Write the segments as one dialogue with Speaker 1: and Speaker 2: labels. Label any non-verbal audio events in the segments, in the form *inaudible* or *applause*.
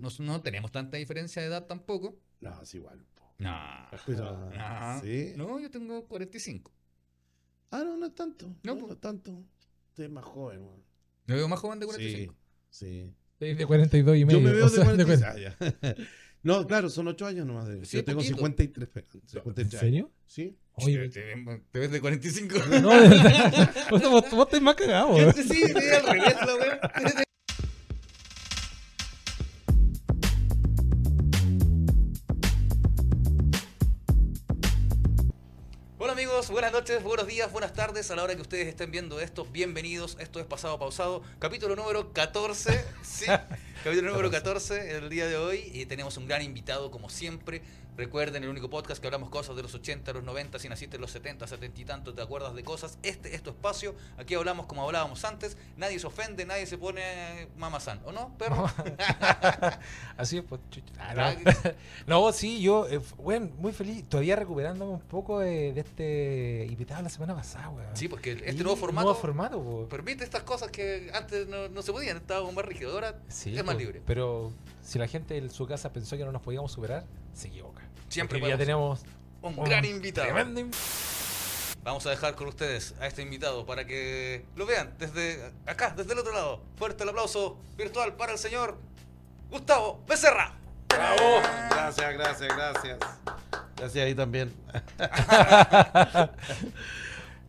Speaker 1: Nosotros no tenemos tanta diferencia de edad tampoco.
Speaker 2: No, es igual. po.
Speaker 1: No.
Speaker 2: Pero,
Speaker 1: No.
Speaker 2: ¿sí?
Speaker 1: No, yo tengo 45.
Speaker 2: Ah, no, no es tanto. No,
Speaker 1: No,
Speaker 2: no,
Speaker 1: po.
Speaker 2: es tanto. Usted es más joven, weón.
Speaker 1: Me veo más joven de
Speaker 2: Sí,
Speaker 1: 45.
Speaker 2: sí.
Speaker 3: De 42 y medio.
Speaker 2: Yo me veo
Speaker 3: o
Speaker 2: de
Speaker 3: sea,
Speaker 2: 40.
Speaker 3: cuarenta-
Speaker 2: Ah, ya. *laughs* No, claro, son 8 años nomás. De...
Speaker 1: Sí,
Speaker 2: Yo tengo
Speaker 1: poquito.
Speaker 2: 53. pe- 53
Speaker 3: ¿En serio?
Speaker 2: años. Sí.
Speaker 3: Oye,
Speaker 1: Te, te ves de 45.
Speaker 2: *laughs*
Speaker 3: no, de verdad. *laughs* O sea, vos, vos estás más cagado.
Speaker 1: Yo
Speaker 3: weón.
Speaker 1: te- sí, te al revés, la weá. Hola amigos, buenas noches, buenos días, buenas tardes. A la hora que ustedes estén viendo esto, bienvenidos. Esto es Pasado Pausado, capítulo número 14. Sí, capítulo número 14 el día de hoy. Y tenemos un gran invitado, como siempre. Recuerden, el único podcast que hablamos cosas de los 80, los 90, si naciste en los 70, 70 y tanto, te acuerdas de cosas. Este es tu espacio. Aquí hablamos como hablábamos antes. Nadie se ofende, nadie se pone mamazán. ¿O no,
Speaker 3: *laughs*
Speaker 1: perro? *laughs*
Speaker 3: Así es, pues. chucha. Ah, no. No, sí, yo, eh, f- weón, muy feliz. Todavía recuperándome un poco de, de este invitado la semana pasada, weón.
Speaker 1: Sí, porque
Speaker 3: Y
Speaker 1: este nuevo formato
Speaker 3: Nuevo formato, po.
Speaker 1: permite estas cosas que antes no, no se podían. Estábamos más rígidos. Ahora
Speaker 3: Sí,
Speaker 1: es más
Speaker 3: po.
Speaker 1: libre.
Speaker 3: Pero si la gente en su casa pensó que no nos podíamos superar, se equivoca.
Speaker 1: Siempre
Speaker 3: Porque ya
Speaker 1: podemos.
Speaker 3: tenemos
Speaker 1: Un gran
Speaker 3: un
Speaker 1: invitado.
Speaker 3: tremendo inv-
Speaker 1: Vamos a dejar con ustedes a este invitado para que lo vean desde acá, desde el otro lado. Fuerte el aplauso virtual para el señor Gustavo Becerra.
Speaker 2: Bravo. Gracias, gracias, gracias. Gracias ahí *laughs* también.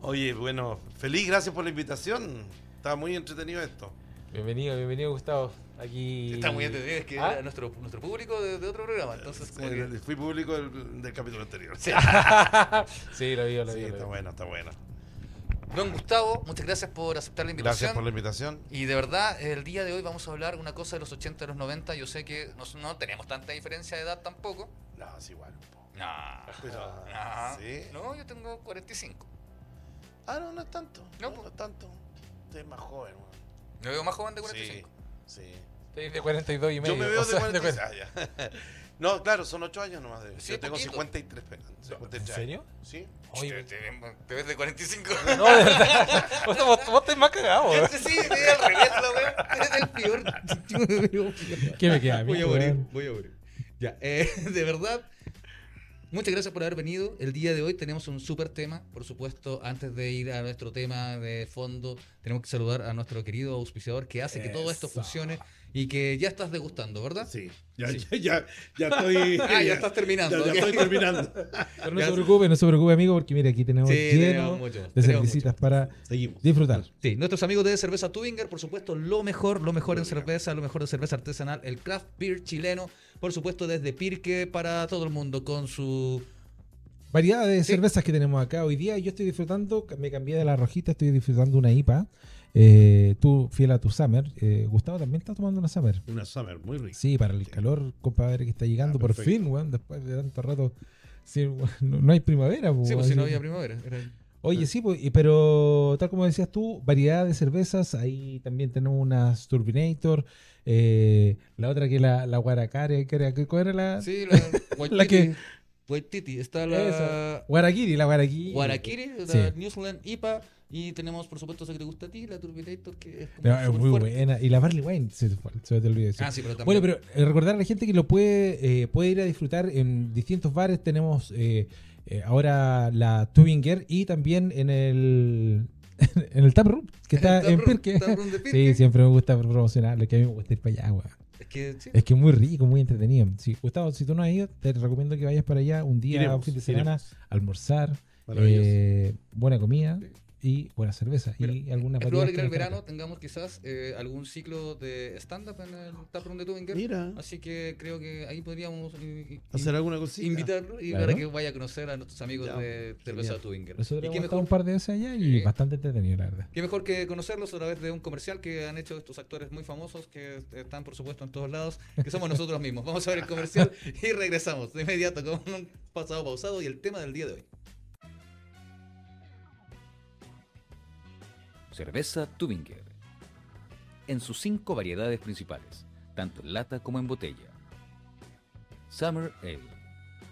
Speaker 2: Oye, bueno, feliz, gracias por la invitación. Está muy entretenido esto.
Speaker 3: Bienvenido, bienvenido, Gustavo. Aquí.
Speaker 1: Está muy entendido, es que
Speaker 3: Ah.
Speaker 1: era nuestro, nuestro público de, de otro programa. Entonces, como que-
Speaker 2: Eh, Fui público del, del capítulo anterior.
Speaker 1: Sí. ah,
Speaker 3: Sí, lo vio, lo
Speaker 2: Sí,
Speaker 3: vio.
Speaker 2: está bueno, está bueno.
Speaker 1: Don Gustavo, muchas gracias por aceptar la invitación.
Speaker 2: Gracias por la invitación.
Speaker 1: Y de verdad, el día de hoy vamos a hablar una cosa de los 80 y los 90. Yo sé que nos- no tenemos tanta diferencia de edad tampoco.
Speaker 2: No, es igual. un poco.
Speaker 1: No.
Speaker 2: Pero,
Speaker 1: No.
Speaker 2: sí.
Speaker 1: No, yo tengo 45.
Speaker 2: Ah, no, no es tanto. No,
Speaker 1: No,
Speaker 2: no,
Speaker 1: po.
Speaker 2: es tanto. Usted es más joven, weón.
Speaker 1: Me veo más joven de
Speaker 2: Sí,
Speaker 1: 45.
Speaker 2: sí.
Speaker 3: Estoy de 42 y medio.
Speaker 2: Yo me veo *laughs*
Speaker 3: o
Speaker 2: de
Speaker 3: sea,
Speaker 2: 46. Ah, ya. *laughs* No, claro, son 8 años nomás. De...
Speaker 1: Sí,
Speaker 2: Yo tengo
Speaker 1: poquito.
Speaker 2: 53. pe- 53
Speaker 3: ¿En serio?
Speaker 2: Sí.
Speaker 1: Te,
Speaker 3: Oye,
Speaker 1: te- te ves de 45.
Speaker 3: *laughs* no, de verdad. *laughs* O sea, vos, vos estás más cagado, ¿eh? weón.
Speaker 1: *laughs* Este sí, te al revés, la wea. Eres el peor.
Speaker 3: ¿Qué me queda a mí,
Speaker 1: Voy a morir,
Speaker 3: weón?
Speaker 1: voy a morir. Ya, *laughs* eh, de verdad. Muchas gracias por haber venido. El día de hoy tenemos un súper tema. Por supuesto, antes de ir a nuestro tema de fondo, tenemos que saludar a nuestro querido auspiciador que hace que todo esto
Speaker 3: Eso.
Speaker 1: funcione y que ya estás degustando, ¿verdad?
Speaker 2: Sí. Ya, Ya, ya, ya estoy.
Speaker 1: *laughs* Ah, ya estás terminando.
Speaker 2: ya- ya
Speaker 1: ok.
Speaker 2: *laughs* estoy terminando.
Speaker 3: Pero no
Speaker 1: Ya
Speaker 3: se
Speaker 1: sé.
Speaker 3: preocupe, no se preocupe, amigo, porque mira, aquí tenemos
Speaker 1: Sí,
Speaker 3: lleno
Speaker 1: tenemos mucho,
Speaker 3: de
Speaker 1: tenemos
Speaker 3: servicitas para
Speaker 2: Seguimos.
Speaker 3: disfrutar.
Speaker 1: Sí, nuestros amigos de Cerveza Tubinger, por supuesto, lo mejor, lo mejor en cerveza, lo mejor de cerveza artesanal, el craft beer chileno, por supuesto, desde Pirque para todo el mundo con su...
Speaker 3: Variedad de
Speaker 1: Sí.
Speaker 3: cervezas que tenemos acá hoy día. Yo estoy disfrutando, me cambié de la rojita, estoy disfrutando una IPA. Eh, tú, fiel a tu Summer. Eh, Gustavo también está tomando una Summer.
Speaker 2: Una summer muy rica.
Speaker 3: Sí, para el calor, compadre, que está llegando
Speaker 2: Ah,
Speaker 3: por
Speaker 2: perfecto.
Speaker 3: fin, weón. Después de tanto rato, sí, *laughs* weón, no, no hay primavera,
Speaker 1: Sí,
Speaker 3: weón.
Speaker 1: pues si no había primavera. era-
Speaker 3: Oye, sí, pues, y- pero tal como decías tú, variedad de cervezas. Ahí también tenemos unas Turbinator. eh, la otra que la, la Guaracare, que era- ¿cuál era la? *laughs*
Speaker 1: Sí, la,
Speaker 3: La que-
Speaker 1: Waititi. Waititi. Está la
Speaker 3: Guaraquiri, la Guaraquiri.
Speaker 1: Guaraquiri,
Speaker 3: Sí.
Speaker 1: la New Zealand IPA. Y tenemos, por supuesto, esa que te gusta a ti, la Turbinator, que es, como
Speaker 3: No, es
Speaker 1: full
Speaker 3: muy
Speaker 1: fuerte.
Speaker 3: buena. Y la Barley Wine, se, te fue- se te olvidó decir.
Speaker 1: Ah, sí, pero también.
Speaker 3: Bueno,
Speaker 1: *laughs*
Speaker 3: pero eh, recordar a la gente que lo puede, eh, puede ir a disfrutar en distintos bares. Tenemos eh, eh, ahora la Tubinger y también en el, *laughs* en el Tap Room, que está en Pirque. *laughs* Sí, siempre me gusta promocionarlo, que a mí me gusta ir para allá, weón.
Speaker 1: Es que, sí.
Speaker 3: Es que es muy rico, muy entretenido. Sí, Gustavo, si tú no has ido, te recomiendo que vayas para allá un día,
Speaker 2: Iremos,
Speaker 3: un fin de semana,
Speaker 2: iremos.
Speaker 3: almorzar,
Speaker 2: Maravilloso.
Speaker 3: eh, buena comida y buena cerveza. y
Speaker 1: Mira,
Speaker 3: alguna
Speaker 1: Es probable que en el
Speaker 3: variedad
Speaker 1: verano tengamos quizás eh, algún ciclo de stand-up en el Taproom de Tubinger.
Speaker 2: Mira,
Speaker 1: Así que creo que ahí podríamos eh,
Speaker 2: hacer alguna cosita.
Speaker 1: invitarlo y
Speaker 3: Claro.
Speaker 1: para que vaya a conocer a nuestros amigos
Speaker 2: Ya,
Speaker 1: de Cerveza Tubinger.
Speaker 3: Nosotros
Speaker 1: Y
Speaker 3: hemos
Speaker 1: qué
Speaker 3: estado
Speaker 1: mejor,
Speaker 3: un par de veces allá y
Speaker 1: Sí.
Speaker 3: bastante entretenido, la verdad.
Speaker 1: Qué mejor que conocerlos a través de un comercial que han hecho estos actores muy famosos que están, por supuesto, en todos lados, que somos nosotros mismos. Vamos a ver el comercial y regresamos de inmediato con un pasado pausado y el tema del día de hoy.
Speaker 4: Cerveza Tubinger. En sus cinco variedades principales, tanto en lata como en botella. Summer Ale,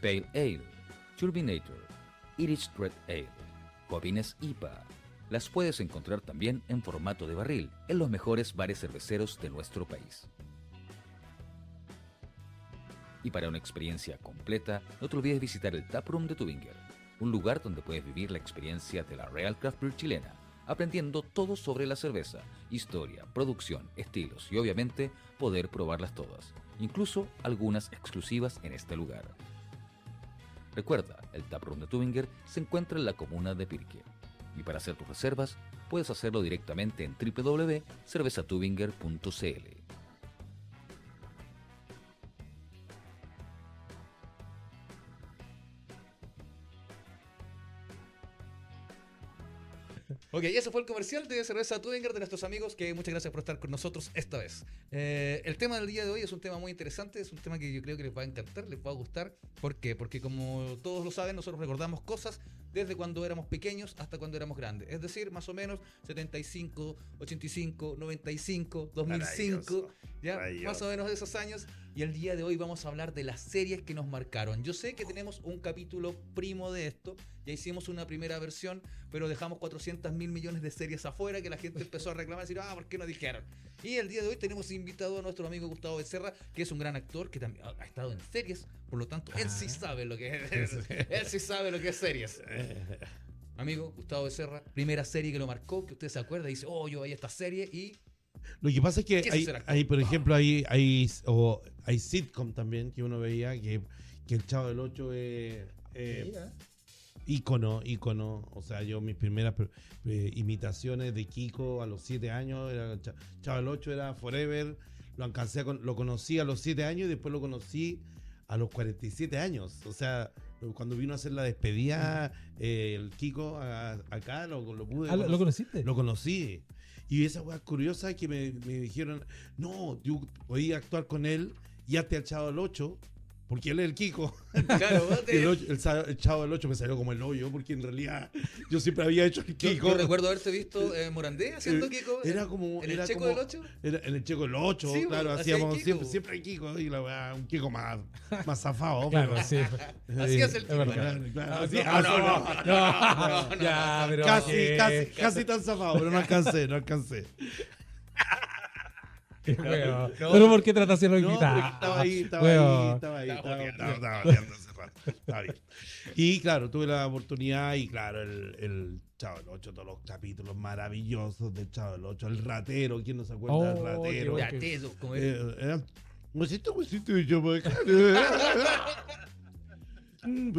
Speaker 4: Pale Ale, Turbinator, Irish Red Ale, Bobines IPA. Las puedes encontrar también en formato de barril en los mejores bares cerveceros de nuestro país. Y para una experiencia completa, no te olvides visitar el Taproom de Tubinger, un lugar donde puedes vivir la experiencia de la Real Craft Beer chilena, aprendiendo todo sobre la cerveza, historia, producción, estilos y obviamente poder probarlas todas, incluso algunas exclusivas en este lugar. Recuerda, el Taproom de Tubinger se encuentra en la comuna de Pirque. Y para hacer tus reservas, puedes hacerlo directamente en www.cervezatubinger.cl.
Speaker 1: Ok, y ese fue el comercial de cerveza Tudinger de nuestros amigos, que muchas gracias por estar con nosotros esta vez. Eh, el tema del día de hoy es un tema muy interesante, es un tema que yo creo que les va a encantar, les va a gustar. ¿Por qué? Porque como todos lo saben, nosotros recordamos cosas desde cuando éramos pequeños hasta cuando éramos grandes. Es decir, más o menos 75, 85, 95, 2005,
Speaker 2: Maravilloso,
Speaker 1: ya más
Speaker 2: maravilloso.
Speaker 1: o menos de esos años. Y el día de hoy vamos a hablar de las series que nos marcaron. Yo sé que tenemos un capítulo primo de esto, ya hicimos una primera versión, pero dejamos 400 mil millones de series afuera que la gente empezó a reclamar, decir, ah, ¿por qué no dijeron? Y el día de hoy tenemos invitado a nuestro amigo Gustavo Becerra, que es un gran actor que también ha ha estado en series, por lo tanto, él sí sabe lo que es, él sí sabe lo que es series.
Speaker 2: Eh,
Speaker 1: Amigo Gustavo Becerra, primera serie que lo marcó, que usted se acuerda, y dice, oh, yo veía esta serie y
Speaker 2: Lo que pasa es que
Speaker 1: ¿Qué
Speaker 2: hay,
Speaker 1: será?
Speaker 2: hay, por ejemplo, hay, hay, o hay sitcom también que uno veía que, que el Chavo del 8 es eh, ícono, ícono. O sea, yo mis primeras eh, imitaciones de Kiko a los 7 años, era el Cha- Chavo del 8 era Forever, lo alcancé a con- lo conocí a los 7 años y después lo conocí a los 47 años. O sea, lo- cuando vino a hacer la despedida, eh, el Kiko a- acá lo, lo pude
Speaker 3: Ah, ¿lo, lo
Speaker 2: conocer.
Speaker 3: conociste?
Speaker 2: Lo conocí. Y esa weá curiosa que me, me dijeron, no, yo podía actuar con él y hasta el Chavo del 8, porque él es el Kiko.
Speaker 1: claro,
Speaker 2: *laughs* El, ocho- el sa- el Chavo del 8 me salió como el hoyo, porque en realidad yo siempre había hecho
Speaker 1: Yo,
Speaker 2: el Kiko.
Speaker 1: yo recuerdo haberte visto eh, Morandé haciendo Kiko. eh,
Speaker 2: Era como...
Speaker 1: ¿En el
Speaker 2: era
Speaker 1: Checo
Speaker 2: como-
Speaker 1: del 8?
Speaker 2: era- en el Checo del 8,
Speaker 1: Sí,
Speaker 2: claro,
Speaker 1: hacía el
Speaker 2: hacíamos
Speaker 1: Kiko.
Speaker 2: siempre, siempre el Kiko y la weá, un Kiko más, más zafado.
Speaker 3: Claro, *laughs* sí.
Speaker 2: pero-
Speaker 1: así es el
Speaker 3: es
Speaker 1: Kiko.
Speaker 3: verdad.
Speaker 2: Claro, claro, así-
Speaker 3: no,
Speaker 2: así-
Speaker 3: *laughs* No, ya, pero
Speaker 2: Casi,
Speaker 3: ¿qué?
Speaker 2: casi, casi tan zafado, pero no alcancé, no alcancé.
Speaker 3: Qué
Speaker 2: *laughs*
Speaker 3: huevo.
Speaker 1: no.
Speaker 3: Pero ¿por qué trataste a los
Speaker 2: No,
Speaker 3: invitados?
Speaker 2: porque estaba ahí, estaba
Speaker 3: Ah, Huevo.
Speaker 2: ahí, estaba ahí.
Speaker 1: Estaba
Speaker 2: Estaba,
Speaker 1: joteando.
Speaker 2: estaba- estaba joteando hace rato. Está bien. Y claro, tuve la oportunidad y claro, el, el Chavo del 8, todos los capítulos maravillosos del Chavo del 8, el ratero, ¿quién no se acuerda del
Speaker 3: Oh,
Speaker 2: ratero?
Speaker 3: qué
Speaker 1: Ya, teso, como es.
Speaker 2: Eh, era, huesito, huesito de Jamaica. Mm,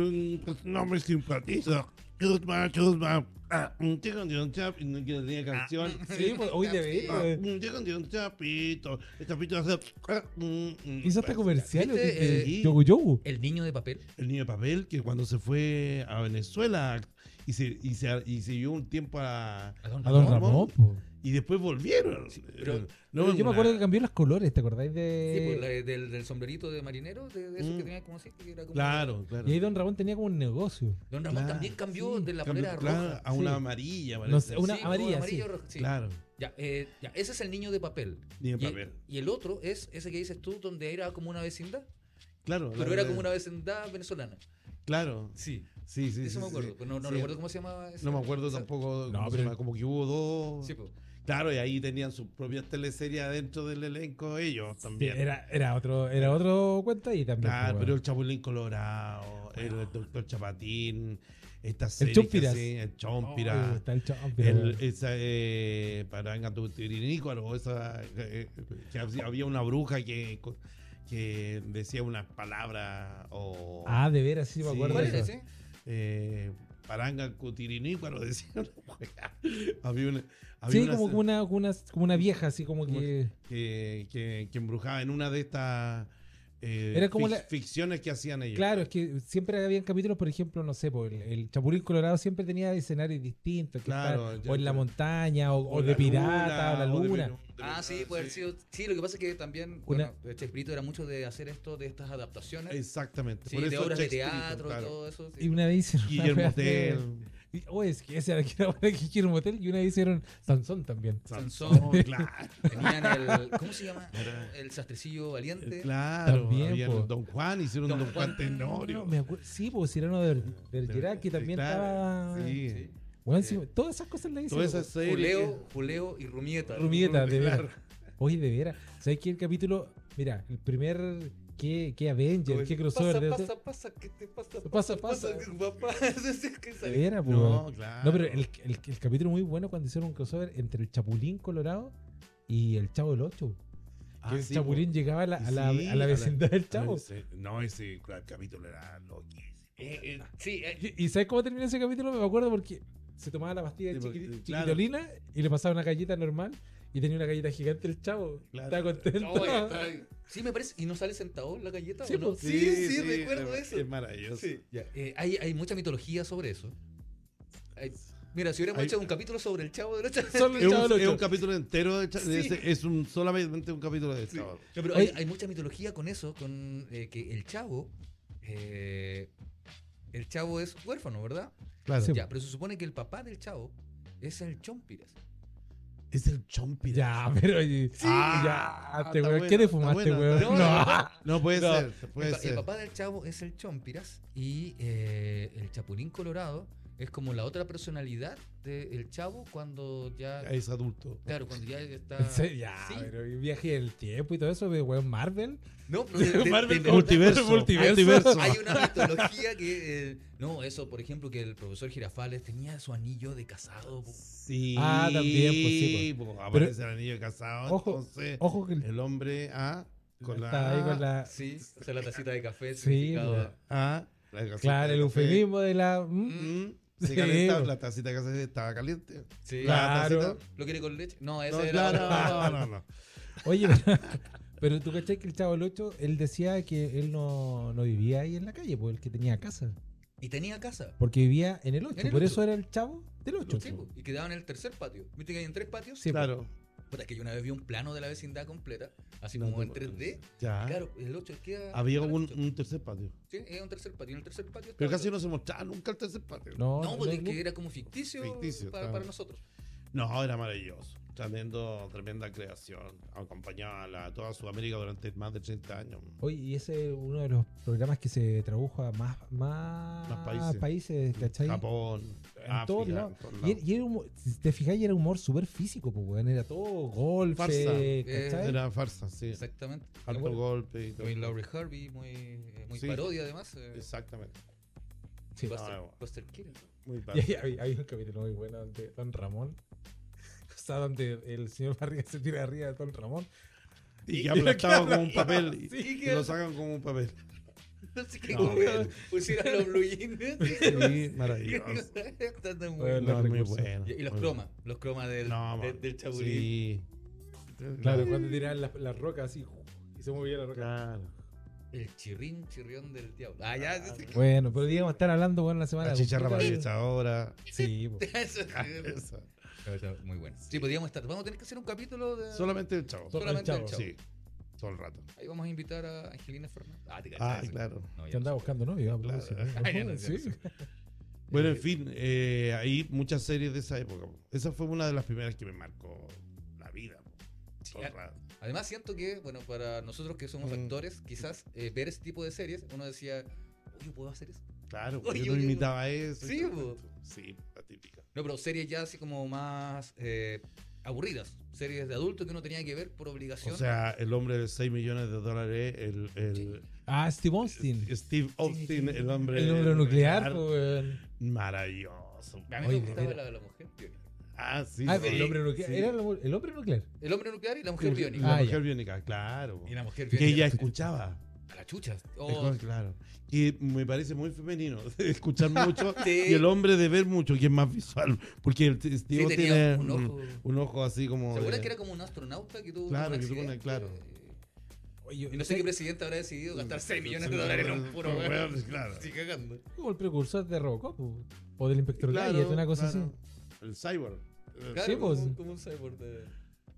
Speaker 2: pues, No me simpatiza. Chusma, chusma. Ah, mm, chicken de chap, y no quiero decir canción.
Speaker 3: Sí, pues, hoy de
Speaker 2: Ah,
Speaker 3: ver.
Speaker 2: mm, Chicken de un chapito. El chapito hace. ah, mm, mm.
Speaker 3: Hizo hasta comerciales
Speaker 1: ¿Viste?
Speaker 3: de
Speaker 2: Eh,
Speaker 3: Yogu Yogu.
Speaker 1: El niño de papel.
Speaker 2: el niño de papel que cuando se fue a Venezuela y se, y se, y se llevó un tiempo a,
Speaker 3: A Don
Speaker 2: Ramón.
Speaker 3: Ramón. po.
Speaker 2: y después volvieron. Eh,
Speaker 1: pero- eh,
Speaker 2: No,
Speaker 3: Yo me
Speaker 2: una-
Speaker 3: acuerdo que cambió los colores, ¿te acordáis
Speaker 1: Sí, pues, la de-
Speaker 3: de.?
Speaker 1: del, del sombrerito de marinero, de, de esos que
Speaker 2: Eh. Mm.
Speaker 1: tenía como así, que era como-
Speaker 2: Claro, claro.
Speaker 3: Y ahí Don Ramón tenía como un negocio.
Speaker 1: Don Ramón
Speaker 2: Claro,
Speaker 1: también cambió
Speaker 3: sí,
Speaker 1: de la
Speaker 2: Cambió,
Speaker 1: polera
Speaker 2: claro,
Speaker 1: roja.
Speaker 2: a una
Speaker 3: Sí.
Speaker 2: amarilla, parece.
Speaker 3: No sé, una
Speaker 1: Sí,
Speaker 3: amarilla,
Speaker 1: amarillo,
Speaker 3: sí.
Speaker 1: rojo, sí.
Speaker 2: Claro,
Speaker 1: Ya, eh, ya, ese es el niño de papel.
Speaker 2: niño
Speaker 1: Y,
Speaker 2: de papel.
Speaker 1: y el otro es ese que dices tú, donde era como una vecindad,
Speaker 2: Claro,
Speaker 1: pero era como una vecindad venezolana.
Speaker 2: Claro,
Speaker 1: Sí,
Speaker 2: sí, sí.
Speaker 1: eso
Speaker 2: sí,
Speaker 1: me
Speaker 2: sí,
Speaker 1: acuerdo.
Speaker 2: sí.
Speaker 1: pero No, no
Speaker 2: Sí.
Speaker 1: recuerdo cómo se llamaba ese.
Speaker 2: No me acuerdo
Speaker 1: esa-
Speaker 2: tampoco.
Speaker 3: No,
Speaker 2: cómo se
Speaker 3: pero-
Speaker 2: llama, Como que hubo dos.
Speaker 1: Sí, pues.
Speaker 2: Claro, y ahí tenían sus propias teleseries adentro del elenco ellos también.
Speaker 3: Era, era otro, era otro cuento ahí también.
Speaker 2: Claro,
Speaker 3: po,
Speaker 2: Ah, pero
Speaker 3: weón.
Speaker 2: el Chapulín Colorado, el Doctor Chapatín, esta serie.
Speaker 3: El
Speaker 2: que
Speaker 3: Chompiras.
Speaker 2: hacía, el
Speaker 3: Oh,
Speaker 2: Chompira.
Speaker 3: está el Chompira,
Speaker 2: el,
Speaker 3: weón.
Speaker 2: esa, eh, Paranga Tutirínícuaro, esa. eh, que hacía- había una bruja que, que decía unas palabras o.
Speaker 3: Ah, de veras, sí, me
Speaker 2: Sí.
Speaker 3: acuerdo.
Speaker 1: ¿Cuál
Speaker 3: de
Speaker 1: era
Speaker 3: eso.
Speaker 1: ese?
Speaker 2: eh, Paranga Cutirinícuaro, decía una wea. Había una. Había
Speaker 3: Sí,
Speaker 2: una
Speaker 3: como
Speaker 2: se-
Speaker 3: una, como una, como una vieja, así como que.
Speaker 2: que, que, que embrujaba en una de estas. eh,
Speaker 3: Era como
Speaker 2: fic-
Speaker 3: la-
Speaker 2: ficciones que hacían ellos.
Speaker 3: Claro, es que siempre habían capítulos, por ejemplo, no sé, po, el, el Chapulín Colorado siempre tenía escenarios distintos, que
Speaker 2: Claro,
Speaker 3: estar
Speaker 2: ya,
Speaker 3: o en la
Speaker 2: claro.
Speaker 3: montaña, o, o
Speaker 2: O
Speaker 3: de
Speaker 2: la
Speaker 3: pirata,
Speaker 2: luna,
Speaker 3: o
Speaker 2: o
Speaker 3: la
Speaker 2: de
Speaker 3: luna.
Speaker 2: Perú, de
Speaker 1: Ah, sí,
Speaker 2: verdad,
Speaker 1: puede haber sido. Sí, lo que pasa es que también,
Speaker 3: Una-
Speaker 1: bueno, Chespirito era mucho de hacer esto, de estas adaptaciones.
Speaker 2: Exactamente.
Speaker 1: Sí,
Speaker 2: Por
Speaker 1: de
Speaker 2: eso
Speaker 1: obras de
Speaker 2: Shakespeare,
Speaker 1: teatro,
Speaker 2: claro.
Speaker 1: todo eso. sí.
Speaker 3: Y una vez hicieron. una
Speaker 2: Guillermo
Speaker 3: wea de-
Speaker 2: Tell.
Speaker 3: y- Oye, es que ese era *laughs* que era para Guillermo Tell, y una vez hicieron Sansón también.
Speaker 1: Sansón.
Speaker 2: claro.
Speaker 1: *laughs* Tenían el. ¿Cómo se llama?
Speaker 2: Era-
Speaker 1: El sastrecillo valiente.
Speaker 2: Claro,
Speaker 3: También,
Speaker 2: habían
Speaker 3: po.
Speaker 2: Don Juan, hicieron
Speaker 1: Don
Speaker 2: Don,
Speaker 1: Juan
Speaker 2: Juan Tenorio.
Speaker 3: No, me acuerdo. Sí, pues Cyrano de
Speaker 2: De-
Speaker 3: Bergerac, que también
Speaker 2: claro,
Speaker 3: estaba.
Speaker 2: sí. Eh,
Speaker 1: Sí.
Speaker 3: Weón, sí, todas esas cosas las hicieron.
Speaker 2: Todas esas series.
Speaker 1: Juleo, Juleo y Rumieta.
Speaker 3: Rumieta, de Ah,
Speaker 2: Claro.
Speaker 3: veras. Oye, de veras. ¿Sabes qué? El capítulo. Mira, el primer qué, qué Avenger, qué crossover. de-
Speaker 1: Pasa, pasa, pasa, ¿qué te pasa?
Speaker 3: Pasa, pasa.
Speaker 1: que- papá. *laughs* Es que
Speaker 3: de
Speaker 1: sale.
Speaker 3: veras,
Speaker 2: No,
Speaker 3: pues.
Speaker 2: claro.
Speaker 3: No, pero el, el- el capítulo muy bueno cuando hicieron un crossover entre el Chapulín Colorado y el Chavo del Ocho.
Speaker 2: Ah,
Speaker 3: que el
Speaker 2: sí,
Speaker 3: Chapulín
Speaker 2: po.
Speaker 3: llegaba a la, a la,
Speaker 2: Sí,
Speaker 3: a la vecindad del Chavo.
Speaker 2: ese- no, ese claro, capítulo era loquísimo.
Speaker 1: Eh, eh, Sí, eh,
Speaker 3: ¿Y, y sabes cómo terminó ese capítulo? Me acuerdo porque se tomaba la pastilla
Speaker 2: Sí, porque-
Speaker 3: chiqui-
Speaker 2: claro.
Speaker 3: chiquitolina y le pasaba una galleta normal y tenía una galleta gigante el Chavo.
Speaker 2: Claro.
Speaker 3: Estaba contento.
Speaker 1: no, ya
Speaker 2: *laughs*
Speaker 1: está. sí me parece. ¿Y no sale sentado la galleta
Speaker 3: Sí,
Speaker 1: o no?
Speaker 3: pues.
Speaker 1: Sí, sí, recuerdo
Speaker 2: es-
Speaker 1: eso.
Speaker 2: Es maravilloso.
Speaker 1: Sí.
Speaker 2: Ya.
Speaker 1: Eh, hay, hay mucha mitología sobre eso. Hay- mira, si hubiéramos
Speaker 2: Hay-
Speaker 1: hecho un capítulo sobre el chavo del Ocho.
Speaker 3: *laughs* Solo el
Speaker 2: Es,
Speaker 3: Chavo
Speaker 2: un,
Speaker 3: del
Speaker 2: es un
Speaker 3: Ocho.
Speaker 2: capítulo entero de, Cha- de
Speaker 1: Sí.
Speaker 2: ese- es un solamente un capítulo de
Speaker 1: Sí.
Speaker 2: Chavo.
Speaker 1: No, *laughs* pero hay,
Speaker 3: Oye.
Speaker 1: hay mucha mitología con eso, con eh, que el chavo. eh, el chavo es huérfano, ¿verdad?
Speaker 2: Claro.
Speaker 3: Sí.
Speaker 1: Ya, pero se supone que el papá del chavo es el Chompiras.
Speaker 2: Es el Chompi.
Speaker 3: Ya, pero. oye,
Speaker 2: Ah,
Speaker 3: ya, te
Speaker 2: está
Speaker 3: weón.
Speaker 2: bueno,
Speaker 3: ¿Qué te
Speaker 2: está
Speaker 3: fumaste,
Speaker 2: bueno,
Speaker 3: weón?
Speaker 2: está
Speaker 3: No. *laughs*
Speaker 2: bueno. No puede
Speaker 3: No.
Speaker 2: ser. Puede
Speaker 1: el, pa- el
Speaker 2: ser.
Speaker 1: papá del chavo es el Chompiras y eh, el Chapulín Colorado es como la otra personalidad del chavo cuando ya.
Speaker 2: Es adulto.
Speaker 1: Claro, cuando ya está.
Speaker 3: *laughs* Sí, ya,
Speaker 1: Sí.
Speaker 3: pero y viaje del tiempo y todo eso, de weón, Marvel.
Speaker 1: No, pero de- de- de-
Speaker 3: Marvel
Speaker 1: de-
Speaker 2: Multiverso.
Speaker 3: Multiverso.
Speaker 2: Multiverso.
Speaker 1: Hay una mitología que. eh, no, eso, por ejemplo, que el profesor Girafales tenía su anillo de casado. po.
Speaker 2: Sí.
Speaker 3: Ah, también, pues, sí,
Speaker 2: pues. Aparece el anillo de casado.
Speaker 3: Ojo,
Speaker 2: entonces,
Speaker 3: Ojo que el
Speaker 2: el hombre A con la.
Speaker 3: está ahí con la.
Speaker 1: Sí, o sea, la tacita de café.
Speaker 3: Sí,
Speaker 1: significaba-
Speaker 3: weón.
Speaker 2: A. ah, la casita
Speaker 3: Claro,
Speaker 2: de
Speaker 3: el
Speaker 2: café.
Speaker 3: eufemismo de la. mm,
Speaker 2: Mm, se
Speaker 3: Sí,
Speaker 2: calentaba,
Speaker 3: pues.
Speaker 2: la tacita de café estaba caliente.
Speaker 1: Sí.
Speaker 2: La
Speaker 3: Claro.
Speaker 2: tacita-
Speaker 1: ¿Lo quiere con leche? No, ese
Speaker 2: No,
Speaker 1: era.
Speaker 2: no, no, no, no.
Speaker 3: Oye, pero, *laughs* pero tú cachai que el chavo del 8, él decía que él no, no vivía ahí en la calle, pues el que tenía casa.
Speaker 1: Y tenía casa.
Speaker 3: Porque vivía en el 8,
Speaker 1: En el
Speaker 3: por
Speaker 1: ocho.
Speaker 3: eso era el chavo del pues. 8.
Speaker 1: Sí, po, y quedaba en el tercer patio. ¿Viste que hay en tres patios?
Speaker 3: Sí,
Speaker 2: Claro.
Speaker 1: Puta, que yo una vez vi un plano de la vecindad completa, así
Speaker 2: No,
Speaker 1: como en
Speaker 2: no,
Speaker 1: 3D.
Speaker 2: Ya.
Speaker 1: Claro, el 8 queda.
Speaker 2: Había
Speaker 1: queda el
Speaker 2: un,
Speaker 1: ocho.
Speaker 2: un tercer patio.
Speaker 1: Sí, era un tercer patio. En el tercer patio.
Speaker 2: Pero
Speaker 1: estaba
Speaker 2: casi
Speaker 1: el-
Speaker 2: no se mostraba nunca el tercer patio.
Speaker 3: No,
Speaker 1: No,
Speaker 3: no,
Speaker 1: porque
Speaker 3: no,
Speaker 1: era como ficticio,
Speaker 2: Ficticio,
Speaker 1: para,
Speaker 2: claro.
Speaker 1: para nosotros.
Speaker 2: No, era maravilloso. Tremendo, tremenda creación. Acompañaba a la- toda Sudamérica durante más de 30 años.
Speaker 3: Oye, y ese es uno de los programas que se tradujo a más, más,
Speaker 2: Más países. Mm.
Speaker 3: ¿cachai?
Speaker 2: Japón,
Speaker 3: En
Speaker 2: África,
Speaker 3: todos
Speaker 2: en
Speaker 3: lados.
Speaker 2: todos
Speaker 3: Y,
Speaker 2: lados.
Speaker 3: era- y era humor- si te fijáis, era humor súper físico, pues, weón. Era todo golpe,
Speaker 2: Farsa. Eh,
Speaker 3: ¿cachai?
Speaker 2: Era farsa, sí.
Speaker 1: Exactamente.
Speaker 2: Alto
Speaker 1: Bueno,
Speaker 2: golpe y todo.
Speaker 1: Muy Laurie Harvey, muy, eh, muy
Speaker 2: Sí.
Speaker 1: parodia además. eh,
Speaker 2: Exactamente.
Speaker 3: Sí.
Speaker 1: Buster,
Speaker 2: no.
Speaker 1: Buster Keaton.
Speaker 2: Muy
Speaker 3: Y
Speaker 2: padre.
Speaker 3: ahí había, había un capítulo muy bueno de Don Ramón. O sea, donde el señor Barriga se tira arriba de Don Ramón.
Speaker 2: Y
Speaker 3: y-
Speaker 2: que aplastado
Speaker 3: que
Speaker 2: como un papel. Y,
Speaker 3: Sí,
Speaker 2: y
Speaker 1: que-
Speaker 2: lo sacan como un papel.
Speaker 1: *laughs* Así que
Speaker 2: No,
Speaker 1: como
Speaker 2: bueno.
Speaker 1: pusieron los blue
Speaker 2: *laughs*
Speaker 1: jeans.
Speaker 2: Sí, maravilloso.
Speaker 1: *laughs* Están tan
Speaker 3: Bueno,
Speaker 1: buenos.
Speaker 2: No, muy
Speaker 3: recursos.
Speaker 2: bueno.
Speaker 1: Y y los
Speaker 2: muy
Speaker 1: cromas, los cromas del,
Speaker 2: No,
Speaker 1: de-
Speaker 2: man.
Speaker 1: del chabulín.
Speaker 2: Sí.
Speaker 3: Claro, cuando tiraban las las rocas así y se movía la roca.
Speaker 2: Claro.
Speaker 1: El chirrín, chirrión del diablo. Ah, ya. *laughs* sí, sí.
Speaker 3: Bueno, pero digamos, estar hablando bueno, la semana.
Speaker 2: La chicharra
Speaker 3: completa.
Speaker 2: paralizadora.
Speaker 3: Sí, po.
Speaker 1: Eso
Speaker 2: Ah,
Speaker 1: es-
Speaker 2: *laughs* Esa.
Speaker 1: Eso es Muy bueno. Sí, podríamos estar. Vamos a tener que hacer un capítulo de.
Speaker 2: Solamente el chavo.
Speaker 3: Solo-
Speaker 1: solamente
Speaker 3: el
Speaker 1: el chavo.
Speaker 2: Sí. Todo el rato.
Speaker 1: Ahí vamos a invitar a Angelina Fernández. Ah, te
Speaker 2: Ah,
Speaker 1: cachai, sí.
Speaker 2: claro.
Speaker 1: No, ya
Speaker 3: Yo andaba
Speaker 1: no sé.
Speaker 3: buscando novio. a
Speaker 2: Claro. *laughs*
Speaker 3: propósito.
Speaker 1: Ah, ya no, ya
Speaker 3: Sí.
Speaker 1: no sé.
Speaker 2: Bueno, en
Speaker 1: Eh,
Speaker 2: fin, eh, hay muchas series de esa época. po. Esa fue una de las primeras que me marcó la vida. po. Todo el
Speaker 1: ah.
Speaker 2: rato.
Speaker 1: Además siento que, bueno, para nosotros que somos
Speaker 2: Mm.
Speaker 1: actores, quizás eh, ver ese tipo de series, uno decía, oye, ¿puedo hacer eso?
Speaker 2: Claro,
Speaker 1: Oye,
Speaker 2: yo no
Speaker 1: oye,
Speaker 2: imitaba eso.
Speaker 1: *laughs*
Speaker 2: y
Speaker 1: Sí,
Speaker 2: todo
Speaker 1: po.
Speaker 2: esto. Sí, la típica.
Speaker 1: No, pero series ya así como más eh, aburridas, series de adultos que uno tenía que ver por obligación.
Speaker 2: O sea, el hombre de 6 millones de dólares, el, el
Speaker 3: Ah, Steve Austin.
Speaker 2: Steve Austin, el hombre,
Speaker 3: El número nuclear, pues. po, weón.
Speaker 2: Maravilloso.
Speaker 1: a mí
Speaker 3: oye,
Speaker 1: me gustaba
Speaker 3: mira.
Speaker 1: la, la mujer biónica.
Speaker 2: Ah, sí.
Speaker 3: Ah,
Speaker 2: sí,
Speaker 3: el hombre nuclear.
Speaker 2: sí.
Speaker 3: Era el, el hombre nuclear.
Speaker 1: El hombre nuclear y la mujer biónica.
Speaker 2: La
Speaker 3: Ah, ya.
Speaker 2: mujer biónica, claro. po.
Speaker 1: Y la mujer
Speaker 2: Que
Speaker 1: biónica.
Speaker 2: ella escuchaba.
Speaker 1: A la chucha. Oh,
Speaker 2: Mejor, claro. Y me parece muy femenino *laughs*
Speaker 1: *laughs*
Speaker 2: de escuchar mucho
Speaker 1: Sí.
Speaker 2: y el hombre de ver mucho, que es más visual. Porque el t-
Speaker 1: sí,
Speaker 2: tío
Speaker 1: tenía
Speaker 2: tiene
Speaker 1: un ojo.
Speaker 2: un ojo así como.
Speaker 1: ¿Se acuerdan
Speaker 2: de-
Speaker 1: que era como un astronauta que tuvo
Speaker 2: Claro,
Speaker 1: un
Speaker 2: que tuvo un-
Speaker 1: accidente?
Speaker 2: claro. Mm.
Speaker 3: Oye,
Speaker 1: Y no sé qué presidente habrá decidido gastar 6 millones de
Speaker 2: Sí,
Speaker 1: dólares en un puro
Speaker 2: por
Speaker 1: weón.
Speaker 2: weón, claro.
Speaker 1: Estoy cagando.
Speaker 3: Como el precursor de Robocop po. o del Inspector
Speaker 2: Claro,
Speaker 3: Gadget, una cosa
Speaker 2: claro. El cyborg.
Speaker 1: Claro,
Speaker 3: Sí, pues.
Speaker 1: como, como un cyborg de...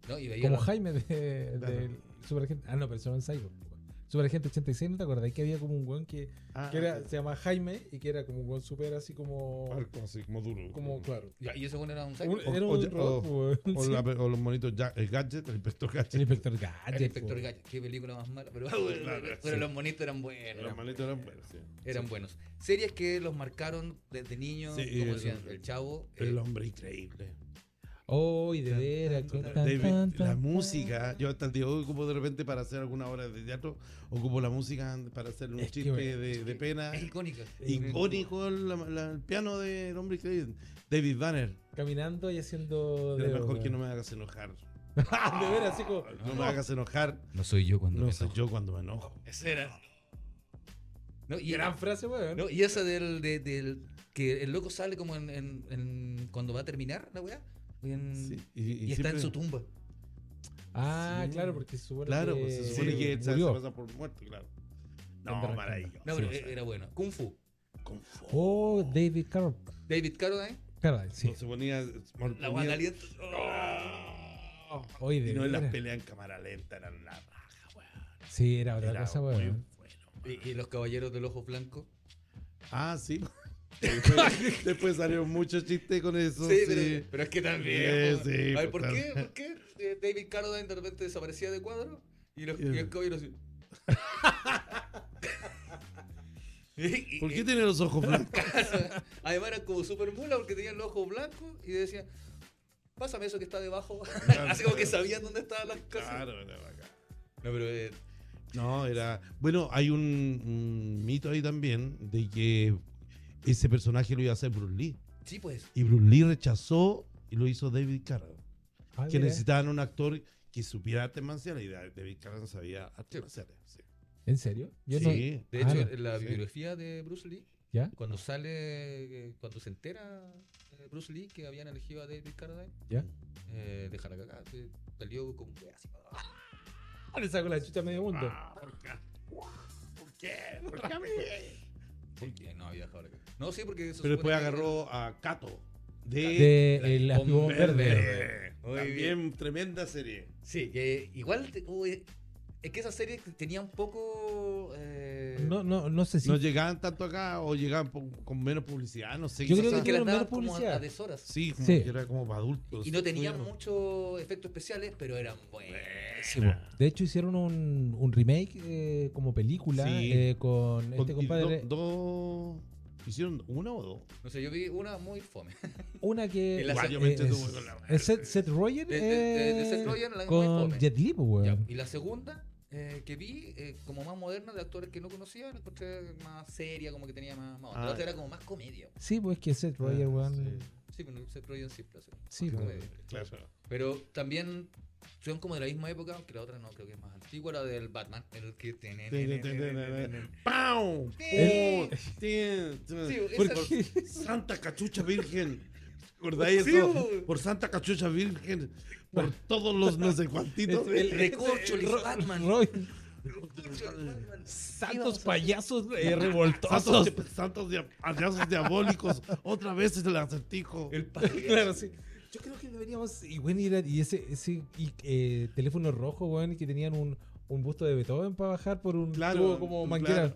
Speaker 1: No, y
Speaker 3: así.
Speaker 1: veía
Speaker 3: Como
Speaker 1: la-
Speaker 3: Jaime de,
Speaker 2: Claro.
Speaker 3: del Superagente. Ah, no, pero eso era en Cyborg. po. Superagente 86, ¿no te acordás? Que había como un weón que,
Speaker 2: Ah,
Speaker 3: que era, se llamaba Jaime y que era como un weón super así como.
Speaker 2: Como así, como duro.
Speaker 3: Como, claro.
Speaker 1: Ya, Y ese bueno era un cyborg.
Speaker 3: Un- era
Speaker 2: o-
Speaker 3: un
Speaker 2: o-
Speaker 3: robot, po, weón.
Speaker 2: O,
Speaker 3: Sí.
Speaker 2: la- o los monitos, Jack- el gadget, el inspector gadget. *laughs* pues.
Speaker 3: El Inspector
Speaker 1: El
Speaker 3: Gadget. pues.
Speaker 1: Inspector
Speaker 3: po.
Speaker 1: Gadget, qué película más mala, pero,
Speaker 2: Claro,
Speaker 1: *laughs* pero
Speaker 2: sí.
Speaker 1: los monitos eran buenos,
Speaker 2: Los
Speaker 1: eran,
Speaker 2: monitos eran buenos, sí.
Speaker 1: eran buenos. Series que los marcaron desde niños,
Speaker 2: Sí,
Speaker 1: como
Speaker 2: el-
Speaker 1: decían, El Chavo, eh,
Speaker 2: El hombre increíble.
Speaker 3: Oh, y de veras.
Speaker 2: Tan,
Speaker 3: tan,
Speaker 2: David,
Speaker 3: tan,
Speaker 2: la
Speaker 3: tan.
Speaker 2: música, yo hasta el día de hoy ocupo de repente para hacer alguna obra de teatro, ocupo la música para hacer un
Speaker 3: Es que,
Speaker 2: chiste
Speaker 3: bueno,
Speaker 2: de, de pena.
Speaker 1: Es icónica.
Speaker 2: Icónico el, la- la- el piano del hombre increíble, David Banner.
Speaker 3: Caminando y haciendo.
Speaker 2: Es
Speaker 3: dedos,
Speaker 2: mejor que no
Speaker 3: weón. Ah,
Speaker 2: me hagas enojar.
Speaker 3: de veras, así como.
Speaker 2: No me hagas enojar.
Speaker 5: No soy yo cuando
Speaker 2: No
Speaker 5: me
Speaker 2: soy
Speaker 5: enojo.
Speaker 2: yo cuando me enojo.
Speaker 1: Esa era. No, y,
Speaker 3: Gran frase, weón.
Speaker 1: no, y esa del, de- del. Que el loco sale como en, en- en- cuando va a terminar la weá. en-
Speaker 2: Sí,
Speaker 1: Mm. y está en
Speaker 2: siempre-
Speaker 1: su tumba.
Speaker 3: Ah,
Speaker 2: Sí.
Speaker 3: claro, porque se supone
Speaker 2: Claro,
Speaker 3: que
Speaker 2: pues, se supone
Speaker 3: eh, sí,
Speaker 2: que se, se
Speaker 3: murió.
Speaker 2: pasa por muerto, claro. No,
Speaker 3: Anda
Speaker 2: maravilloso.
Speaker 1: No, eh,
Speaker 3: Sí,
Speaker 1: pero
Speaker 3: sí.
Speaker 1: era bueno. Kung Fu.
Speaker 2: Con fuego.
Speaker 3: Oh, David Carroll.
Speaker 1: David Carradine.
Speaker 3: Carradine, sí.
Speaker 2: No se ponía. se ponía- ¡Oh!
Speaker 1: La weá caliente.
Speaker 3: Oye, de
Speaker 2: y no en las
Speaker 3: veras.
Speaker 2: peleas en cámara lenta eran la raja, weón.
Speaker 3: Sí, era otra
Speaker 2: Era
Speaker 3: cosa,
Speaker 2: muy
Speaker 3: weón.
Speaker 2: bueno.
Speaker 1: Y, y los caballeros del ojo blanco.
Speaker 2: Ah, sí. *laughs* después, después salieron muchos chistes con eso. Sí,
Speaker 1: Sí, pero, pero es que también.
Speaker 2: Sí, sí,
Speaker 1: a ver, ¿por
Speaker 2: pues,
Speaker 1: qué,
Speaker 2: claro.
Speaker 1: ¿por qué eh, David Carradine de repente desaparecía de cuadro? Y los, y los caballeros
Speaker 2: *laughs*
Speaker 1: así. Y- y-
Speaker 2: ¿Por qué tiene los ojos blancos?
Speaker 1: Además eran como super mula porque tenían los ojos blancos y decían, pásame eso que está debajo. *laughs* Así como que sabían dónde estaban las cosas.
Speaker 2: claro, era bacán.
Speaker 1: No, pero eh,
Speaker 2: No, era. Bueno, hay un, un mito ahí también de que ese personaje lo iba a hacer Bruce Lee.
Speaker 1: sí, pues.
Speaker 2: Y Bruce Lee rechazó y lo hizo David Carradine.
Speaker 3: Ah,
Speaker 2: que
Speaker 3: mira.
Speaker 2: necesitaban un actor que supiera artes marciales y David Carradine sabía
Speaker 1: Sí.
Speaker 2: artes marciales. Sí.
Speaker 3: ¿En serio? Yo no-
Speaker 2: Sí.
Speaker 1: De hecho,
Speaker 3: Ah,
Speaker 1: en la
Speaker 2: sí.
Speaker 1: biografía de Bruce Lee,
Speaker 3: ¿Ya?
Speaker 1: cuando sale, eh, cuando se entera eh, Bruce Lee que habían elegido a David Carradine,
Speaker 3: ¿Ya?
Speaker 1: eh, de Jaracacá, se salió como que así. ¡ah!
Speaker 3: Ah, le saco la chucha a medio mundo.
Speaker 2: Ah, ¿por qué? ¿Por qué? ¿Por qué a mí?
Speaker 1: Porque no había Jaracacá. No, sí, porque eso
Speaker 2: *laughs* Pero
Speaker 1: supone
Speaker 2: después
Speaker 1: que-
Speaker 2: agarró a Cato de,
Speaker 3: De el activo
Speaker 1: Verde.
Speaker 3: verde.
Speaker 1: Muy
Speaker 2: También tremenda serie.
Speaker 1: Sí, que igual te- uy, es que esa serie tenía un poco. eh,
Speaker 3: No, no, no sé si.
Speaker 2: No llegaban tanto acá o llegaban po- con menos publicidad, no sé.
Speaker 3: Yo
Speaker 2: quizás-
Speaker 3: creo
Speaker 1: que
Speaker 3: que
Speaker 1: las
Speaker 3: tuvieron
Speaker 1: daban
Speaker 3: menos
Speaker 1: como a,
Speaker 3: publicidad.
Speaker 1: a deshoras.
Speaker 2: Sí, pues, como
Speaker 3: Sí.
Speaker 2: que era como para adultos.
Speaker 1: Y no tenían
Speaker 2: Bueno.
Speaker 1: muchos efectos especiales, pero eran buenos.
Speaker 3: Sí, po. De hecho, hicieron un, un remake eh, como película
Speaker 2: Sí.
Speaker 3: eh, con
Speaker 2: Con-
Speaker 3: este
Speaker 2: y
Speaker 3: compadre.
Speaker 2: do- dos- ¿Hicieron una o dos?
Speaker 1: No sé, yo vi una muy fome.
Speaker 3: Una que.
Speaker 1: El La-
Speaker 2: Igual
Speaker 1: se-
Speaker 2: yo me
Speaker 3: eh,
Speaker 2: entretuve
Speaker 3: es-
Speaker 2: con la-
Speaker 3: es Seth, Seth Rogen.
Speaker 1: De- de- de- de
Speaker 3: eh,
Speaker 1: Seth Rogen, la muy
Speaker 3: con
Speaker 1: fome.
Speaker 3: Jet Li, po,
Speaker 1: Ya,
Speaker 3: weón.
Speaker 1: Y la segunda eh, que vi, eh, como más moderna, de actores que no conocía, la encontré más seria, como que tenía más. más onda.
Speaker 2: Ah.
Speaker 1: La otra era como más comedia.
Speaker 3: Sí, pues que Seth Rogen, weón.
Speaker 2: sí.
Speaker 1: Sí, pero se Rogen siempre hace
Speaker 3: Sí,
Speaker 1: más
Speaker 3: pues.
Speaker 1: comedia.
Speaker 2: Claro.
Speaker 1: Pero también son como de la misma época, aunque la otra no, creo que es más antigua, la del Batman. El que tiene.
Speaker 2: ¡Pau!
Speaker 3: Eh.
Speaker 1: Sí.
Speaker 2: ¡Pum! ¡Tin!
Speaker 1: Sí,
Speaker 2: Por-
Speaker 1: esa-
Speaker 2: por Santa Cachucha Virgen. ¿Recordáis
Speaker 1: Sí,
Speaker 2: eso?
Speaker 1: bo.
Speaker 2: Por Santa Cachucha Virgen. Por todos los no sé cuantitos.
Speaker 3: *laughs* Este,
Speaker 1: El recorcho, el Batman.
Speaker 3: Rogen.
Speaker 1: Batman.
Speaker 3: Santos payasos eh, revoltosos.
Speaker 2: Santos, santos dia- payasos diabólicos. Otra vez es el acertijo.
Speaker 1: El
Speaker 3: claro, sí. Yo creo que deberíamos. Y bueno, ir a- y ese, ese y, eh, teléfono rojo, weón, que tenían un, un busto de Beethoven para bajar por un tubo
Speaker 2: claro.
Speaker 3: como manguera.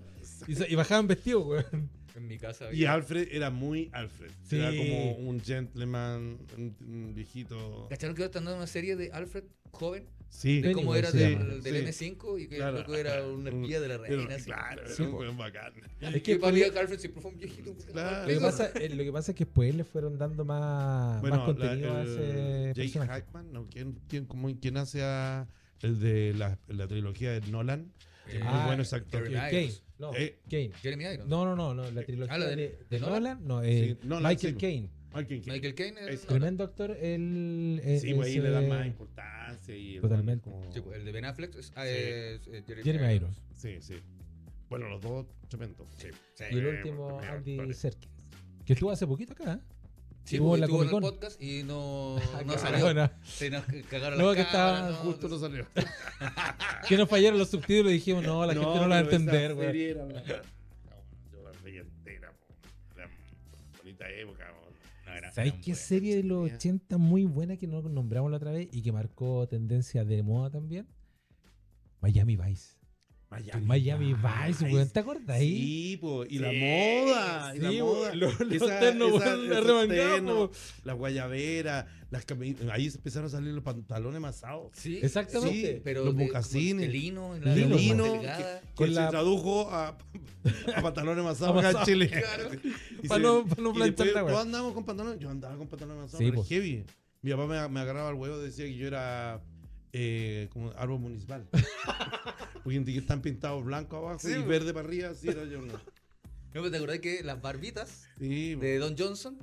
Speaker 3: Y, sa- y bajaban vestidos, weón.
Speaker 1: *laughs* En mi casa
Speaker 2: Y
Speaker 1: había.
Speaker 2: Alfred era muy Alfred.
Speaker 3: Sí.
Speaker 2: Era como un gentleman, un, un viejito.
Speaker 1: ¿Cacharon que ahora están dando una serie de Alfred joven?
Speaker 2: Sí,
Speaker 1: De
Speaker 3: Penny,
Speaker 1: cómo
Speaker 3: güey,
Speaker 1: era
Speaker 3: se
Speaker 1: del,
Speaker 2: llama.
Speaker 1: del
Speaker 2: Sí.
Speaker 1: M5 y que el
Speaker 2: Claro.
Speaker 1: loco era un espía de la
Speaker 2: Pero,
Speaker 1: reina. así.
Speaker 2: claro, era
Speaker 3: Sí,
Speaker 2: un
Speaker 3: po.
Speaker 1: *laughs*
Speaker 2: weón bacán.
Speaker 1: Y
Speaker 3: Es
Speaker 1: que
Speaker 3: que
Speaker 1: para mí
Speaker 3: después-
Speaker 1: Alfred siempre fue un viejito.
Speaker 2: Claro.
Speaker 3: lo, que
Speaker 1: Pero-
Speaker 3: pasa, eh, lo que pasa es que después le fueron dando más, más
Speaker 2: la-
Speaker 3: contenido a
Speaker 2: el
Speaker 3: ese
Speaker 2: Jake
Speaker 3: personaje.
Speaker 2: Hackman, ¿no? ¿Quién, quién, cómo- quién hace a el de la, la trilogía de Nolan? Que es muy
Speaker 3: Ah,
Speaker 2: bueno ese actor.
Speaker 1: Jeremy
Speaker 3: Eh,
Speaker 1: Irons.
Speaker 3: Kane, no,
Speaker 2: Eh.
Speaker 3: Kane.
Speaker 1: Jeremy Irons.
Speaker 3: No, no, no, no, la trilogía
Speaker 1: Ah, la
Speaker 3: de,
Speaker 1: de-
Speaker 3: de
Speaker 1: de
Speaker 3: Nolan,
Speaker 1: Nolan.
Speaker 3: no, eh,
Speaker 2: Sí, Nolan,
Speaker 3: Michael
Speaker 2: sí. pues.
Speaker 3: Kane.
Speaker 2: Ay, ¿quién- quién?
Speaker 1: Michael Caine es
Speaker 2: Es
Speaker 1: no, no.
Speaker 3: Tremendo actor, el... eh,
Speaker 2: Sí, güey, ahí le dan
Speaker 3: ese-
Speaker 2: más importancia. Y el
Speaker 3: Totalmente.
Speaker 1: *laughs*
Speaker 2: weón como-
Speaker 1: Sí, pues, el de Ben Affleck es, ah,
Speaker 2: Sí.
Speaker 1: es, eh,
Speaker 3: Jeremy Irons.
Speaker 2: Sí, sí. Bueno, los dos, tremendo. Sí.
Speaker 3: Y el
Speaker 2: Eh,
Speaker 3: último,
Speaker 2: bueno,
Speaker 3: Andy
Speaker 2: vale.
Speaker 3: Serkis. Que estuvo hace poquito acá. ¿eh?
Speaker 1: Sí,
Speaker 3: Estuvo
Speaker 1: pues,
Speaker 3: en la
Speaker 1: estuvo en el
Speaker 3: Comic-Con.
Speaker 1: podcast y no, no
Speaker 3: Ah,
Speaker 1: salió.
Speaker 3: bueno,
Speaker 1: Se nos cagaron
Speaker 3: No,
Speaker 1: las
Speaker 3: que
Speaker 1: cámaras,
Speaker 3: estaba
Speaker 1: no,
Speaker 2: Justo no salió.
Speaker 3: que nos fallaron los subtítulos y dijimos, no, la gente no la va a entender, güey.
Speaker 2: *laughs* Yo la veía entera, po. Era bonita época, po. No, era-
Speaker 3: ¿Sabes
Speaker 2: era
Speaker 3: qué
Speaker 2: buena.
Speaker 3: serie de los
Speaker 2: Sí.
Speaker 3: 80 muy buena que no nombramos la otra vez y que marcó tendencia de moda también? Miami Vice. Miami Vice, güey. ¿Te acuerdas ahí?
Speaker 2: Sí, po, y la
Speaker 5: Sí,
Speaker 2: moda, y
Speaker 3: sí,
Speaker 2: la moda.
Speaker 3: güey, *laughs* los- los
Speaker 2: Esa-
Speaker 3: ternos,
Speaker 2: esa-
Speaker 3: güey,
Speaker 2: esos
Speaker 3: arremangados,
Speaker 2: ternos,
Speaker 3: po.
Speaker 2: las guayaberas, las cami- ahí se empezaron a salir los pantalones masados.
Speaker 1: Sí,
Speaker 3: Exactamente.
Speaker 1: sí, pero
Speaker 2: Los
Speaker 1: de-
Speaker 2: mocasines.
Speaker 1: como de Lino, la
Speaker 2: Lino,
Speaker 3: Lino,
Speaker 1: lino,
Speaker 2: que- *laughs*
Speaker 1: delgada.
Speaker 2: que
Speaker 3: Con
Speaker 2: se
Speaker 3: la-
Speaker 2: tradujo a, *laughs* a pantalones masados acá en
Speaker 3: *laughs* Amasados,
Speaker 2: Chile.
Speaker 1: claro.
Speaker 2: Y
Speaker 3: Pa'
Speaker 2: se-
Speaker 3: no- pa' no
Speaker 2: y
Speaker 3: plancharla,
Speaker 2: después,
Speaker 3: güey.
Speaker 2: Todos andábamos con pantalones, yo andaba con pantalones masados,
Speaker 3: Sí,
Speaker 2: era
Speaker 3: pues.
Speaker 2: heavy. Mi papá me, me agarraba el huevo y decía que yo era eh, como árbol
Speaker 3: *laughs*
Speaker 2: municipal. Porque en que están pintados blanco abajo
Speaker 1: Sí,
Speaker 2: y
Speaker 3: pues.
Speaker 1: po.
Speaker 2: verde para arriba, así era yo. No.
Speaker 1: No, pero te acordás que las barbitas
Speaker 2: Sí, po.
Speaker 1: de Don Johnson.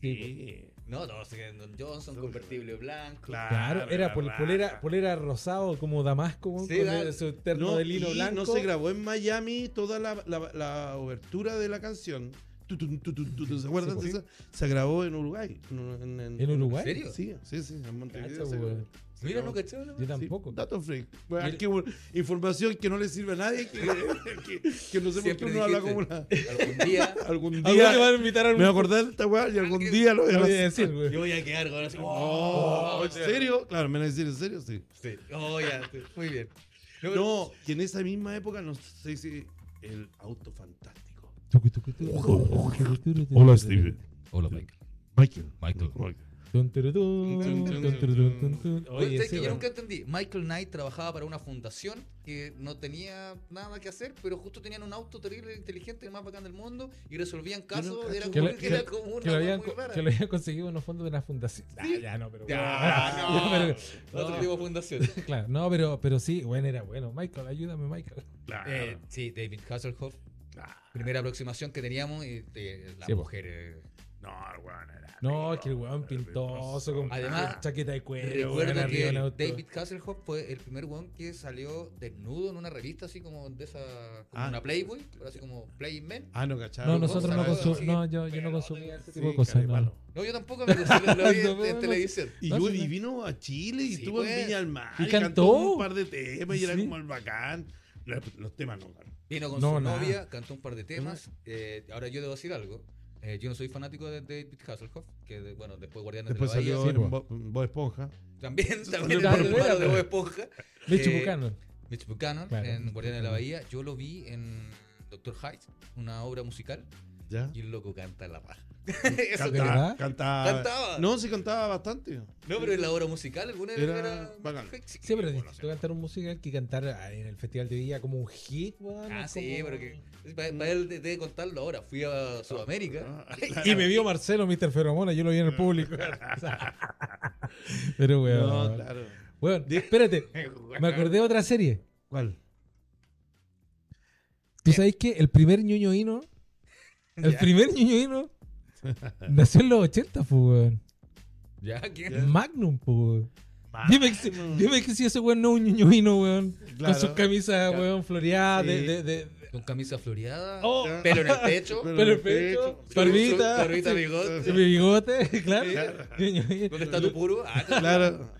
Speaker 3: pues.
Speaker 2: Sí,
Speaker 1: No, no, sí, Don Johnson,
Speaker 2: Sí.
Speaker 1: convertible blanco.
Speaker 3: Claro, era
Speaker 2: Ah, la
Speaker 3: pol-
Speaker 2: raja.
Speaker 3: polera, polera rosado como damasco,
Speaker 1: Sí,
Speaker 3: con
Speaker 1: da-
Speaker 3: el- su terno
Speaker 2: No,
Speaker 3: de lino
Speaker 2: y
Speaker 3: blanco.
Speaker 2: No se grabó en Miami toda la, la, la obertura de la canción. Tu, tu, tu, tu, tu, tu, ¿Se acuerdan?
Speaker 3: Sí,
Speaker 2: de esa? Se grabó en Uruguay. ¿En,
Speaker 3: ¿En Uruguay?
Speaker 1: ¿En serio?
Speaker 2: Sí, sí, sí, en Montevideo.
Speaker 3: Cacha, pues,
Speaker 2: se
Speaker 3: weón.
Speaker 2: grabó. Se
Speaker 1: Mira, no
Speaker 2: grabó.
Speaker 1: cachaba. la-
Speaker 3: Yo
Speaker 2: Sí,
Speaker 3: tampoco.
Speaker 2: dato freak. Bueno, qué bueno. información que no le sirve a nadie. Que, *laughs* que, que no sé por qué
Speaker 1: Siempre
Speaker 2: uno habla
Speaker 1: dijiste,
Speaker 2: como una.
Speaker 1: Algún día
Speaker 2: *laughs* Algún
Speaker 3: ¿A dónde Ah, van
Speaker 2: día.
Speaker 3: a invitar a
Speaker 2: Me voy a acordar de esta weá y algún día lo voy a
Speaker 3: Lo voy a
Speaker 2: hacer.
Speaker 3: decir, güey.
Speaker 1: yo voy a quedar con eso.
Speaker 2: Oh, ¿en serio? Claro, me van a decir en serio, sí.
Speaker 1: Sí. Oh, ya, sí. muy bien. No, pero-
Speaker 2: No, que en esa misma época, no sé si el auto fantástico.
Speaker 3: Tucu, tucu, tucu.
Speaker 4: Hola, Mike.
Speaker 2: Michael.
Speaker 4: Michael.
Speaker 3: Tun, turutun,
Speaker 2: Tun, tun,
Speaker 3: tun, turutun, tun, tun.
Speaker 1: Oye,
Speaker 3: Oye,
Speaker 1: que
Speaker 3: sí,
Speaker 1: yo
Speaker 3: güey.
Speaker 1: nunca entendí. Michael Knight trabajaba para una fundación que no tenía nada que hacer, pero justo tenían un auto terrible, inteligente, el más bacán del mundo, y resolvían casos.
Speaker 2: cacho.
Speaker 1: era,
Speaker 3: Que
Speaker 1: como,
Speaker 3: lo-
Speaker 1: era como una
Speaker 3: que lo
Speaker 1: cosa
Speaker 3: habían
Speaker 1: muy
Speaker 3: co-
Speaker 1: rara.
Speaker 3: que lo habían conseguido unos fondos de la fundación. Ah,
Speaker 1: Sí.
Speaker 3: ya, no,
Speaker 1: *laughs*
Speaker 3: pero. *laughs*
Speaker 1: Ya,
Speaker 3: no.
Speaker 1: Otro tipo de
Speaker 3: *laughs*
Speaker 1: fundación.
Speaker 3: Claro, no, pero, pero sí, bueno, era bueno. Michael, ayúdame, Michael.
Speaker 2: Claro.
Speaker 1: Eh, sí, David Hasselhoff. Primera aproximación que teníamos y eh, la
Speaker 3: Ah. Sí, po.
Speaker 1: mujer. eh,
Speaker 2: No, el weón era.
Speaker 3: No,
Speaker 2: rico,
Speaker 3: es que el weón
Speaker 2: era
Speaker 3: pintoso, con
Speaker 1: Además,
Speaker 3: chaqueta de cuero. weón,
Speaker 1: Recuerdo
Speaker 3: arriba
Speaker 1: que
Speaker 3: en auto.
Speaker 1: David Hasselhoff fue el primer one que salió desnudo en una revista así como de esa. como
Speaker 2: Ah.
Speaker 1: una Playboy, pero así como Playmen.
Speaker 2: Ah, no, cachaba.
Speaker 3: No,
Speaker 1: Pero
Speaker 3: nosotros no
Speaker 1: vos
Speaker 3: consumimos.
Speaker 1: sabés,
Speaker 3: No, yo, yo no consumía ese tipo de
Speaker 2: Sí,
Speaker 3: cosas. no.
Speaker 2: carepalo.
Speaker 1: No, yo tampoco, amigo, sí lo-
Speaker 3: *laughs*
Speaker 1: lo vi
Speaker 3: No,
Speaker 1: en, en
Speaker 3: no,
Speaker 1: televisión.
Speaker 2: Y,
Speaker 3: No,
Speaker 2: yo-
Speaker 3: sí,
Speaker 2: y
Speaker 3: sí.
Speaker 2: vino a Chile y
Speaker 1: Sí,
Speaker 2: estuvo
Speaker 1: pues.
Speaker 2: en Viña del Mar.
Speaker 3: Y cantó.
Speaker 2: un par de temas y era
Speaker 3: Sí.
Speaker 2: como el bacán. La- Los temas no, claro.
Speaker 1: Vino con
Speaker 3: No,
Speaker 1: su
Speaker 3: nada.
Speaker 1: novia, cantó un par de temas. eh, ahora yo debo decir algo. eh, yo no soy fanático de David Hasselhoff, que de- bueno, después Guardianes
Speaker 2: Después
Speaker 1: de la Bahía.
Speaker 2: salió
Speaker 3: Sí,
Speaker 2: en
Speaker 3: pues.
Speaker 2: Bo- en Bob Esponja.
Speaker 3: *laughs*
Speaker 1: También,
Speaker 2: salió
Speaker 1: también
Speaker 3: tan
Speaker 1: el
Speaker 3: buena,
Speaker 1: hermano de
Speaker 3: pero-
Speaker 1: Bob Esponja.
Speaker 3: Leche
Speaker 1: Eh,
Speaker 3: Buchanan.
Speaker 1: Mitch Buchanan
Speaker 3: Claro.
Speaker 1: en Guardianes de la Bahía. Yo lo vi en Doctor Hyde, una obra musical,
Speaker 2: ¿Ya?
Speaker 1: y el loco canta la paja. *laughs* Eso
Speaker 3: ¿De
Speaker 1: que-
Speaker 3: verdad?
Speaker 2: cantaba.
Speaker 1: Cantaba.
Speaker 2: No, sí cantaba bastante.
Speaker 1: No, pero en la obra musical alguna era.
Speaker 2: Era
Speaker 1: era
Speaker 2: bacán.
Speaker 1: Sí,
Speaker 3: Sí, pero es
Speaker 1: bueno,
Speaker 3: distinto cantar un musical que cantar ah, en el Festival de Villa como un hit, weón.
Speaker 1: Ah,
Speaker 3: es
Speaker 1: sí,
Speaker 3: como-
Speaker 1: pero que. Para, él de- debe contarlo ahora. Fui a Sudamérica.
Speaker 2: Ah,
Speaker 3: Y me vio Marcelo, Mr. Feromona, yo lo vi en el público. O sea, pero,
Speaker 2: No,
Speaker 3: weón.
Speaker 2: claro.
Speaker 3: Weón, espérate. Me acordé de otra serie.
Speaker 2: ¿Cuál?
Speaker 3: ¿Tú sabes que el primer ñoño hino? El
Speaker 1: Ya.
Speaker 3: primer ñoño hino nació en los 80, pues, weón.
Speaker 1: Ya, ¿quién?
Speaker 3: Magnum, pues, weón. Dime que, si- dime que si ese weón no es un ñoño hino, weón.
Speaker 2: Claro.
Speaker 3: Con sus camisas, weón, floreadas, de,
Speaker 2: Sí.
Speaker 3: de, de- de-
Speaker 1: Con camisa floreada.
Speaker 3: Oh,
Speaker 1: Pelo en el pecho.
Speaker 2: *laughs* Pero en el
Speaker 3: perfecto.
Speaker 2: pecho.
Speaker 3: Barbita.
Speaker 1: Barbita, bigote.
Speaker 3: Mi bigote, *laughs* claro.
Speaker 2: Claro.
Speaker 3: Ñoño hino.
Speaker 1: ¿Dónde está tu puro? Ah, *laughs*
Speaker 2: Claro.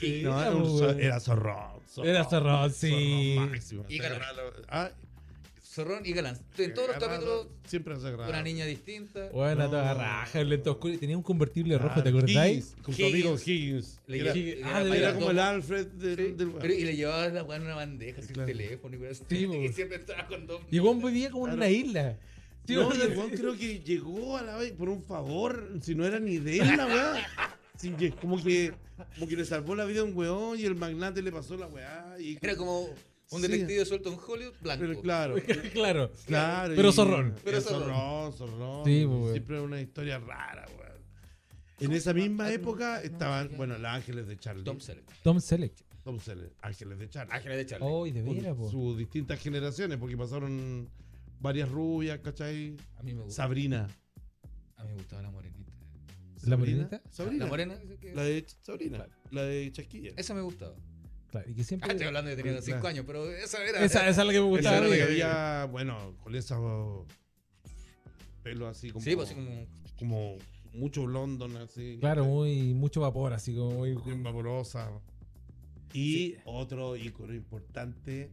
Speaker 3: Sí,
Speaker 2: No, era,
Speaker 3: pues,
Speaker 2: un zo-
Speaker 3: weón.
Speaker 2: era zorrón.
Speaker 3: Era zorrón, sí.
Speaker 2: zorrón máximo.
Speaker 1: Y
Speaker 2: Se
Speaker 1: galán.
Speaker 2: agarraba la- ah,
Speaker 1: Zorrón y Galán. En todos los
Speaker 2: agarraba-
Speaker 1: capítulos,
Speaker 2: Siempre se agarraba.
Speaker 1: una niña distinta.
Speaker 2: Oh,
Speaker 3: Bueno, a toda
Speaker 2: No.
Speaker 3: raja, el lente oscuro. y Tenía un convertible rojo, ¿te
Speaker 2: Claro,
Speaker 3: acordáis?
Speaker 2: Higgins, Con tu amigo Higgins.
Speaker 1: Le-
Speaker 2: Era-
Speaker 1: Higgins.
Speaker 3: Ah, de
Speaker 2: Era,
Speaker 3: veras.
Speaker 2: como el Alfred del,
Speaker 1: Sí,
Speaker 2: del
Speaker 1: pero- y le llevabas la weá en una bandeja, sin
Speaker 2: Claro.
Speaker 1: teléfono y cosas así.
Speaker 3: Sí,
Speaker 1: Y
Speaker 3: bo.
Speaker 1: siempre estaba con dos.
Speaker 3: Y Juan vivía como en
Speaker 2: Claro.
Speaker 3: una isla. Sí,
Speaker 2: No,
Speaker 3: weón.
Speaker 2: y el weón creo que llegó a la vez por un favor, si no era ni de él la weá. Sí, que- como que como que le salvó la vida a un weón y el magnate le pasó la weá. Y,
Speaker 1: Era como un
Speaker 2: Sí.
Speaker 1: detective suelto en Hollywood blanco.
Speaker 2: pero claro,
Speaker 3: *laughs* claro.
Speaker 2: claro.
Speaker 3: Pero
Speaker 2: y-
Speaker 3: zorrón.
Speaker 1: Pero
Speaker 2: era
Speaker 1: zorrón.
Speaker 2: zorrón, zorrón.
Speaker 3: Sí, pues, weón.
Speaker 2: Siempre una historia rara, weón. En esa
Speaker 1: Ah,
Speaker 2: misma época estaban, bueno, los ángeles de Charlie.
Speaker 1: Tom Selleck. Ah,
Speaker 3: Tom Selleck.
Speaker 2: Tom Selleck, ángeles de Charlie.
Speaker 1: Ángeles de Charlie.
Speaker 3: Ay, de
Speaker 2: Con
Speaker 3: veras, po.
Speaker 2: sus distintas generaciones, porque pasaron varias rubias, ¿cachai?
Speaker 1: A mí me gustaba.
Speaker 2: Sabrina.
Speaker 1: A mí me gustaba la morenita.
Speaker 3: ¿La
Speaker 2: ¿Sabrina?
Speaker 3: morenita?
Speaker 2: Sabrina.
Speaker 1: La morena. esa que-
Speaker 2: La de Ch- Sabrina. La de Chasquilla.
Speaker 1: Esa me gustaba.
Speaker 3: Claro, y que
Speaker 1: Ah, estoy
Speaker 3: siempre.
Speaker 1: hablando de tenía
Speaker 2: Claro.
Speaker 1: 5 años, pero esa era.
Speaker 3: Esa, esa es la que me
Speaker 2: Esa
Speaker 3: gustaba.
Speaker 1: Claro,
Speaker 2: era la que
Speaker 1: ya,
Speaker 2: había, bueno, con esos pelos así como,
Speaker 1: Sí, pues así como.
Speaker 2: como mucho blondón, así.
Speaker 3: Claro, muy, mucho vapor, así como muy.
Speaker 2: Bien vaporosa. Y otro ícono importante,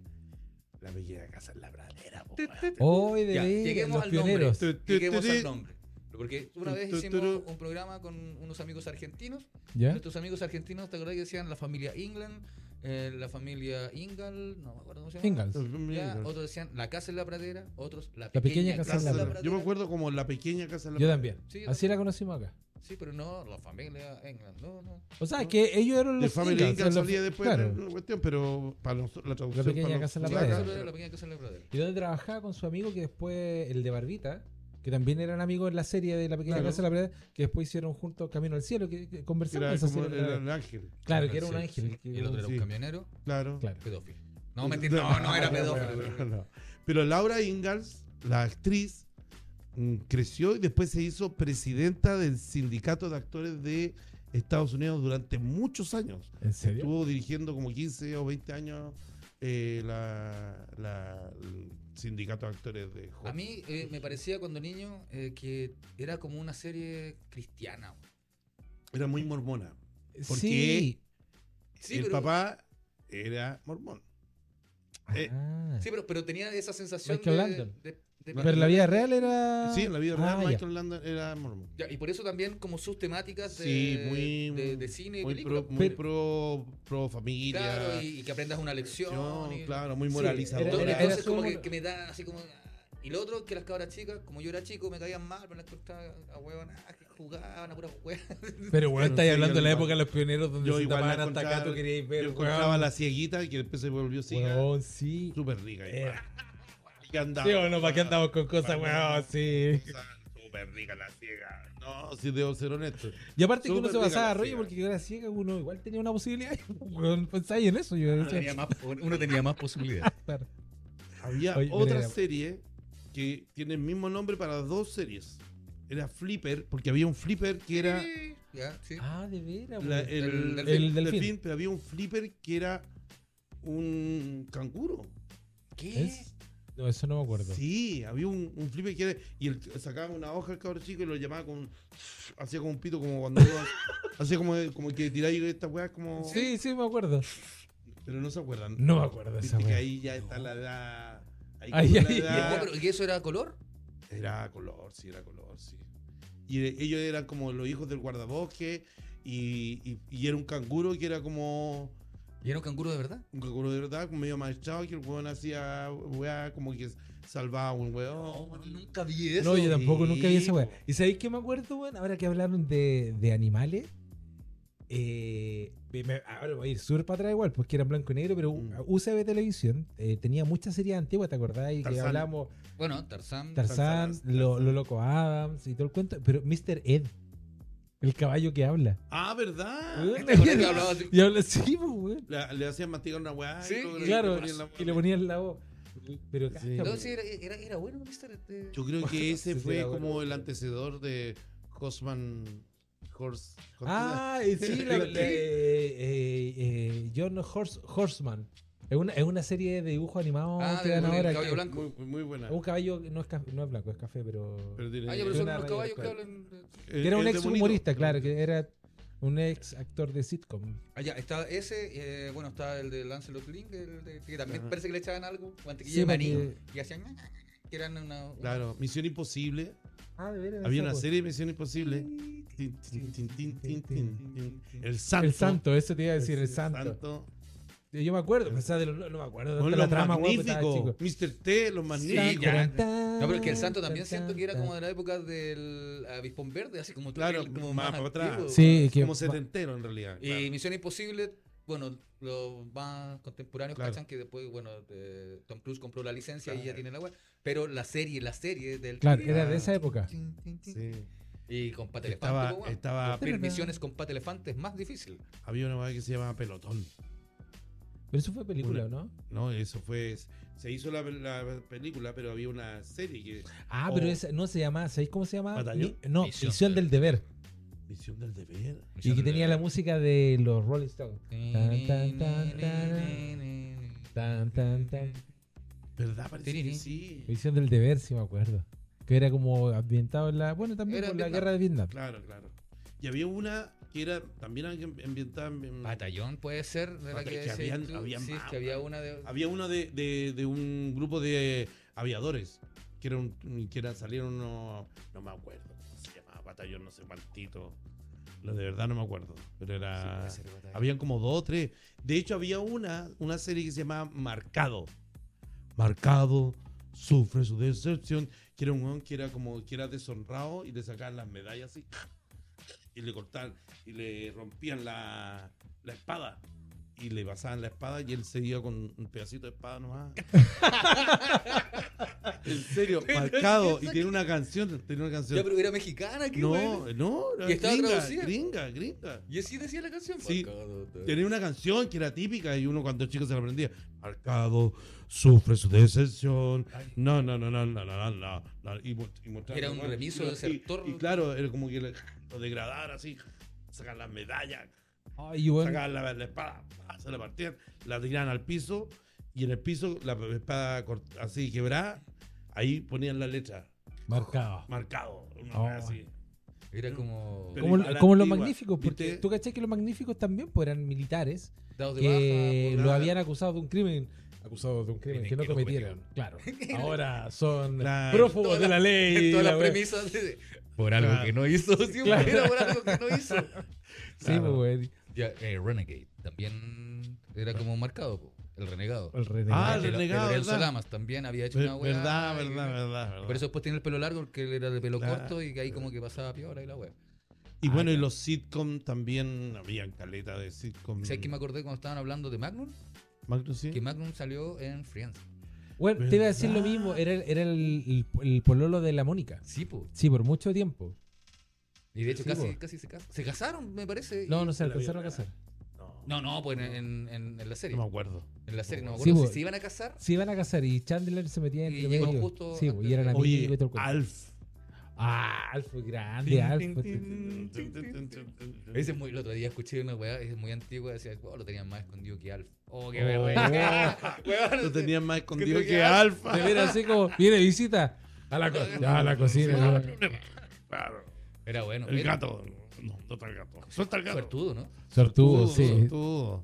Speaker 2: la bella casa en la pradera. po, weón.
Speaker 3: Hoy de
Speaker 1: Ya,
Speaker 3: veras,
Speaker 1: lleguemos
Speaker 3: los
Speaker 1: al
Speaker 3: pioneros.
Speaker 2: Tu, tu,
Speaker 1: Lleguemos
Speaker 2: tu, tu.
Speaker 1: al nombre. Porque una vez
Speaker 2: Tu, tu, tu.
Speaker 1: hicimos un programa con unos amigos argentinos.
Speaker 3: ¿Ya?
Speaker 1: Nuestros amigos argentinos, ¿te acordás que decían la familia England? eh, la familia Ingall, no me acuerdo cómo se llama.
Speaker 3: Ingalls.
Speaker 1: Ya, otros decían la casa en la pradera, otros la
Speaker 3: La
Speaker 1: pequeña,
Speaker 3: pequeña casa
Speaker 1: casa
Speaker 3: en
Speaker 1: en
Speaker 3: la
Speaker 1: la
Speaker 3: pradera.
Speaker 1: pradera.
Speaker 2: Yo me acuerdo como la pequeña casa en la
Speaker 3: Yo
Speaker 2: pradera.
Speaker 3: también.
Speaker 1: Sí, yo
Speaker 3: Así la conocimos acá.
Speaker 1: Sí, pero no, la familia England, no, no.
Speaker 3: O sea, que ellos eran los.
Speaker 2: De Family
Speaker 3: Ingalls,
Speaker 2: Ingalls
Speaker 3: los-
Speaker 2: salía después
Speaker 3: claro.
Speaker 2: la cuestión, pero para nosotros la traducción.
Speaker 3: pequeña
Speaker 2: para
Speaker 3: casa en la
Speaker 1: Sí,
Speaker 2: nosotros
Speaker 3: pradera.
Speaker 1: eso
Speaker 2: acá-
Speaker 1: era la pequeña casa en la pradera.
Speaker 3: Y donde trabajaba con su amigo que después, el de Barbita, que también eran amigos en la serie de La Pequeña
Speaker 2: Claro.
Speaker 3: Casa de la Verdad, que después hicieron juntos Camino al Cielo, que, que conversaron
Speaker 2: Era
Speaker 3: esa
Speaker 2: como
Speaker 3: serie de la
Speaker 2: era
Speaker 3: verdad.
Speaker 2: el ángel.
Speaker 3: Claro, que era un
Speaker 1: Sí,
Speaker 3: ángel. que-
Speaker 1: Y el otro era un
Speaker 2: Sí.
Speaker 1: camionero
Speaker 2: Claro.
Speaker 3: Claro.
Speaker 1: pedófilo. No, mentira, no, no era
Speaker 2: *laughs*
Speaker 1: pedófilo.
Speaker 2: No. Pero Laura Ingalls, la actriz, mm, creció y después se hizo presidenta del sindicato de actores de Estados Unidos durante muchos años.
Speaker 3: ¿En serio?
Speaker 2: Estuvo dirigiendo como 15 o 20 años eh, la, la- el sindicato de actores de Hollywood.
Speaker 1: A mí eh, me parecía cuando niño eh, que era como una serie cristiana. güey.
Speaker 2: Era muy mormona. Porque
Speaker 3: Sí.
Speaker 1: Sí,
Speaker 2: El
Speaker 1: pero,
Speaker 2: papá era mormón. eh,
Speaker 3: Ah.
Speaker 1: sí pero, pero tenía esa sensación
Speaker 3: Michael
Speaker 1: de-
Speaker 3: Landon.
Speaker 1: de- de-
Speaker 3: Pero la vida real era.
Speaker 2: sí, en la vida
Speaker 3: Ah,
Speaker 2: real
Speaker 3: ya.
Speaker 2: Michael Landon era mormón.
Speaker 1: Ya, y por eso también como sus temáticas de,
Speaker 2: Sí, muy,
Speaker 1: de, de cine y
Speaker 2: muy
Speaker 1: película.
Speaker 2: pro, muy
Speaker 3: Pero-
Speaker 2: pro, pro familia.
Speaker 1: Claro, y, y que aprendas una lección.
Speaker 2: No,
Speaker 1: y-
Speaker 2: claro, muy
Speaker 3: Sí,
Speaker 2: moralizadora.
Speaker 1: Entonces,
Speaker 3: Era-
Speaker 1: entonces
Speaker 3: era
Speaker 1: como
Speaker 3: su-
Speaker 1: que, que me da así como... ah, Y lo otro, que las cabras chicas, como yo era chico, me caían mal, pero las encontraba a huevonadas que jugaban a puras huevas.
Speaker 3: Pero bueno,
Speaker 2: Sí,
Speaker 3: estáis
Speaker 2: yo
Speaker 3: hablando de la
Speaker 2: igual.
Speaker 3: época de los pioneros donde
Speaker 2: Yo
Speaker 3: se
Speaker 2: igual la
Speaker 3: tapaban hasta acá,
Speaker 2: encontraba-
Speaker 3: tú queríais ver.
Speaker 2: Yo encontraba la cieguita y que después se volvió ciega.
Speaker 3: Weón, sí.
Speaker 2: Súper rica. igual.
Speaker 3: Era.
Speaker 2: Y que andaba.
Speaker 3: Sí, bueno, ¿para qué andamos con cosas, weón? Sí.
Speaker 2: Súper rica la ciega. No, si debo ser honesto.
Speaker 3: Y aparte que uno
Speaker 2: Súper
Speaker 3: se basaba
Speaker 2: diga la
Speaker 3: rollo
Speaker 2: ciega.
Speaker 3: porque era ciega, uno igual tenía una posibilidad. *laughs* Weón, pensáis en eso.
Speaker 2: Ah,
Speaker 1: *laughs*
Speaker 3: Yo decía,
Speaker 1: más, uno tenía más posibilidades.
Speaker 3: claro.
Speaker 2: Había
Speaker 3: Oye,
Speaker 2: otra
Speaker 3: mira.
Speaker 2: serie que tiene el mismo nombre para dos series. Era Flipper, porque había un Flipper que era
Speaker 1: Ya, sí.
Speaker 3: Ah, de veras,
Speaker 2: la- eh, el,
Speaker 3: weón.
Speaker 1: El delfín.
Speaker 3: El delfín.
Speaker 2: pero había un Flipper que era un canguro.
Speaker 1: ¿Qué?
Speaker 3: ¿Es? No, eso no me acuerdo.
Speaker 2: Sí, había un, un flipper que era. Y el, sacaba una hoja el cabrón chico y lo llamaba con. Hacía como un pito, como cuando.
Speaker 3: *laughs*
Speaker 2: hacía como, como que tiráis esta weá, como.
Speaker 3: Sí, sí, me acuerdo.
Speaker 2: Pero no se acuerdan.
Speaker 3: No me acuerdo de
Speaker 2: Viste
Speaker 3: esa
Speaker 2: que
Speaker 3: weá.
Speaker 2: ahí ya está la edad. Ahí
Speaker 3: Ay,
Speaker 2: como la
Speaker 3: ay,
Speaker 1: ¿Y,
Speaker 2: edad-
Speaker 1: oh, pero, ¿y eso era color?
Speaker 2: Era color, sí, era color, sí. Y eh, ellos eran como los hijos del guardabosque. Y, y, y era un canguro que era como.
Speaker 1: ¿Y era un canguro de verdad?
Speaker 2: Un canguro de verdad, como medio manchado, que el weón hacía weá, como que salvaba a un weón.
Speaker 1: nunca vi eso.
Speaker 3: No, yo tampoco nunca vi esa weá.
Speaker 2: po.
Speaker 3: ¿Y sabéis qué me acuerdo, weón? Ahora que hablaron de, de animales. eh, me- me- ahora voy a ir súper para atrás igual, porque era en blanco y negro, pero
Speaker 2: Mm.
Speaker 3: UCB Televisión eh, tenía muchas series antiguas, ¿te acordáis? Que
Speaker 2: Tarzán. Mm.
Speaker 3: hablamos
Speaker 1: Bueno, Tarzán.
Speaker 3: Tarzán,
Speaker 2: Tarzán,
Speaker 3: Lo,
Speaker 2: Tarzán.
Speaker 3: Lo Loco Adams y todo el cuento, pero Mr. Ed, el caballo que habla.
Speaker 2: Ah, ¿verdad?
Speaker 3: ¿Eh?
Speaker 1: ¿Te
Speaker 3: *laughs*
Speaker 1: acuerdas que
Speaker 2: *laughs*
Speaker 1: hablaba así?
Speaker 3: y habla así, pues, weón.
Speaker 2: La- le hacían masticar una weá.
Speaker 1: Sí,
Speaker 2: y luego
Speaker 3: Claro,
Speaker 2: ponían la weá.
Speaker 3: y le ponían la voz. Pero cacha,
Speaker 2: Sí.
Speaker 1: No,
Speaker 3: weón.
Speaker 1: sí, era, era, era bueno, Mr. Este-
Speaker 2: Yo
Speaker 3: *laughs*
Speaker 2: creo que ese
Speaker 3: Sí, sí,
Speaker 2: fue
Speaker 3: era bueno.
Speaker 2: como el antecedor de Hosman Horse.
Speaker 3: Ah, eh,
Speaker 1: *laughs*
Speaker 3: sí, la, la-
Speaker 2: Sí.
Speaker 3: eh, eh, eh, John Horse- Horseman. Es una, es una serie de dibujos animados
Speaker 1: Ah,
Speaker 3: que
Speaker 1: de-
Speaker 3: dan
Speaker 1: del
Speaker 3: ahora.
Speaker 1: caballo
Speaker 3: que-
Speaker 1: blanco.
Speaker 2: Muy, muy buena.
Speaker 3: un caballo que no es, ca- no es blanco, es café, pero.
Speaker 2: Pero tiene-
Speaker 1: Ah, ya, pero son
Speaker 3: Una
Speaker 1: unos
Speaker 3: raya,
Speaker 1: caballos que
Speaker 3: claro.
Speaker 1: hablan. de-
Speaker 2: eh,
Speaker 3: que era un
Speaker 2: es
Speaker 3: ex
Speaker 2: demonito.
Speaker 3: humorista, claro, que era un ex actor de sitcom.
Speaker 1: Ah, ya, está ese, eh, bueno, está el de Lancelot Link, el de- que también
Speaker 2: Ajá.
Speaker 1: parece que le echaban algo, mantequilla
Speaker 3: Sí,
Speaker 1: de maní,
Speaker 3: porque-
Speaker 1: y hacían, ah, que eran una... una-
Speaker 2: Claro, Misión Imposible.
Speaker 3: Ah, de veras.
Speaker 2: Había
Speaker 3: esa,
Speaker 2: una
Speaker 3: po.
Speaker 2: serie de Misión Imposible. Tin, tin, tin, tin, tin, tin, tin. El Santo.
Speaker 3: El santo, eso te iba a decir, el santo. Yo me acuerdo, o sea, de lo- no, no me acuerdo.
Speaker 2: Con
Speaker 3: de
Speaker 2: los
Speaker 3: la trama, weón, pero estaba
Speaker 2: magníficos.
Speaker 3: chico.
Speaker 2: Mr. T, los
Speaker 1: Sí,
Speaker 2: magníficos.
Speaker 1: ya.
Speaker 3: Tan,
Speaker 1: No, pero es que el santo también
Speaker 3: tan,
Speaker 1: siento que era
Speaker 3: tan.
Speaker 1: como de la época del Avispón Verde, así como
Speaker 2: Claro,
Speaker 1: el- como
Speaker 2: más para atrás.
Speaker 1: antiguo.
Speaker 3: Sí, que.
Speaker 2: Como setentero, en realidad.
Speaker 1: Y
Speaker 2: claro.
Speaker 1: Misión Imposible, bueno, los más contemporáneos
Speaker 2: Claro.
Speaker 1: cachan que después, bueno, eh, Tom Cruise compró la licencia y ya
Speaker 2: Claro.
Speaker 1: tiene la web, pero la serie, la serie del...
Speaker 3: Claro, era de esa época.
Speaker 2: Sí.
Speaker 1: Y con Pata
Speaker 2: Estaba-
Speaker 1: Elefante, pues, weón.
Speaker 2: estaba-
Speaker 1: Cumplir misiones con Pata Elefante es más difícil.
Speaker 2: Había una weá que se llamaba Pelotón.
Speaker 3: Pero eso fue película,
Speaker 2: Una-
Speaker 3: ¿no?
Speaker 2: No, eso fue. Se hizo la, la película, pero había una serie que.
Speaker 3: Ah,
Speaker 2: O-
Speaker 3: pero esa no se llamaba, ¿sabéis cómo se llamaba?
Speaker 2: ¿Batallón?
Speaker 3: Mi- no,
Speaker 1: Misión
Speaker 3: Misión,
Speaker 1: del
Speaker 3: del Deber.
Speaker 2: Misión del deber.
Speaker 3: Y que tenía la música de los Rolling Stones. Tan, tan, tan, tan, tan, tan, tan.
Speaker 2: ¿Verdad? Parece que
Speaker 1: Tirirín.
Speaker 2: sí.
Speaker 3: Misión del Deber, sí me acuerdo. Que era como ambientado en la. Bueno, también
Speaker 1: Era
Speaker 3: por la
Speaker 1: Vietnam.
Speaker 3: guerra de Vietnam.
Speaker 2: Claro, claro. Y había una que era también ambientada en.
Speaker 1: Batallón puede ser, de la
Speaker 2: Batall-
Speaker 1: que,
Speaker 2: que
Speaker 1: decías
Speaker 2: habían-
Speaker 1: tú.
Speaker 2: habían
Speaker 1: Sí, es
Speaker 2: más,
Speaker 1: que había
Speaker 2: weón. Ah,
Speaker 1: una de... Ah,
Speaker 2: Había uno de, de, de un grupo de aviadores que, era un- que era- salieron unos. No me acuerdo cómo se llamaba, batallón, no sé cuántito. Lo de verdad no me acuerdo. Pero era.
Speaker 1: Sí, puede ser, batallón.
Speaker 2: habían como dos o tres. De hecho, había una, una serie que se llamaba Marcado. Marcado sufre su decepción. Que era un weón que era como que era deshonrado y le sacaban las medallas así. Y le cortaban y le rompían la, la espada. y le pasaban la espada y él se iba con un pedacito de
Speaker 1: *laughs*
Speaker 2: espada nomás. en serio,
Speaker 1: Pero
Speaker 2: marcado.
Speaker 1: es que
Speaker 2: Y
Speaker 1: esa-
Speaker 2: tiene una canción, tiene una
Speaker 1: Ya,
Speaker 2: canción.
Speaker 1: pero era mexicana, qué
Speaker 2: No,
Speaker 1: bueno.
Speaker 2: no, era
Speaker 1: Y estaba
Speaker 2: gringa,
Speaker 1: traducida.
Speaker 2: gringa, gringa.
Speaker 1: Y así decía la canción.
Speaker 2: Sí.
Speaker 1: Marcado, te-
Speaker 2: Tenía una canción que era típica y uno cuando chico se la aprendía. Marcado, sufre su decepción. No, no, no, no, no, no, no. no. Y, mo- y mostraba-
Speaker 1: Era un remiso
Speaker 2: y-
Speaker 1: de sector.
Speaker 2: Y, y claro, era como que le- lo degradar así. Sacar las medallas,
Speaker 3: Ay, bueno.
Speaker 2: sacar la, la espada, pa, se la partían, la tiraban al piso y en el piso la espada cort- así quebrada, ahí ponían la letra,
Speaker 3: Marcado.
Speaker 2: marcado, una
Speaker 3: Oh.
Speaker 2: wea así.
Speaker 1: Era como
Speaker 2: Pero-
Speaker 3: Como,
Speaker 2: a la
Speaker 3: como los
Speaker 2: antigua,
Speaker 3: magníficos, porque
Speaker 2: ¿viste?
Speaker 3: tú caché que los magníficos también pues, eran militares
Speaker 1: dados de
Speaker 3: que
Speaker 1: baja.
Speaker 3: lo
Speaker 2: nada.
Speaker 1: *laughs*
Speaker 3: habían acusado de un crimen. Acusados de un crimen
Speaker 2: Crimen
Speaker 3: que no
Speaker 2: que no
Speaker 3: cometieron. Claro. Ahora son
Speaker 2: Claro.
Speaker 3: prófugos
Speaker 1: Todas
Speaker 3: de la
Speaker 1: las- *laughs*
Speaker 3: ley.
Speaker 1: Todas
Speaker 3: la
Speaker 1: las
Speaker 3: wea.
Speaker 1: premisas de- por algo
Speaker 2: Claro.
Speaker 1: que no hizo. *laughs* Siempre
Speaker 3: Claro.
Speaker 1: era por algo que no hizo.
Speaker 3: Sí,
Speaker 2: Claro.
Speaker 3: pues, weón.
Speaker 1: *laughs* Ya, eh, Renegade también era como marcado, po, el renegado.
Speaker 3: El renegado.
Speaker 2: Ah, el
Speaker 1: El- el
Speaker 2: renegado,
Speaker 1: Lorenzo
Speaker 2: ¿verdad?
Speaker 1: Lamas también había hecho una
Speaker 2: Ver-
Speaker 1: weá.
Speaker 2: Verdad,
Speaker 1: y-
Speaker 2: verdad, verdad, verdad.
Speaker 1: Por eso después tenía el pelo largo porque él era de pelo
Speaker 2: Claro.
Speaker 1: corto y que ahí como que pasaba piola y la weá.
Speaker 2: Y
Speaker 3: Ah,
Speaker 2: bueno, y
Speaker 3: ya.
Speaker 2: los sitcom también, habían caleta de sitcom.
Speaker 1: ¿Sabes qué me acordé cuando estaban hablando de Magnum?
Speaker 2: Magnus, Mm. sí?
Speaker 1: Que Magnum salió en Friends.
Speaker 3: Bueno, te iba a decir lo
Speaker 2: ¿Verdad?
Speaker 3: mismo. Era, el- era el, el- el pololo de la Mónica.
Speaker 1: Sí, po.
Speaker 3: Sí, por mucho tiempo.
Speaker 1: Y de hecho
Speaker 3: Sí,
Speaker 1: casi,
Speaker 3: po.
Speaker 1: casi se casaron. Se casaron, me parece. y-
Speaker 3: No, no se
Speaker 2: la vida
Speaker 3: alcanzaron a
Speaker 2: real.
Speaker 3: casar.
Speaker 2: No,
Speaker 1: No, no, pues en, en- en- en la serie.
Speaker 2: no me acuerdo.
Speaker 1: En la serie, no me
Speaker 3: Sí,
Speaker 1: acuerdo
Speaker 3: po.
Speaker 1: si se iban a casar.
Speaker 3: Se iban a casar y Chandler se metía en
Speaker 1: Y
Speaker 3: el
Speaker 1: llegó
Speaker 3: medio.
Speaker 1: justo
Speaker 3: Sí,
Speaker 1: antes
Speaker 3: y eran
Speaker 1: de-
Speaker 3: amigos y
Speaker 2: Oye,
Speaker 3: todo el cuento.
Speaker 2: Alf.
Speaker 3: Ah, Alf, grande Alf.
Speaker 1: Ese es muy, el otro día escuché una weá, es muy antigua, decía, oh, lo tenían más escondido que Alf. Oh, qué
Speaker 3: Oh.
Speaker 1: vergüenza. Weón,
Speaker 2: Lo tenían más escondido
Speaker 1: Creo que
Speaker 2: que
Speaker 1: Alf.
Speaker 2: Alf.
Speaker 3: De veras, así como, viene visita a la, co- ya, a la cocina. ya.
Speaker 2: Claro.
Speaker 1: Era bueno.
Speaker 2: El
Speaker 1: era
Speaker 2: gato. No, no está el gato. Suelta el gato.
Speaker 1: Suertudo, ¿no?
Speaker 3: Sortudo, sí.
Speaker 2: sortudo.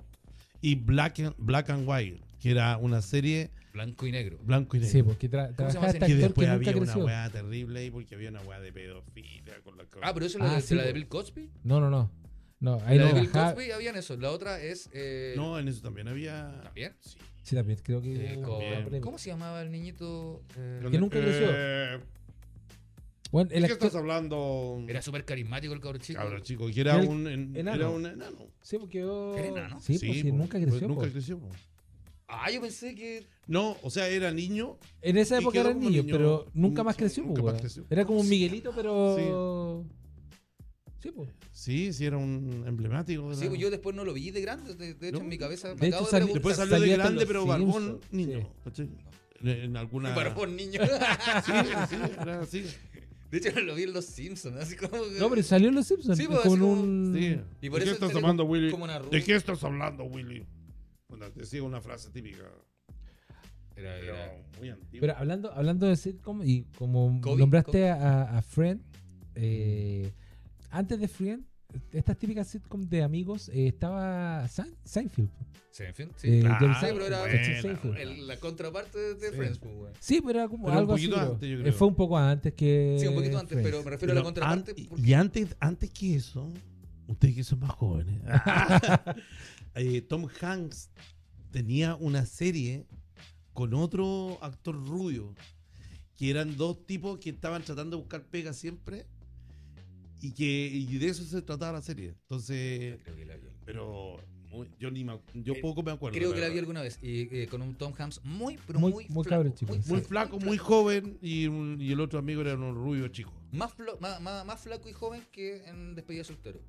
Speaker 2: Y Black and, Black and White, que era una serie
Speaker 1: Blanco y negro.
Speaker 2: blanco y negro.
Speaker 3: Sí, porque tra
Speaker 1: ¿Cómo se
Speaker 3: trabajaba
Speaker 1: llama ese
Speaker 3: este
Speaker 2: que
Speaker 3: actor que
Speaker 2: después
Speaker 3: nunca
Speaker 2: había una
Speaker 3: creció.
Speaker 2: weá terrible ahí porque había una weá de pedofilia con la
Speaker 1: Ah, pero eso es
Speaker 3: Ah,
Speaker 1: la, de,
Speaker 3: sí,
Speaker 1: la de
Speaker 3: po.
Speaker 1: Bill Cosby.
Speaker 3: No, no, no. No, ahí
Speaker 1: la
Speaker 3: no
Speaker 1: de Bill
Speaker 3: bajaba.
Speaker 1: Cosby habían eso. La otra es. Eh,
Speaker 2: No, en eso también había.
Speaker 1: ¿También?
Speaker 2: Sí.
Speaker 3: Sí, también creo que.
Speaker 1: eh,
Speaker 3: hubo
Speaker 1: con-
Speaker 3: una polémica.
Speaker 1: ¿Cómo se llamaba el niñito? Eh,
Speaker 3: Que nunca creció.
Speaker 2: Eh,
Speaker 3: Bueno,
Speaker 2: ¿De
Speaker 3: el
Speaker 2: qué estás
Speaker 3: actor.
Speaker 2: hablando?
Speaker 1: Era súper carismático el cabrón chico.
Speaker 2: Cabro chico, que era,
Speaker 3: Era el-
Speaker 2: un, en-
Speaker 3: enano.
Speaker 2: era un enano.
Speaker 3: Sí, porque yo.
Speaker 1: Era enano.
Speaker 3: Sí, pues, sí,
Speaker 2: po,
Speaker 3: nunca
Speaker 2: pues,
Speaker 3: creció.
Speaker 2: Nunca
Speaker 3: po.
Speaker 2: creció. po.
Speaker 1: Ah, yo pensé que.
Speaker 2: No, o sea, era niño.
Speaker 3: En esa
Speaker 2: Y
Speaker 3: época
Speaker 2: quedó
Speaker 3: eran
Speaker 2: como
Speaker 3: niños,
Speaker 2: niño-
Speaker 3: pero nunca más
Speaker 2: sí,
Speaker 3: creció,
Speaker 2: nunca
Speaker 3: po,
Speaker 2: más
Speaker 3: weón.
Speaker 2: creció.
Speaker 3: Era como un
Speaker 2: Sí.
Speaker 3: Miguelito, pero. Sí, pues.
Speaker 2: Sí, sí, era un emblemático.
Speaker 1: Sí,
Speaker 2: era-
Speaker 1: pues yo después no lo vi de grande. De, de hecho,
Speaker 2: No.
Speaker 1: en mi cabeza.
Speaker 3: De hecho, salió-
Speaker 2: Después
Speaker 3: Puta,
Speaker 2: salió de
Speaker 3: salía hasta
Speaker 2: grande,
Speaker 3: los
Speaker 2: pero barbón
Speaker 3: Simpsons,
Speaker 2: niño. ¿cachai? En, en alguna.
Speaker 1: *laughs* Barbón niño.
Speaker 2: Sí, sí, era así.
Speaker 1: De hecho, lo vi en Los Simpsons. Así como. que-
Speaker 3: No, pero salió en Los Simpsons.
Speaker 1: Sí, pues, así
Speaker 3: con
Speaker 1: como-
Speaker 3: un.
Speaker 2: Sí.
Speaker 1: Y por
Speaker 2: ¿De qué
Speaker 1: eso
Speaker 2: estás
Speaker 1: tiene
Speaker 2: hablando, Willy?
Speaker 1: como una rubia.
Speaker 2: ¿De qué estás hablando, Willy? Bueno, decía una frase típica,
Speaker 1: Era,
Speaker 2: pero
Speaker 1: era-
Speaker 2: muy antigua.
Speaker 3: Pero hablando, hablando de sitcom y como
Speaker 1: Kobe,
Speaker 3: nombraste a, a Friend, eh, antes de Friend, estas típicas sitcom de amigos, eh, estaba Sein- Seinfeld.
Speaker 1: Sí, en fin.
Speaker 3: eh,
Speaker 1: Sí.
Speaker 2: Claro,
Speaker 3: Jerry
Speaker 1: sí, pero era-
Speaker 3: Seinfeld,
Speaker 2: buena,
Speaker 3: Seinfeld.
Speaker 2: buena.
Speaker 1: El- la contraparte de, de Friends, pues, güey.
Speaker 3: Sí, pero era como
Speaker 2: Pero un
Speaker 3: algo
Speaker 2: poquito
Speaker 3: así, pero,
Speaker 2: antes, yo
Speaker 3: eh,
Speaker 2: creo.
Speaker 3: Fue un poco antes que.
Speaker 1: Sí, un poquito antes, pero me refiero a la
Speaker 2: Pero
Speaker 1: contraparte.
Speaker 2: an-
Speaker 1: porque-
Speaker 2: y antes, antes que eso, ustedes que son más jóvenes, *laughs* eh, Tom Hanks tenía una serie con otro actor rubio, que eran dos tipos que estaban tratando de buscar pega siempre, y que y de eso se trataba la serie. Entonces,
Speaker 1: Creo que la vi.
Speaker 2: pero muy- yo ni me ac- yo
Speaker 1: Eh,
Speaker 2: poco me acuerdo.
Speaker 1: Creo
Speaker 2: la
Speaker 1: que la vi
Speaker 2: verdad.
Speaker 1: alguna vez. Y eh, con un Tom Hanks muy, pero
Speaker 3: Muy-
Speaker 1: muy.
Speaker 3: muy
Speaker 1: flaco,
Speaker 3: cabro chico, sí.
Speaker 2: Muy flaco, muy joven, y, un- y el otro amigo era un rubio chico.
Speaker 1: Más, flo- más, más, más flaco y joven que en Despedida de Soltero.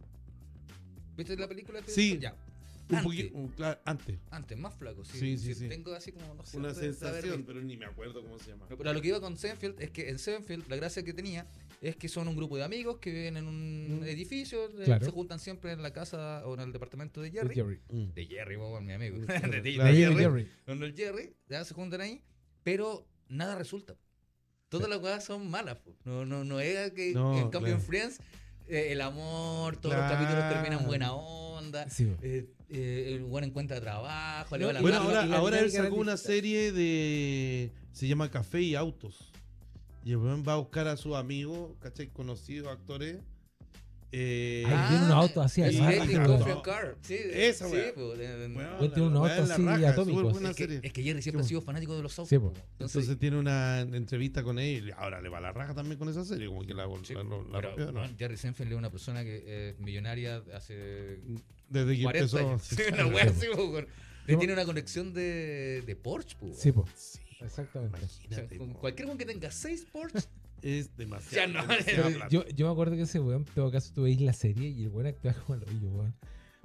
Speaker 1: ¿Viste la película? de
Speaker 2: Sí.
Speaker 1: Despedida de Soltero?
Speaker 2: Un
Speaker 1: Antes.
Speaker 2: poquito, claro, antes.
Speaker 1: Ya, antes, más flaco. Sí,
Speaker 2: Sí, sí,
Speaker 1: Sí,
Speaker 2: sí.
Speaker 1: Tengo así como. no sé,
Speaker 2: Una
Speaker 1: de- de haber
Speaker 2: sensación,
Speaker 1: visto.
Speaker 2: pero ni me acuerdo cómo se llama.
Speaker 1: No, pero a lo que iba con Seinfeld es que en Seinfeld la gracia que tenía es que son un grupo de amigos que viven en un
Speaker 2: Mm.
Speaker 1: edificio, eh,
Speaker 3: Claro.
Speaker 1: se juntan siempre en la casa o en el departamento de Jerry.
Speaker 3: Jerry. Jerry.
Speaker 2: Mm.
Speaker 1: De Jerry, vos, mi amigo.
Speaker 2: De
Speaker 1: *laughs* De,
Speaker 2: Jerry,
Speaker 1: de
Speaker 2: claro.
Speaker 1: Jerry.
Speaker 3: Jerry.
Speaker 1: Con el Jerry, ya se juntan ahí, pero nada resulta. Todas las cosas son malas. po. No, no, no es que
Speaker 2: No,
Speaker 1: en cambio en
Speaker 2: claro.
Speaker 1: Friends, eh, el amor, todos
Speaker 2: Claro.
Speaker 1: los capítulos terminan buena onda.
Speaker 3: Sí, pues. po.
Speaker 1: eh, eh, el buen encuentra trabajo, le va la
Speaker 3: Y
Speaker 2: Bueno,
Speaker 1: mano.
Speaker 2: ahora,
Speaker 3: y la
Speaker 2: ahora él
Speaker 3: dinámica
Speaker 2: sacó una
Speaker 3: garantista.
Speaker 2: serie de. Se llama Café y Autos. Y el weón va a buscar a sus amigos, ¿cachai? Conocidos actores. Eh,
Speaker 3: Ay, tiene unos autos así,
Speaker 1: Es
Speaker 2: ah,
Speaker 1: Electric
Speaker 2: ah,
Speaker 1: Coffee and
Speaker 2: no.
Speaker 1: Car. Sí,
Speaker 2: Esa,
Speaker 1: sí,
Speaker 2: weá.
Speaker 1: pues, en-
Speaker 2: weón,
Speaker 3: Él tiene
Speaker 2: la
Speaker 3: unos
Speaker 2: weá
Speaker 3: autos
Speaker 2: en la
Speaker 3: así
Speaker 2: raja, es súper
Speaker 3: atómicos.
Speaker 2: buena
Speaker 1: es, que,
Speaker 2: serie.
Speaker 1: es que Jerry siempre
Speaker 3: Sí,
Speaker 1: ha sido fanático de los autos.
Speaker 3: Sí, pues. po.
Speaker 1: Entonces,
Speaker 2: Entonces tiene una entrevista con él y ahora le va la raja también con esa serie, como que la, la-
Speaker 1: sí,
Speaker 2: la- la
Speaker 1: pero,
Speaker 2: rompió, ¿no?
Speaker 1: weón, Jerry Seinfeld es una persona que es millonaria hace
Speaker 2: Desde que
Speaker 1: 40
Speaker 2: empezó.
Speaker 1: años. *laughs* Sí, una wea así, po, weón. Le
Speaker 3: Yo-
Speaker 1: tiene una conexión de, de Porsche, po, weón.
Speaker 3: pues. Sí, pues.
Speaker 1: *laughs*
Speaker 3: po.
Speaker 2: Sí,
Speaker 3: Exactamente.
Speaker 1: O sea,
Speaker 2: imagínate.
Speaker 1: con
Speaker 2: po.
Speaker 1: cualquier weón que tenga seis Porsche,
Speaker 2: Es
Speaker 1: Ya
Speaker 2: demasiado.
Speaker 1: no,
Speaker 2: demasiado
Speaker 1: *laughs* pero
Speaker 2: plata.
Speaker 3: Yo, yo me acuerdo que ese weón, en todo caso, tú veis la serie y el weón actuaba como el hoyo, weón.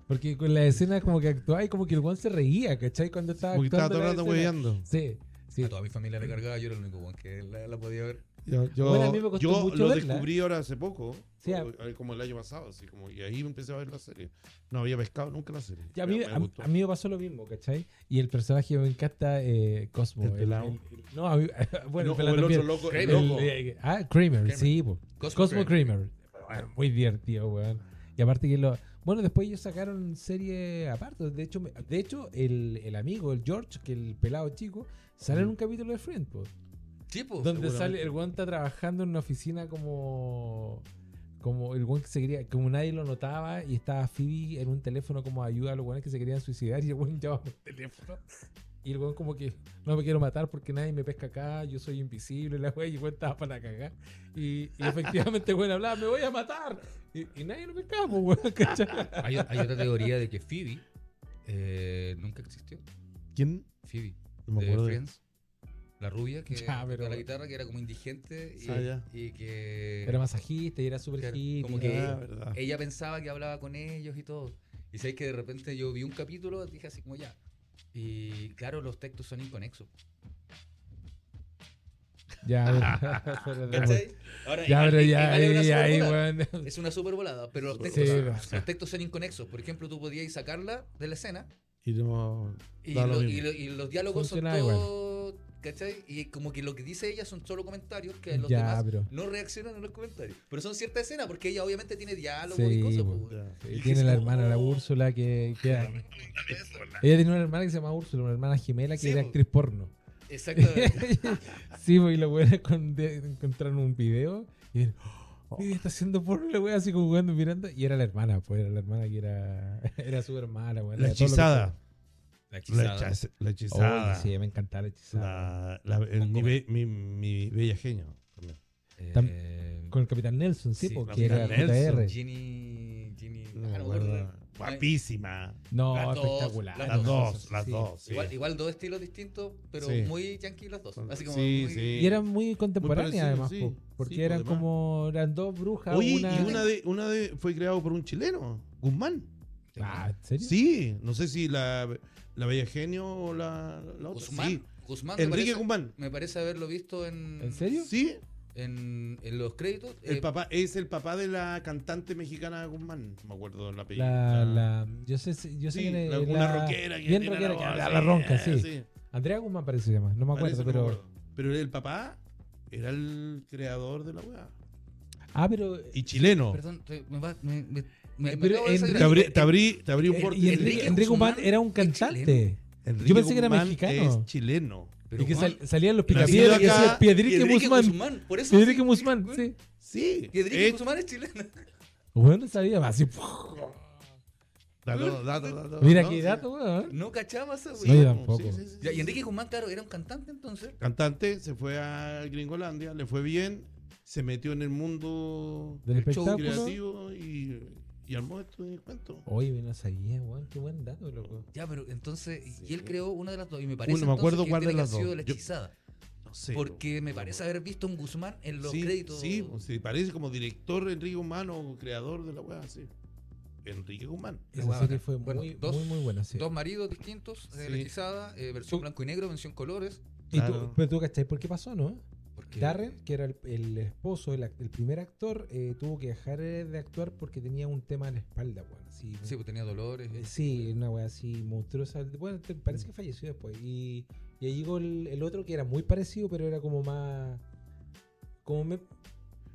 Speaker 3: Porque con la escena como que actuaba y como que el weón se reía, ¿cachai? Cuando estaba
Speaker 2: Como que estaba todo el
Speaker 3: la
Speaker 2: rato
Speaker 3: escena.
Speaker 2: hueveando.
Speaker 3: Sí, sí.
Speaker 1: a toda mi familia le cargaba, yo era el único weón que la, la podía ver.
Speaker 2: Yo, yo,
Speaker 3: Bueno, a mí me costó
Speaker 2: yo
Speaker 3: mucho
Speaker 2: lo
Speaker 3: verla.
Speaker 2: descubrí ahora hace poco,
Speaker 3: Sí,
Speaker 2: o-
Speaker 3: a-
Speaker 2: o- como el año pasado, así como, y ahí empecé a ver la serie. No había pescado nunca la serie.
Speaker 3: Y a, mí,
Speaker 2: me
Speaker 3: a,
Speaker 2: gustó.
Speaker 3: a mí me pasó lo mismo, ¿cachai? Y el personaje me encanta eh, Cosmo.
Speaker 2: El pelado.
Speaker 3: no, a mí, *laughs* bueno,
Speaker 2: No,
Speaker 3: el
Speaker 2: o
Speaker 3: pelado
Speaker 2: el otro
Speaker 3: también.
Speaker 2: loco, el
Speaker 1: El-
Speaker 2: loco.
Speaker 3: El- ah, Kramer,
Speaker 1: Kramer.
Speaker 3: sí, po.
Speaker 1: Cosmo
Speaker 3: Cosmo, Kramer. Bueno, muy divertido, weón. Y aparte que lo. Bueno, después ellos sacaron serie aparte. De hecho, me- de hecho el, el amigo, el George, que el pelado chico, sale en un capítulo de Friends, po,
Speaker 1: Sí, pues. po.
Speaker 3: Donde
Speaker 2: seguramente.
Speaker 3: sale el weón está trabajando en una oficina como. Como el weón que se quería. Como nadie lo notaba y estaba Phoebe en un teléfono como ayuda a los weones que se querían suicidar y el weón llamaba por teléfono. Y el weón como que no me quiero matar porque nadie me pesca acá, yo soy invisible, la weá, y el weón estaba para cagar. Y,
Speaker 1: *laughs*
Speaker 3: y efectivamente el weón hablaba, me voy a matar. Y, y nadie lo pescaba, pues, weón, ¿cachai?
Speaker 1: Hay, hay otra teoría de que Phoebe eh, nunca existió.
Speaker 2: ¿Quién?
Speaker 1: Phoebe.
Speaker 2: No me
Speaker 1: de
Speaker 2: acuerdo.
Speaker 1: Friends. La rubia que
Speaker 3: *laughs* Ya,
Speaker 1: tocaba
Speaker 3: pero-
Speaker 1: la guitarra, que era como indigente y,
Speaker 2: Ah, ya.
Speaker 1: y que
Speaker 3: Era masajista y era súper
Speaker 1: Claro,
Speaker 3: hippie,
Speaker 1: como
Speaker 2: Ah,
Speaker 1: que-
Speaker 2: verdad.
Speaker 1: ella pensaba que hablaba con ellos y todo. Y sabéis que de repente yo vi un capítulo, dije así como ya. Y claro, los textos son inconexos.
Speaker 3: Ya,
Speaker 1: *laughs*
Speaker 3: bueno, fuera de-
Speaker 1: ¿Cachai? Ahora,
Speaker 3: Ya,
Speaker 1: igual-
Speaker 3: pero ya,
Speaker 1: igual es una
Speaker 3: ahí, ahí,
Speaker 1: supervolada.
Speaker 3: weón. pues,
Speaker 1: Es una super volada, pero los
Speaker 2: Súper
Speaker 1: textos,
Speaker 3: volada.
Speaker 1: son- los textos son inconexos. Por ejemplo, tú podías sacarla de la escena
Speaker 2: Y no.
Speaker 1: y,
Speaker 2: Da lo
Speaker 1: lo-
Speaker 2: mismo.
Speaker 1: y lo- y los diálogos
Speaker 3: Funciona
Speaker 1: son
Speaker 3: igual.
Speaker 1: todos. ¿Cachai? Y como que lo que dice ella son solo comentarios que los
Speaker 3: Ya,
Speaker 1: demás
Speaker 3: pero-
Speaker 1: no reaccionan en los comentarios. Pero son cierta escena porque ella obviamente tiene diálogos
Speaker 3: Sí,
Speaker 1: y cosas.
Speaker 3: pues.
Speaker 1: pues, weón.
Speaker 2: ya.
Speaker 3: Y tiene la hermana, la Úrsula, que, que era- Ella tenía una hermana que se llamaba Úrsula, una hermana gemela que
Speaker 1: Sí,
Speaker 3: era
Speaker 1: po.
Speaker 3: actriz porno. *laughs*
Speaker 1: Exactamente.
Speaker 3: sí, pues, y los weones con- de- encontraron un video y dijeron, "Oh, mira, está haciendo porno la wea, así como jugando, mirando. Y era la hermana, pues, era la hermana que era, *laughs* era su hermana, weón.
Speaker 2: La
Speaker 3: era todo lo que-
Speaker 2: hechizada.
Speaker 1: La
Speaker 2: La
Speaker 1: hechizada.
Speaker 2: hechiz- la
Speaker 3: Oye,
Speaker 2: hechizada.
Speaker 3: Oh, sí, me encantaba la hechizada.
Speaker 2: La, la, el- mi, be- mi, mi bella genio. también.
Speaker 3: Tam-
Speaker 1: Eh,
Speaker 3: Con el Capitán Nelson, sí,
Speaker 1: Sí,
Speaker 3: porque
Speaker 1: Capitán
Speaker 3: era
Speaker 2: Nelson.
Speaker 3: JR.
Speaker 1: Ginny. Ginny. ah,
Speaker 2: No me
Speaker 1: no me
Speaker 2: acuerdo.
Speaker 1: acuerdo.
Speaker 2: Guapísima.
Speaker 3: No,
Speaker 1: Las dos,
Speaker 3: espectacular.
Speaker 1: las
Speaker 2: Las dos,
Speaker 3: cosas,
Speaker 2: las
Speaker 3: sí.
Speaker 2: dos. sí.
Speaker 1: Igual, igual dos estilos distintos, pero
Speaker 2: Sí.
Speaker 1: muy yankee las dos. Así como
Speaker 2: Sí,
Speaker 1: muy-
Speaker 2: sí.
Speaker 3: Y eran muy contemporáneas,
Speaker 2: parecido,
Speaker 3: además,
Speaker 2: sí,
Speaker 3: po, porque
Speaker 2: sí, po,
Speaker 3: eran
Speaker 2: además.
Speaker 3: como. Eran dos brujas.
Speaker 2: Oye,
Speaker 3: una...
Speaker 2: y una de, una de fue creado por un chileno, Guzmán.
Speaker 3: Ah, ¿en serio?
Speaker 2: Sí, no sé si la, la Bella Genio o la, la otra.
Speaker 1: Guzmán.
Speaker 2: pues Sí.
Speaker 1: Guzmán me
Speaker 2: Enrique
Speaker 1: parece,
Speaker 2: Guzmán.
Speaker 1: me parece haberlo visto en,
Speaker 3: ¿En serio?
Speaker 2: Sí,
Speaker 1: en, en los créditos.
Speaker 2: el
Speaker 1: eh,
Speaker 2: papá es el papá de la cantante mexicana Guzmán. No me acuerdo la apellido.
Speaker 3: La, la, yo sé, si- yo sé
Speaker 2: sí,
Speaker 3: quién es.
Speaker 2: la- una rockera. que
Speaker 3: bien
Speaker 2: tiene
Speaker 3: rockera, que
Speaker 2: voz,
Speaker 3: habla la ronca, sí.
Speaker 2: sí.
Speaker 3: Andrea Guzmán parece que se llama, no me acuerdo,
Speaker 2: Parece, no
Speaker 3: pero.
Speaker 2: me acuerdo. Pero el papá era el creador de la weá.
Speaker 3: Ah, pero.
Speaker 2: Y chileno.
Speaker 1: Perdón, estoy- me va. Me, me, me,
Speaker 3: Eh, Pero
Speaker 1: acabo de
Speaker 3: Enrique-
Speaker 2: Te
Speaker 1: desagradar.
Speaker 2: abrí, te abrí, te abrí un
Speaker 3: eh,
Speaker 2: porte.
Speaker 3: *laughs* y Enrique, Enrique Guzmán era un cantante.
Speaker 2: Enrique
Speaker 3: yo pensé que era
Speaker 2: Guzmán
Speaker 3: mexicano.
Speaker 2: Es chileno.
Speaker 1: Pero
Speaker 3: y que
Speaker 1: Juan,
Speaker 3: sal- salían los
Speaker 2: Nacido
Speaker 3: picapiedras y
Speaker 2: acá,
Speaker 3: decía Piedrique
Speaker 1: Enrique
Speaker 3: Guzmán.
Speaker 1: Guzmán, por eso.
Speaker 3: Piedrique Guzmán, sí.
Speaker 2: Sí.
Speaker 1: Y Enrique
Speaker 2: es-
Speaker 1: Guzmán es chileno.
Speaker 3: Bueno, sabía, así. puf,
Speaker 2: Dato, dato, dato,
Speaker 3: Mira
Speaker 2: ¿no?
Speaker 3: qué
Speaker 2: Sí.
Speaker 3: dato, weón.
Speaker 1: No cachaba esa
Speaker 3: No,
Speaker 1: güey.
Speaker 3: yo tampoco.
Speaker 2: Sí, sí, sí,
Speaker 1: Ya,
Speaker 2: sí.
Speaker 1: Y Enrique Guzmán, claro, era un cantante entonces.
Speaker 2: Cantante, se fue a Gringolandia, le fue bien, se metió en el mundo
Speaker 3: Del
Speaker 1: El show
Speaker 3: espectáculo.
Speaker 2: creativo y, y armó esto de cuento.
Speaker 3: Oye, no sabía, weón. Qué buen dato, loco.
Speaker 1: Ya, pero entonces. y-
Speaker 2: Sí.
Speaker 1: Y él creó una de las dos. Y me parece.
Speaker 2: Uno, me acuerdo
Speaker 1: entonces que
Speaker 2: cuál de
Speaker 1: tiene que
Speaker 2: las
Speaker 1: haber sido
Speaker 2: dos.
Speaker 1: la
Speaker 2: Yo-
Speaker 1: hechizada.
Speaker 2: No sé.
Speaker 1: Porque
Speaker 2: loco.
Speaker 1: me parece haber visto a un Guzmán en los
Speaker 2: sí,
Speaker 1: créditos.
Speaker 2: Sí, pues, sí, parece como director Enrique Guzmán o creador de la weá, sí. Enrique Guzmán.
Speaker 1: La
Speaker 3: Esa
Speaker 1: weá
Speaker 3: serie
Speaker 1: bacán.
Speaker 3: fue
Speaker 1: Bueno,
Speaker 3: muy,
Speaker 1: dos-
Speaker 3: muy, muy buena. Sí.
Speaker 1: Dos maridos distintos, eh, la
Speaker 2: Sí.
Speaker 1: hechizada, eh, versión blanco y negro, versión colores.
Speaker 3: Y tú-
Speaker 2: Claro.
Speaker 3: pero tú cachai por qué pasó, ¿no?
Speaker 1: Porque
Speaker 3: Darren, que era el, el esposo, el, act- el primer actor, eh, tuvo que dejar eh, de actuar porque tenía un tema en la espalda, weón. así,
Speaker 1: Sí, pues tenía dolores.
Speaker 3: eh, sí, una wea así monstruosa. Bueno, te- parece que falleció después. Y, y ahí llegó el, el otro que era muy parecido, pero era como más. Como me-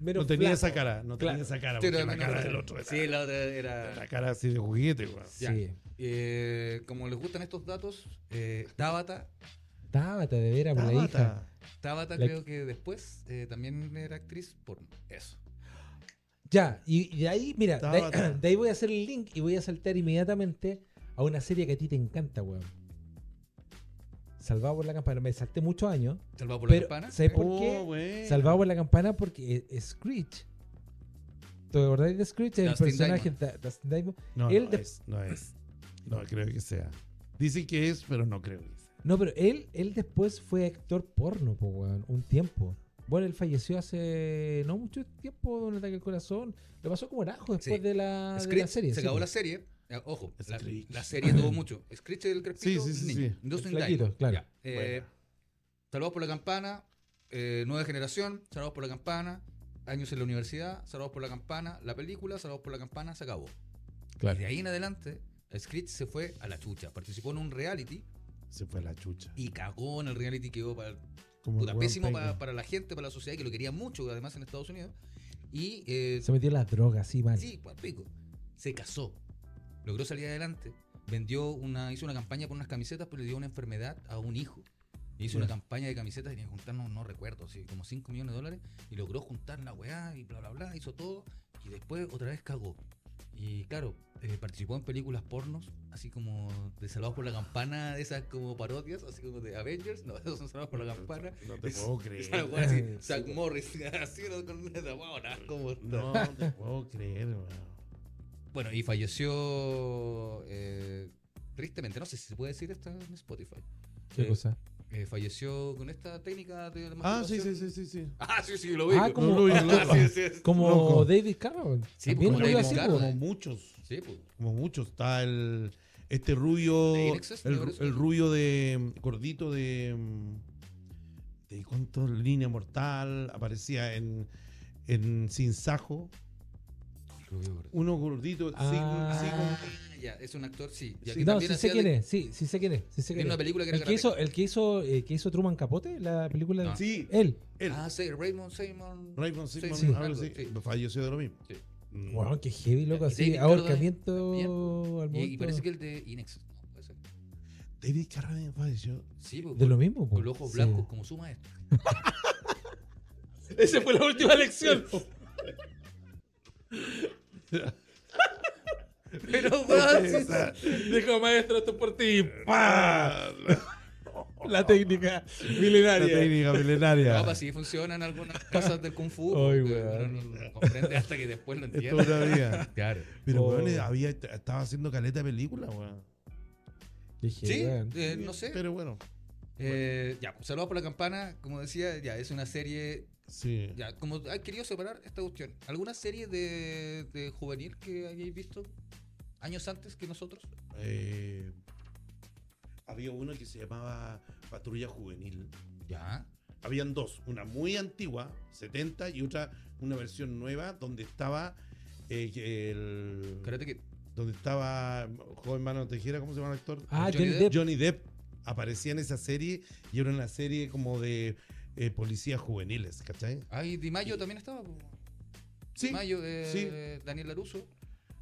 Speaker 3: menos
Speaker 2: no tenía
Speaker 3: flaco.
Speaker 2: esa cara, no tenía
Speaker 3: Claro.
Speaker 2: esa cara,
Speaker 1: Sí,
Speaker 2: porque
Speaker 1: era
Speaker 2: la
Speaker 1: menos
Speaker 2: cara
Speaker 1: grande.
Speaker 2: del otro
Speaker 1: Sí,
Speaker 2: era
Speaker 1: la otra era.
Speaker 2: la cara así de juguete, weón.
Speaker 1: Ya.
Speaker 3: Sí.
Speaker 1: Eh, como les gustan estos datos, eh, Tabata,
Speaker 3: Tabata, de veras, por la hija.
Speaker 2: Tabata.
Speaker 1: Tabata
Speaker 3: La-
Speaker 1: creo que después eh, también era actriz por eso.
Speaker 3: Ya, y de ahí, mira, de ahí,
Speaker 2: Tabata.
Speaker 3: *clears throat* de ahí voy a hacer el link y voy a saltar inmediatamente a una serie que a ti te encanta, weón. Salvado por la campana. Me salté muchos años.
Speaker 1: Salvado por
Speaker 3: Pero,
Speaker 1: la campana.
Speaker 3: ¿sabes por
Speaker 2: Oh,
Speaker 3: qué?
Speaker 2: bueno.
Speaker 3: Salvado por la campana porque eh, Screech. ¿Te acordás de Screech? El
Speaker 1: Dustin
Speaker 3: personaje de Dustin Diamond.
Speaker 2: No,
Speaker 3: Él
Speaker 2: no,
Speaker 3: de-
Speaker 2: es, no es. No creo que sea. Dicen que es, pero no creo que sea.
Speaker 3: No, pero él, él después fue actor porno, po, weón, un tiempo. Bueno, él falleció hace no mucho tiempo de un ataque al corazón. Lo pasó como arajo después
Speaker 1: Sí.
Speaker 3: de, la, Ah, de
Speaker 1: Screech,
Speaker 3: la serie.
Speaker 1: se
Speaker 3: sí,
Speaker 1: acabó
Speaker 3: po.
Speaker 1: la serie. Ah, Ojo, la,
Speaker 2: Screech.
Speaker 1: la serie tuvo mucho. Screech el crespito.
Speaker 2: Sí, sí, sí,
Speaker 1: niño.
Speaker 2: sí.
Speaker 1: Dustin
Speaker 3: El flaquito,
Speaker 1: Diamond.
Speaker 3: claro.
Speaker 1: Ya, eh, Salvados por la campana. eh, nueva generación. Salvados por la campana. Años en la universidad. Salvados por la campana. La película. Salvados por la campana. Se acabó. Y de ahí en adelante, Screech se fue a la chucha. Participó en un reality
Speaker 2: Se fue a la chucha.
Speaker 1: y cagó en el reality que quedó para el
Speaker 2: Como
Speaker 1: puta,
Speaker 2: el weón
Speaker 1: pésimo para,
Speaker 2: penca.
Speaker 1: para la gente, para la sociedad, que lo quería mucho, además en Estados Unidos. Y eh,
Speaker 3: Se metió en las drogas, sí, mal.
Speaker 1: sí, pues pico. Se casó. Logró salir adelante. Vendió una, hizo una campaña por unas camisetas, pero le dio una enfermedad a un hijo. E Hizo
Speaker 2: Ya.
Speaker 1: una campaña de camisetas, tenía que juntar, no, no recuerdo, así como 5 millones de dólares, y logró juntar la weá y bla, bla, bla, hizo todo, y después otra vez cagó. Y claro, eh, participó en películas pornos, así como de Salvados por la Campana, de esas como parodias, así como de Avengers, no, *laughs* esos son Salvados por la Campana,
Speaker 2: No te
Speaker 1: Es- *laughs*
Speaker 2: puedo
Speaker 1: es algo
Speaker 2: creer. *laughs*
Speaker 1: así, Zack Morris, *laughs* así ¿no? con una tapabocas, como-
Speaker 2: No te puedo creer, weón.
Speaker 1: Bueno, y falleció eh, tristemente, no sé si se puede decir esto en Spotify.
Speaker 3: ¿Qué
Speaker 1: Eh,
Speaker 3: cosa?
Speaker 1: eh, falleció con esta técnica de
Speaker 2: Ah, sí,
Speaker 1: masturbación.
Speaker 2: sí, sí, sí, sí.
Speaker 1: Ah, sí, sí, lo vi.
Speaker 3: Ah, como-
Speaker 2: No, no, no, no.
Speaker 1: sí, sí, sí.
Speaker 3: Como
Speaker 2: Loco.
Speaker 3: David Carroll.
Speaker 1: Sí, pues,
Speaker 3: También
Speaker 1: como
Speaker 3: lo iba
Speaker 1: David
Speaker 3: así,
Speaker 1: Carroll.
Speaker 3: po.
Speaker 2: Como muchos,
Speaker 1: Sí, pues.
Speaker 2: como muchos. Está el este rubio,
Speaker 1: De Inexcess,
Speaker 2: el,
Speaker 1: me parece.
Speaker 2: el rubio de gordito de de cuánto línea mortal aparecía en en Sin Sajo, uno gordito,
Speaker 3: Ah.
Speaker 2: Sigmund- Sigmund-
Speaker 1: Ah, ya, es un actor, sí. Ya
Speaker 2: Sí,
Speaker 1: que
Speaker 3: No,
Speaker 1: también
Speaker 3: sí sé
Speaker 1: hacía
Speaker 3: quién
Speaker 1: de-
Speaker 3: es, sí, sí sé quién es. Sí sé
Speaker 1: Tiene
Speaker 3: quién
Speaker 1: una
Speaker 3: es.
Speaker 1: película que era
Speaker 3: El que hizo,
Speaker 1: karateca.
Speaker 3: el que hizo, eh, que hizo Truman Capote, la película de...
Speaker 1: Ah.
Speaker 2: Sí,
Speaker 3: Él.
Speaker 2: él.
Speaker 1: Ah, sí, Raymond Simon.
Speaker 2: Raymond Sigmund,
Speaker 1: sí,
Speaker 2: algo
Speaker 1: algo,
Speaker 2: así,
Speaker 1: sí.
Speaker 2: falleció de lo mismo.
Speaker 1: Sí.
Speaker 2: Mm.
Speaker 3: Wow, qué heavy, loco,
Speaker 1: Y
Speaker 3: así,
Speaker 1: David
Speaker 3: ahorcamiento al
Speaker 1: Y, y
Speaker 3: momento.
Speaker 1: parece que el de Inex. No, puede ser.
Speaker 2: David Carradine falleció.
Speaker 1: Sí, pues.
Speaker 3: De
Speaker 1: con-
Speaker 3: lo mismo, po.
Speaker 1: Con los ojos
Speaker 3: Sí.
Speaker 1: blancos, como su maestro.
Speaker 3: Esa fue la última lección.
Speaker 1: Pero, weón, sí.
Speaker 3: Dijo maestro, esto por ti.
Speaker 2: ¡Pah!
Speaker 3: La técnica
Speaker 1: Ah,
Speaker 2: La
Speaker 3: milenaria.
Speaker 2: técnica milenaria.
Speaker 1: No, pues sí funcionan algunas casas del Kung Fu.
Speaker 3: Ay,
Speaker 1: porque
Speaker 3: weón.
Speaker 1: uno no lo comprende hasta que después lo
Speaker 2: Esto
Speaker 1: entiende.
Speaker 2: todavía.
Speaker 1: Claro.
Speaker 2: Pero
Speaker 3: Oh.
Speaker 2: weón, había, estaba haciendo caleta de película, weón.
Speaker 3: Qué
Speaker 1: Sí,
Speaker 3: heavy.
Speaker 1: eh, no sé.
Speaker 2: Pero bueno,
Speaker 1: Eh, ya, pues, saludos por la campana. Como decía, ya es una serie.
Speaker 2: sí.
Speaker 1: Ya, como han querido separar esta cuestión. ¿Alguna serie de, de juvenil que hayáis visto años antes que nosotros?
Speaker 2: Eh, había uno que se llamaba Patrulla Juvenil.
Speaker 1: Ya.
Speaker 2: Habían dos, una muy antigua, 70, y otra, una versión nueva, donde estaba eh, que el...
Speaker 1: Espérate que.
Speaker 2: Donde estaba Joven Mano Tejera, ¿cómo se llama el actor?
Speaker 3: Ah,
Speaker 1: Johnny
Speaker 3: Johnny
Speaker 1: Depp.
Speaker 3: Depp.
Speaker 2: Johnny Depp aparecía en esa serie y era una serie como de eh, policías juveniles, ¿cachai?
Speaker 1: Ay, Di Mayo también estaba. po. Di
Speaker 2: Sí,
Speaker 1: Mayo, eh,
Speaker 2: sí.
Speaker 1: Daniel Laruso.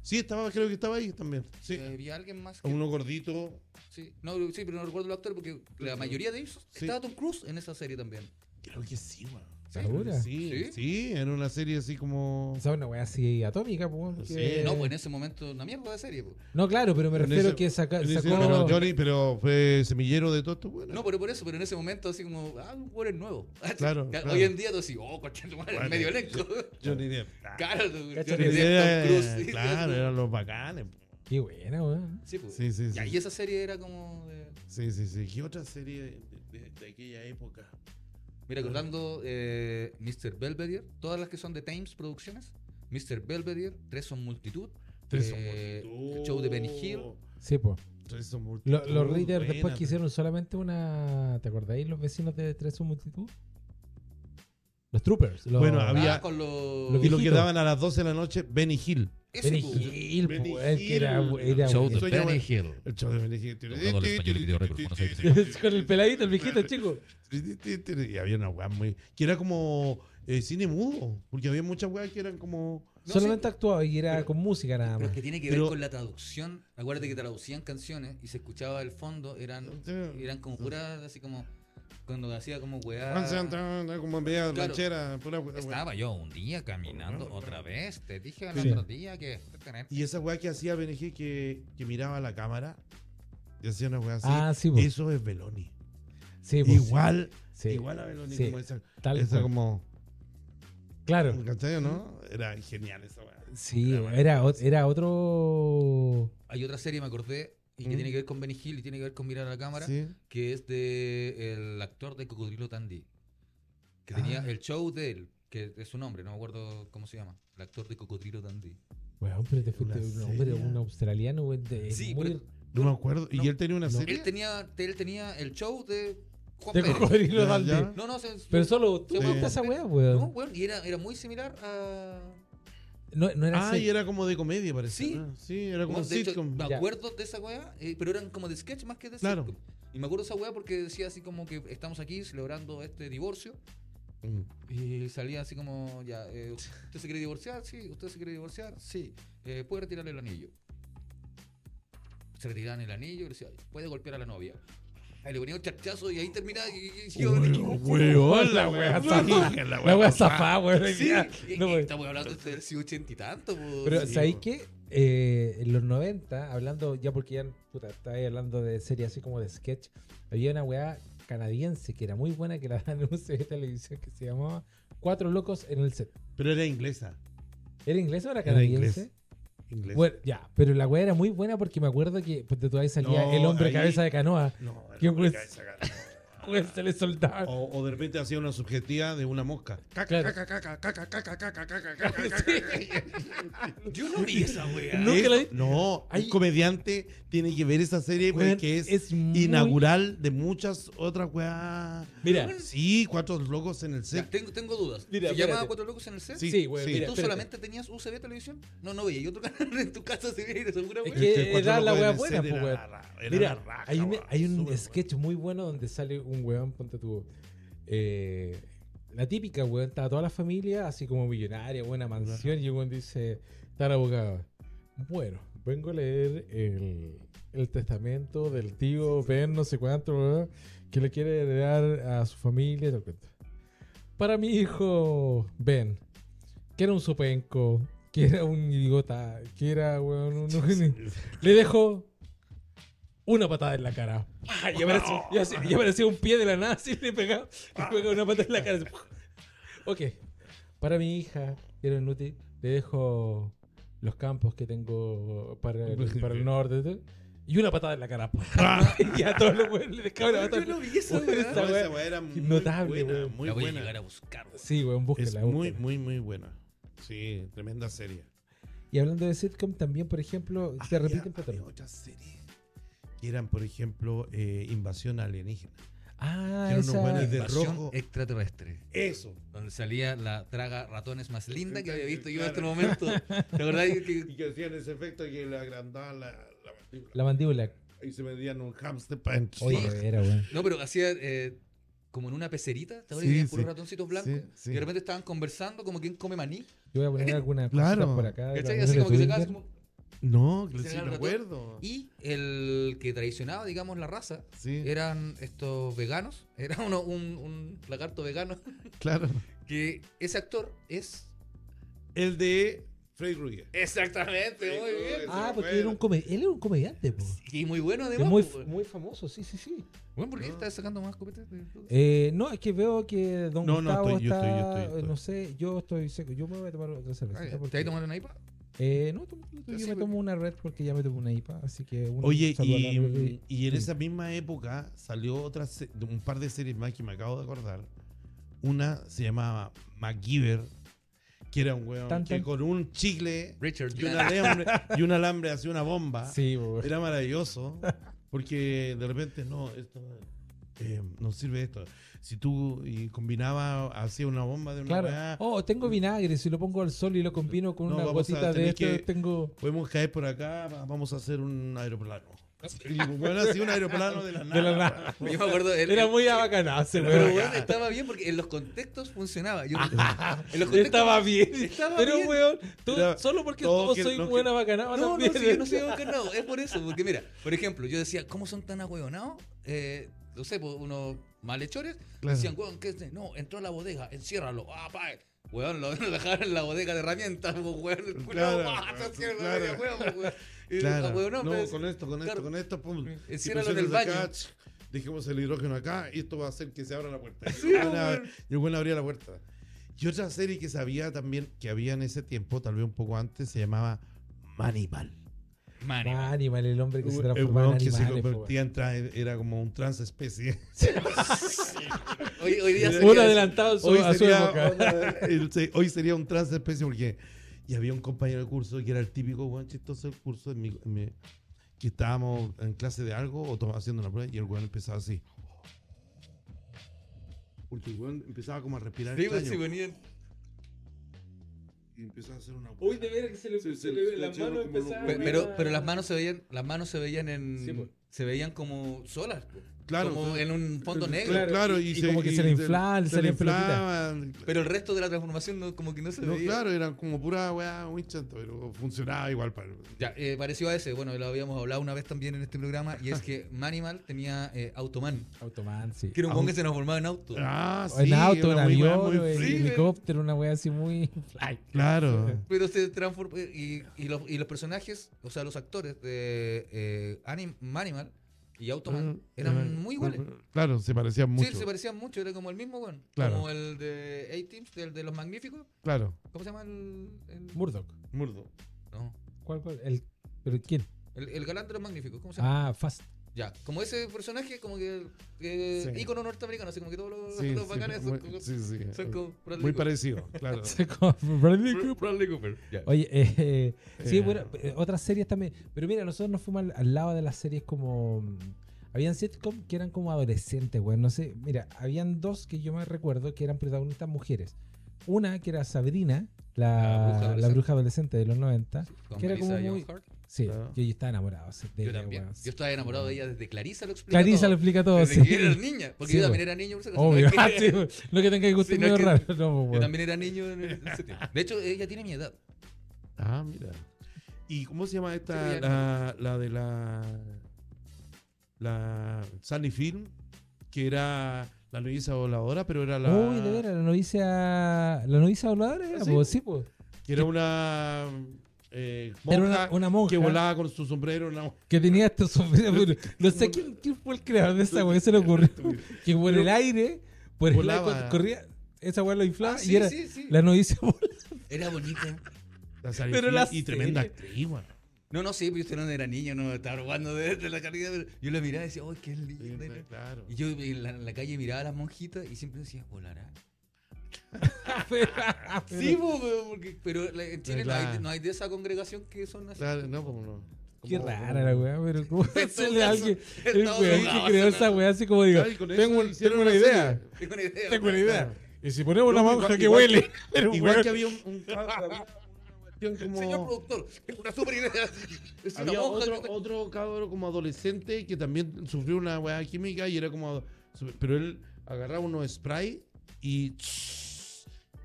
Speaker 2: sí, estaba, creo que estaba ahí también. Sí,
Speaker 1: Eh, había alguien más. Que,
Speaker 2: uno gordito.
Speaker 1: sí. No, sí, pero no recuerdo los actores porque la mayoría de ellos
Speaker 2: Sí.
Speaker 1: estaba Tom Cruise en esa serie también.
Speaker 2: Creo que sí, weón.
Speaker 1: Sí.
Speaker 3: ¿Segura?
Speaker 2: Sí,
Speaker 1: ¿Sí?
Speaker 2: sí, era una serie así como...
Speaker 3: O sea, una wea así atómica, po, que-
Speaker 2: Sí.
Speaker 1: No, pues en ese momento una mierda de serie. po.
Speaker 3: No, claro, pero me
Speaker 2: En
Speaker 3: refiero
Speaker 2: ese-
Speaker 3: que saca,
Speaker 2: Él dice,
Speaker 3: sacó.
Speaker 2: Pero Johnny, pero fue semillero de todo esto, bueno.
Speaker 1: No, pero por eso, pero en ese momento así como, ah, un jugador nuevo. *laughs*
Speaker 2: Claro,
Speaker 1: Ca-
Speaker 2: claro.
Speaker 1: Hoy en día tú decís, oh, concha tu madre,
Speaker 2: Bueno,
Speaker 1: medio elenco.
Speaker 2: Johnny Depp. Ah,
Speaker 1: *laughs* Claro, tú-
Speaker 3: Cacha
Speaker 1: Johnny
Speaker 2: Johnny
Speaker 1: Depp, Tom
Speaker 2: Depp, eh,
Speaker 1: Cruise. sí,
Speaker 2: Claro,
Speaker 1: sí,
Speaker 2: eran los bacanes. po.
Speaker 3: Qué buena, weón.
Speaker 1: Sí, pues.
Speaker 2: Sí, sí, sí.
Speaker 1: Ya, y esa serie era como de-
Speaker 2: Sí, sí, sí. ¿Qué otra serie de, de- de aquella época?
Speaker 1: Mira, acordando eh, Mr. Belvedere, todas las que son de Times Producciones, Mr. Belvedere, Tres son multitud,
Speaker 2: Tres son
Speaker 1: Eh,
Speaker 2: multitud.
Speaker 1: Show de Benny Hill.
Speaker 3: Sí, po.
Speaker 2: Tres son multitud.
Speaker 3: Lo- los Raiders
Speaker 2: buena,
Speaker 3: después
Speaker 2: pero-
Speaker 3: que hicieron solamente una. ¿Te acordáis los vecinos de Tres Multitud? Los Troopers. Los,
Speaker 2: Bueno,
Speaker 1: Ah,
Speaker 2: había-
Speaker 1: con los...
Speaker 3: Lo
Speaker 2: Y lo que
Speaker 3: viejitos.
Speaker 2: daban a las 12 de la noche, Benny Hill.
Speaker 1: Ese,
Speaker 3: Benny
Speaker 1: po.
Speaker 3: Hill,
Speaker 2: Benny
Speaker 3: po, es que era,
Speaker 2: Hill.
Speaker 3: era
Speaker 2: Show de-
Speaker 3: bueno.
Speaker 2: Soy Benny
Speaker 1: Hill.
Speaker 2: El show de Benny Hill.
Speaker 4: Doblado al español y video récord,
Speaker 2: *laughs*
Speaker 4: no sé qué
Speaker 3: *laughs* Con el peladito, el viejito, chico.
Speaker 2: Y había una weá muy. que era como eh, cine mudo. Porque había muchas weas que eran como.
Speaker 1: No,
Speaker 3: solamente actuaba y era con música nada
Speaker 1: Pero
Speaker 3: más.
Speaker 1: es que tiene que ver
Speaker 2: Pero-
Speaker 1: con la traducción. Acuérdate que traducían canciones y se escuchaba el fondo, eran,
Speaker 2: Sí.
Speaker 1: eran como puras, así como Cuando hacía como weá.
Speaker 2: eh, Como media
Speaker 1: Claro.
Speaker 2: ranchera, pura weá.
Speaker 5: Estaba yo un día caminando otra vez. Te dije el
Speaker 3: Sí.
Speaker 5: otro día que. tener-
Speaker 2: Y esa weá que hacía BNG que, que miraba la cámara y hacía una weá así.
Speaker 3: Ah, sí, po.
Speaker 2: Eso es Beloni.
Speaker 3: Sí, pues,
Speaker 2: igual,
Speaker 3: sí,
Speaker 2: igual a Beloni.
Speaker 3: Sí.
Speaker 2: Como esa,
Speaker 3: tal
Speaker 2: esa
Speaker 3: cual.
Speaker 2: como.
Speaker 3: Claro.
Speaker 2: ¿Cachai o no? Era genial esa weá.
Speaker 3: Sí,
Speaker 2: Era bueno.
Speaker 3: era, ot- era otro.
Speaker 1: Hay otra serie, me acordé, y que
Speaker 2: Mm.
Speaker 1: tiene que ver con Benny Hill y tiene que ver con mirar a la cámara,
Speaker 2: Sí.
Speaker 1: que es de el actor de Cocodrilo Tandy. Que
Speaker 3: Ah.
Speaker 1: tenía el show de él, que es su nombre, no me acuerdo cómo se llama. El actor de Cocodrilo Tandy.
Speaker 3: Weón, pero te fuiste
Speaker 2: ¿Una
Speaker 3: un hombre,
Speaker 2: serie?
Speaker 3: un australiano, weón, de-
Speaker 1: Sí,
Speaker 3: muy-
Speaker 1: pero-
Speaker 2: No me acuerdo.
Speaker 1: No,
Speaker 2: y él tenía una
Speaker 3: no.
Speaker 2: serie.
Speaker 1: Él tenía, él tenía el show de Juan
Speaker 3: de
Speaker 1: Pérez.
Speaker 3: cocodrilo
Speaker 2: Ya,
Speaker 3: Dundee.
Speaker 2: ya.
Speaker 1: No, no, se-
Speaker 3: Pero solo tú
Speaker 1: Sí,
Speaker 3: contaste
Speaker 2: weón.
Speaker 3: esa weá,
Speaker 1: No,
Speaker 3: weón.
Speaker 1: weón, y era, era muy similar a.
Speaker 3: No, no era
Speaker 2: Ah,
Speaker 3: así.
Speaker 2: y era como de comedia, parece.
Speaker 1: Sí.
Speaker 2: ¿no? Sí, era como
Speaker 1: No, de hecho,
Speaker 2: sitcom.
Speaker 1: me
Speaker 3: Ya.
Speaker 1: acuerdo de esa weá, eh, pero eran como de sketch más que de
Speaker 2: Claro.
Speaker 1: sitcom. Y me acuerdo de esa weá porque decía así como que estamos aquí celebrando este divorcio.
Speaker 2: Mm.
Speaker 1: Y salía así como, ya, eh, ¿usted se quiere divorciar? Sí, ¿usted se quiere divorciar? Sí. Eh, ¿Puede retirarle el anillo? Se retiraban el anillo y decía, ¿puede golpear a la novia? Ahí le ponía un chachazo y ahí terminaba. Y, y- y-
Speaker 2: Weón, weón, la weá zafá.
Speaker 3: La weá
Speaker 2: zafá.
Speaker 3: zafá, weón.
Speaker 1: sí, y- y
Speaker 3: No, pues. weón.
Speaker 1: estamos hablando de haber sido ochenta y tanto. pues. po.
Speaker 3: Pero,
Speaker 1: Sí,
Speaker 3: ¿sabéis
Speaker 1: po.
Speaker 3: qué? Eh, en los 90, hablando, ya porque ya, puta, estaba ahí hablando de series así como de sketch, había una weá canadiense que era *laughs* muy buena que la daban en un serie de televisión que se llamaba Cuatro Locos en el Set.
Speaker 2: Pero era inglesa.
Speaker 3: ¿Era inglés o era
Speaker 2: Era
Speaker 3: canadiense?
Speaker 2: inglés. Inglesa.
Speaker 3: Bueno, ya, pero la weá era muy buena porque me acuerdo que pues, de tu ahí salía
Speaker 2: No,
Speaker 3: el hombre
Speaker 2: ahí-
Speaker 3: cabeza de canoa. *laughs*
Speaker 2: no,
Speaker 3: ¿Qué
Speaker 2: no,
Speaker 3: weón?
Speaker 2: me cae esa gana.
Speaker 3: Weón, se le soltaba.
Speaker 2: O, o de repente hacía una subjetiva de una mosca.
Speaker 3: Claro. *laughs*
Speaker 1: Yo no vi esa weá.
Speaker 3: *laughs* No. Nunca
Speaker 2: Eso-
Speaker 3: la vi.
Speaker 2: No,
Speaker 3: Ay.
Speaker 2: un comediante tiene que ver esa serie
Speaker 3: Weón,
Speaker 2: porque es,
Speaker 3: muy-
Speaker 2: inaugural de muchas otras weas.
Speaker 3: Mira,
Speaker 2: Sí, cuatro locos en el
Speaker 1: Ya,
Speaker 2: set.
Speaker 1: tengo, tengo dudas.
Speaker 3: Mira,
Speaker 1: ¿Se llamaba
Speaker 3: espérate.
Speaker 1: Cuatro Locos en el set?
Speaker 3: sí, weón,
Speaker 2: sí.
Speaker 1: ¿Y
Speaker 3: mira,
Speaker 1: tú
Speaker 3: espérate.
Speaker 1: solamente tenías UCB televisión? No, no veía. Yo otro canal en tu *laughs* casa se veía segura,
Speaker 3: Es
Speaker 1: weá.
Speaker 3: que
Speaker 2: Cuatro
Speaker 3: eh, era la
Speaker 2: Locos en
Speaker 3: wea
Speaker 2: el
Speaker 3: buena,
Speaker 2: Set
Speaker 3: po,
Speaker 2: era
Speaker 3: weón.
Speaker 2: la ra- era
Speaker 3: Mira,
Speaker 2: la raja,
Speaker 3: hay, un-
Speaker 2: weón,
Speaker 3: hay un
Speaker 2: súper
Speaker 3: sketch muy bueno donde sale un weón, ponte tú. eh, la típica, weón, está toda la familia, así como millonaria, buena mansión, y un weón dice, está la abogada. Bueno, vengo a leer el, el testamento del tío Ben, no sé cuánto, weón, que le quiere heredar a su familia. y todo el cuento. Para mi hijo Ben, que era un sopenco, que era un idiota, que era, weón, un- un le dejo una patada en la cara.
Speaker 2: Ah,
Speaker 3: ¡Pah! Y apareció, y así- y apareció un pie de la nada así le pegaba, le pegaba una patada en la cara. así, ¡puf! Ok. Para mi hija, que era inútil, le dejo los campos que tengo para
Speaker 2: *laughs*
Speaker 3: el, para el norte. ¿tú? Y una patada en la cara. ¡pah! *laughs* y a todos los weones le dejaba una
Speaker 1: Yo
Speaker 3: patada. en la-
Speaker 1: no vi esa
Speaker 3: Weón,
Speaker 1: weá.
Speaker 2: Ah. No,
Speaker 3: esa
Speaker 2: esa
Speaker 3: wea-
Speaker 2: wea era muy
Speaker 3: notable,
Speaker 2: buena,
Speaker 3: weón.
Speaker 2: muy
Speaker 1: la voy a
Speaker 2: buena.
Speaker 1: llegar a buscar. weón.
Speaker 3: Sí, weón,
Speaker 2: Es
Speaker 3: búsquela.
Speaker 2: muy,
Speaker 3: búsquela.
Speaker 2: muy, muy buena. Sí, tremenda serie. Ah,
Speaker 3: Y hablando de sitcom, también, por ejemplo, se
Speaker 2: Había- había
Speaker 3: repiten patrones.
Speaker 2: otras series que eran, por ejemplo, eh, Invasión Alienígena.
Speaker 3: Ah,
Speaker 2: Era unos
Speaker 3: esa...
Speaker 2: buenos de
Speaker 1: Invasión
Speaker 2: rojo.
Speaker 1: extraterrestre.
Speaker 2: Eso.
Speaker 1: Donde salía la traga ratones más linda que había visto yo en este
Speaker 2: Claro.
Speaker 1: momento. La verdad
Speaker 2: *laughs*
Speaker 1: es
Speaker 2: Y
Speaker 1: que
Speaker 2: que hacían ese efecto que le agrandaban la, la mandíbula.
Speaker 3: La mandíbula.
Speaker 2: Y se vendían un hamster para
Speaker 3: Oye, era, weón.
Speaker 1: No, pero hacía eh, como en una pecerita, ¿te acuerdas?
Speaker 2: Sí,
Speaker 1: Sí, puros
Speaker 2: sí.
Speaker 1: ratoncitos blancos.
Speaker 2: Sí, sí.
Speaker 1: Y de repente estaban conversando como quien come maní.
Speaker 3: Yo voy a poner alguna cosita
Speaker 2: Eh, Claro.
Speaker 3: por acá. de la
Speaker 1: ¿Cachai?
Speaker 3: mujer
Speaker 1: Así
Speaker 3: de
Speaker 1: como que se
Speaker 3: Twitter.
Speaker 1: acaba así como-
Speaker 2: No, que
Speaker 1: Se
Speaker 2: sí,
Speaker 1: agarra todo.
Speaker 2: me acuerdo.
Speaker 1: Y el que traicionaba, digamos, la raza.
Speaker 2: Sí,
Speaker 1: Eran estos veganos. *laughs* Era uno, un, un lagarto vegano.
Speaker 2: claro.
Speaker 1: Que ese actor es.
Speaker 2: El de Freddy Krueger.
Speaker 1: Exactamente, muy bien.
Speaker 3: Ah, porque era un come- él era un comediante, po.
Speaker 1: Y muy bueno
Speaker 3: Es
Speaker 1: además.
Speaker 3: muy,
Speaker 1: pues, weón.
Speaker 3: muy famoso, sí, sí, sí.
Speaker 1: Bueno, ¿por qué
Speaker 2: No.
Speaker 1: estás sacando más copetes? de-
Speaker 3: Eh, no, es que veo que Don
Speaker 2: No, no,
Speaker 3: Gustavo
Speaker 2: estoy- yo
Speaker 3: está,
Speaker 2: estoy- yo estoy- yo
Speaker 3: eh, no sé, yo estoy seco. Yo me voy a tomar otra cerveza.
Speaker 1: Ay,
Speaker 3: porque-
Speaker 1: ¿Te vas a tomar una IPA?
Speaker 3: Eh, no, tomo- yo
Speaker 1: Sí,
Speaker 3: me
Speaker 1: porque-
Speaker 3: tomo una red porque ya me tomo una IPA, así que... un
Speaker 2: Oye,
Speaker 3: saludo a la-
Speaker 2: y, y en
Speaker 3: Sí.
Speaker 2: esa misma época salió otra se- un par de series más que me acabo de acordar. Una se llamaba MacGyver, que era un weón
Speaker 3: Tan,
Speaker 2: que
Speaker 3: tan.
Speaker 2: con un chicle
Speaker 1: Richard
Speaker 2: y
Speaker 1: *laughs*
Speaker 2: un alambre, y un alambre hacía una bomba.
Speaker 3: Sí, po.
Speaker 2: Era maravilloso porque de repente no, esto eh, no sirve esto. Si tú y combinaba, hacía una bomba de una
Speaker 3: Claro.
Speaker 2: weá,
Speaker 3: Oh, tengo vinagre, si lo pongo al sol y lo combino con
Speaker 2: No,
Speaker 3: una
Speaker 2: vamos a
Speaker 3: gotita de
Speaker 2: tener
Speaker 3: esto,
Speaker 2: que-
Speaker 3: tengo...
Speaker 2: podemos caer por acá, va- vamos a hacer un
Speaker 3: *laughs*
Speaker 2: aeroplano. Y bueno, hacía un aeroplano de la nada.
Speaker 3: De la nada.
Speaker 1: Yo me acuerdo. él-
Speaker 3: Era
Speaker 1: él-
Speaker 3: muy abacanazo,
Speaker 1: Pero
Speaker 3: weón.
Speaker 1: bueno, estaba bien porque en los contextos funcionaba. Yo- en los contextos,
Speaker 3: Ah. *laughs* Estaba bien.
Speaker 1: Estaba
Speaker 3: pero,
Speaker 1: bien.
Speaker 3: weón, tú,
Speaker 2: Era-
Speaker 3: solo porque
Speaker 2: todo
Speaker 3: tú
Speaker 2: que-
Speaker 3: soy
Speaker 2: no,
Speaker 3: buena
Speaker 2: que-
Speaker 3: bacanada
Speaker 1: No, no,
Speaker 3: también.
Speaker 1: sí, *laughs* yo no soy abocanado, Es por eso. Porque mira, por ejemplo, yo decía, ¿cómo son tan ahueonados? Eh, no sé, pues, uno malhechores,
Speaker 2: Claro.
Speaker 1: decían, weón, ¿qué es de- No, entró a la bodega, enciérralo, ah, pa. Weón, lo *laughs* lo dejaron en la bodega de herramientas, pues, weón. El culiao,
Speaker 2: Claro,
Speaker 1: ah, se cierra
Speaker 2: claro.
Speaker 1: la bodega, weón, weón. Y, ah,
Speaker 2: Claro.
Speaker 1: weón,
Speaker 2: No,
Speaker 1: hombre,
Speaker 2: con esto, con
Speaker 1: claro.
Speaker 2: esto, con esto, pum.
Speaker 1: Enciérralo en
Speaker 2: Y pues
Speaker 1: el
Speaker 2: presionas acá,
Speaker 1: baño.
Speaker 2: ch, Dejemos el hidrógeno acá y esto va a hacer que se abra la puerta.
Speaker 1: Sí,
Speaker 2: Y el weón ab-
Speaker 1: weón.
Speaker 2: y el weón abría la puerta. Y otra serie que sabía también, que había en ese tiempo, tal vez un poco antes, se llamaba Manimal. Ah.
Speaker 5: Manimal.
Speaker 3: Animal, el hombre que se
Speaker 2: El
Speaker 3: transformaba
Speaker 2: weón
Speaker 3: en
Speaker 2: que se
Speaker 3: animales, po, weón.
Speaker 2: convertía en trans, era como un trans especie.
Speaker 1: Hoy, hoy día
Speaker 2: Un
Speaker 1: sería eso.
Speaker 3: adelantado a su-
Speaker 2: hoy,
Speaker 3: a su
Speaker 2: sería,
Speaker 3: época.
Speaker 2: el- se- hoy sería un trans especie porque y había un compañero de curso que era el típico weón chistoso del curso en mi- en mi- que estábamos en clase de algo o to- haciendo una prueba y el weón empezaba así porque el weón empezaba como a respirar
Speaker 1: Sí, weón,
Speaker 2: extraño,
Speaker 1: se ponían-
Speaker 2: y empezaba a hacer una
Speaker 3: Uy, de ver que se le,
Speaker 2: Sí,
Speaker 3: se,
Speaker 2: se-
Speaker 3: le,
Speaker 2: se
Speaker 3: las
Speaker 2: le
Speaker 3: manos
Speaker 2: hicieron como
Speaker 3: empezaban
Speaker 2: unos-
Speaker 1: Pe-
Speaker 3: a-
Speaker 1: Pero, pero las manos se veían, las manos se veían en.
Speaker 3: Sí, pues.
Speaker 1: se veían como solas, pues.
Speaker 2: Claro,
Speaker 1: como
Speaker 2: sí.
Speaker 1: en un fondo negro.
Speaker 2: claro, claro,
Speaker 3: y como que se le inflaba, le
Speaker 2: se le
Speaker 3: salían pelotitas.
Speaker 2: inflaban.
Speaker 1: Pero el resto de la transformación no- como que no se
Speaker 2: No,
Speaker 1: veía.
Speaker 2: claro eran como pura weá muy chanta pero funcionaba igual para
Speaker 1: Ya, eh, pareció a ese, bueno, lo habíamos hablado una vez también en este programa,
Speaker 2: *laughs*
Speaker 1: y es que Manimal tenía eh, Automan,
Speaker 3: Automan, sí.
Speaker 1: que era un weón que se transformaba en auto.
Speaker 2: ah,
Speaker 3: en
Speaker 2: sí,
Speaker 3: auto, en
Speaker 2: era muy weá,
Speaker 3: avión,
Speaker 2: muy
Speaker 3: en
Speaker 2: free, weón.
Speaker 3: helicóptero, una wea así muy.
Speaker 2: claro
Speaker 1: Pero se transformó, y, y los, y los personajes, o sea, los actores de eh, Anim- Manimal y Automan
Speaker 2: Ah,
Speaker 1: eran
Speaker 2: ah,
Speaker 1: muy iguales.
Speaker 2: Claro, se parecían mucho.
Speaker 1: Sí, se parecían mucho, era como el mismo, weón.
Speaker 2: Claro.
Speaker 1: Como el de A-Teams, del de los Magníficos.
Speaker 2: Claro.
Speaker 1: ¿Cómo se llama el...? el-
Speaker 3: Murdoch.
Speaker 2: Murdo.
Speaker 1: No.
Speaker 3: ¿Cuál, cuál? El, ¿Pero quién?
Speaker 1: El, el galán de los Magníficos, ¿cómo se llama?
Speaker 3: Ah, Fast. *laughs*
Speaker 1: Ya, como ese personaje, como que... eh,
Speaker 2: Sí.
Speaker 1: ícono norteamericano, así como que todos los,
Speaker 2: Sí,
Speaker 1: los
Speaker 2: sí,
Speaker 1: bacanes son,
Speaker 2: muy,
Speaker 1: como-
Speaker 2: sí, sí.
Speaker 1: son como Bradley
Speaker 2: Muy
Speaker 1: Cooper. *laughs*
Speaker 2: parecido, claro.
Speaker 1: Bradley Cooper. Ya.
Speaker 3: Oye, *laughs* eh, eh, sí,
Speaker 2: Eh.
Speaker 3: bueno, eh, otras series también. Pero mira, nosotros nos fuimos al, al lado de las series como. mm, Habían sitcom que eran como adolescentes, güey. No sé, mira, habían dos que yo me recuerdo que eran protagonistas mujeres. Una que era Sabrina,
Speaker 1: La bruja
Speaker 3: la, la
Speaker 1: adolescente.
Speaker 3: bruja adolescente de los 90.
Speaker 1: Con
Speaker 3: que era
Speaker 1: Melissa
Speaker 3: como
Speaker 1: Joan
Speaker 3: muy-
Speaker 1: Hart.
Speaker 3: Sí,
Speaker 2: Claro.
Speaker 3: yo, yo estaba enamorado sí, de
Speaker 1: Ah. Yo
Speaker 3: ella,
Speaker 1: también.
Speaker 3: weón.
Speaker 1: Yo estaba enamorado de ella desde Clarisa lo explica
Speaker 3: Clarisa
Speaker 1: todo.
Speaker 3: lo explica todo,
Speaker 1: Desde
Speaker 3: sí.
Speaker 1: que era niña. Porque
Speaker 3: Sí,
Speaker 1: yo *laughs* también
Speaker 3: weón.
Speaker 1: era niño. por si acaso.
Speaker 3: *laughs* Obvio, *laughs*
Speaker 1: No
Speaker 3: Ah,
Speaker 1: es que-
Speaker 3: sí, weón. no que tenga que gusto
Speaker 1: Sí, no
Speaker 3: medio
Speaker 1: es que-
Speaker 3: raro. No,
Speaker 1: Yo
Speaker 3: weón.
Speaker 1: también era niño en ese tiempo. De hecho, ella tiene mi edad.
Speaker 2: Ah, mira. ¿Y cómo se llama esta?
Speaker 1: Sí, ya
Speaker 2: la, la de la. La Sunny Film, que era la Luisa Voladora, pero era la.
Speaker 3: Uy, de veras, la novicia. La novicia voladora era,
Speaker 2: Sí,
Speaker 3: po,
Speaker 2: po.
Speaker 3: sí, po.
Speaker 2: Que era una. eh,
Speaker 3: Era
Speaker 2: monja
Speaker 3: una, una monja.
Speaker 2: que volaba con su sombrero. Una...
Speaker 3: que tenía
Speaker 1: *laughs*
Speaker 3: estos sombreros. pero no sé quién, quién fue el creador de esa weá, que se le ocurrió. Que por el aire, por el aire
Speaker 2: Volaba.
Speaker 3: cor- corría, esa weá lo inflaba
Speaker 1: Ah,
Speaker 3: y
Speaker 1: sí,
Speaker 3: era
Speaker 1: sí, sí.
Speaker 3: la novicia *laughs* volada.
Speaker 1: Era bonita.
Speaker 2: La Sunny
Speaker 3: Pero
Speaker 2: Film,
Speaker 3: la
Speaker 2: y tremenda
Speaker 3: serie.
Speaker 2: actriz, weón.
Speaker 1: No, no, sí, pero usted no era niño, no estaba robando de, de la carrera. pero Yo la miraba y decía, ¡ay, qué linda! era".
Speaker 2: Claro.
Speaker 1: Y yo en la, en la calle miraba a las monjitas y siempre decía, ¿volará? *laughs* Sí,
Speaker 3: Pero-
Speaker 1: po, pero, porque, pero la- en Chile no hay- no, hay,
Speaker 2: Claro.
Speaker 1: de esa congregación que son así.
Speaker 2: Claro, no, como no.
Speaker 3: Qué
Speaker 2: Como-
Speaker 3: rara la weá, pero
Speaker 1: *laughs*
Speaker 3: ¿cómo
Speaker 1: En todo
Speaker 3: hacerle a
Speaker 1: caso,
Speaker 3: alguien?
Speaker 1: en
Speaker 3: El
Speaker 1: todo
Speaker 3: weón
Speaker 1: caso,
Speaker 3: que creó
Speaker 1: no.
Speaker 3: esa weá así como digo,
Speaker 2: Claro, y con eso
Speaker 3: tengo, un-
Speaker 2: hicieron
Speaker 3: tengo una
Speaker 2: una
Speaker 3: idea,
Speaker 2: serie.
Speaker 1: *laughs* Tengo una idea.
Speaker 3: tengo una idea. Y si ponemos
Speaker 2: No,
Speaker 3: una
Speaker 2: igual-
Speaker 3: monja que
Speaker 2: igual
Speaker 3: huele, pero
Speaker 2: Igual
Speaker 3: weón,
Speaker 2: que había un, un- había una cuestión como-
Speaker 1: Señor productor, es una super idea. *laughs* Es una
Speaker 2: había
Speaker 1: monja.
Speaker 2: otro,
Speaker 1: que-
Speaker 2: otro cabro como adolescente que también sufrió una weá química y era como. Pero él agarraba unos spray y.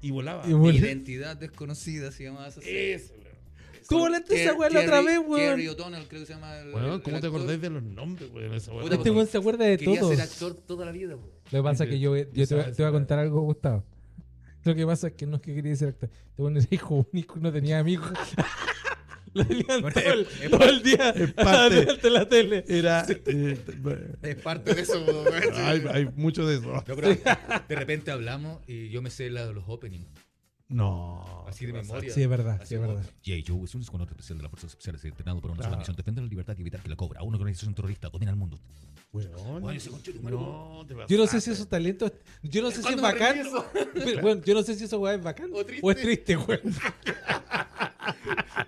Speaker 2: y volaba.
Speaker 3: Y vol-
Speaker 1: Identidad desconocida se llamaba esa serie.
Speaker 2: Eso, weón.
Speaker 3: ¿Cómo hablaste esa
Speaker 1: Ker-
Speaker 3: weá la otra
Speaker 1: Kerry-
Speaker 3: vez, weón?
Speaker 1: Kerry O'Donnell, creo que se llama. El,
Speaker 2: Weón,
Speaker 1: el
Speaker 2: ¿cómo te
Speaker 1: actor.
Speaker 2: acordás de los nombres, weón? Esa weá?
Speaker 1: Puta,
Speaker 3: Este weón se acuerda de
Speaker 1: Quería
Speaker 3: todos.
Speaker 1: ser actor toda la vida, po.
Speaker 3: Lo que pasa es que yo, yo te, voy a- te voy a contar algo, Gustavo. Lo que pasa es que no es que quería ser actor. Este bueno era hijo único, no tenía amigos. *laughs* Lo tenían todo, el, todo el día
Speaker 2: parte.
Speaker 3: delante de la tele.
Speaker 2: Era. eh, bueno,
Speaker 1: *laughs* Es parte de eso, po, weón.
Speaker 2: hay, hay mucho de eso. *laughs*
Speaker 1: No, pero de repente hablamos y yo me sé la de los openings.
Speaker 2: No.
Speaker 1: Así de memoria.
Speaker 3: Sí, es verdad, sí, es
Speaker 1: como-
Speaker 3: verdad.
Speaker 6: G.I. Joe es un escuadrón especial de las fuerzas especiales entrenado por una
Speaker 2: Ah.
Speaker 6: sola misión, defender la libertad y evitar que la cobra, una organización terrorista, domina el mundo.
Speaker 2: Weón.
Speaker 6: Weón, ese conchito,
Speaker 2: No, te
Speaker 3: Yo no sé si esos talentos. Yo no sé si es
Speaker 1: ¿Cuándo me
Speaker 3: bacán.
Speaker 1: regreso?
Speaker 3: *laughs* Pero, bueno, yo no sé si eso weá, es bacán.
Speaker 1: O
Speaker 3: O,
Speaker 1: triste.
Speaker 3: es triste, weón. *laughs*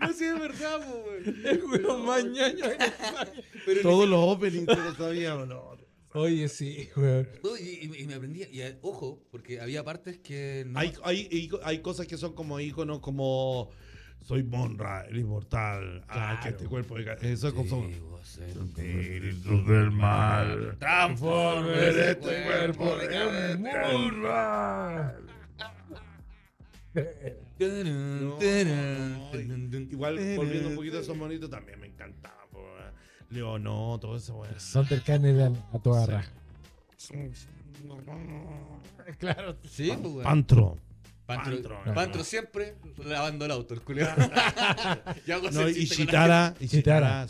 Speaker 1: No, sí, es verdad, po, weón.
Speaker 3: El weón más ñoño.
Speaker 1: Pero
Speaker 2: Todos los openings te lo sabíamos, no.
Speaker 3: Oye, sí, weón.
Speaker 1: No, y, y- y me aprendía. Y eh, ojo, porque había partes que. No,
Speaker 2: Hay, hay, ico- hay cosas que son como íconos como soy Monra, el inmortal, ah, que este cuerpo de ca- eso es como
Speaker 1: Digo,
Speaker 2: eh.
Speaker 1: sé.
Speaker 2: espíritus del mal.
Speaker 1: Transformer
Speaker 2: este cuerpo de
Speaker 1: Tarán,
Speaker 2: No,
Speaker 1: tarán,
Speaker 2: no,
Speaker 1: tarán, tarán.
Speaker 2: Igual volviendo un poquito a esos monitos también me encantaba, po, weón. Leonó, todo eso, weón.
Speaker 3: Son del carne a toda raja. Claro.
Speaker 1: Sí, pues, weón.
Speaker 2: Pantro.
Speaker 1: Pantro,
Speaker 2: Pantro,
Speaker 1: Pantro
Speaker 2: hermano.
Speaker 1: siempre lavando el auto, el culeo.
Speaker 2: *laughs*
Speaker 1: Yo hago ese
Speaker 2: No,
Speaker 1: chiste
Speaker 2: y
Speaker 1: con la *laughs*
Speaker 2: Chitara. Y Chitara.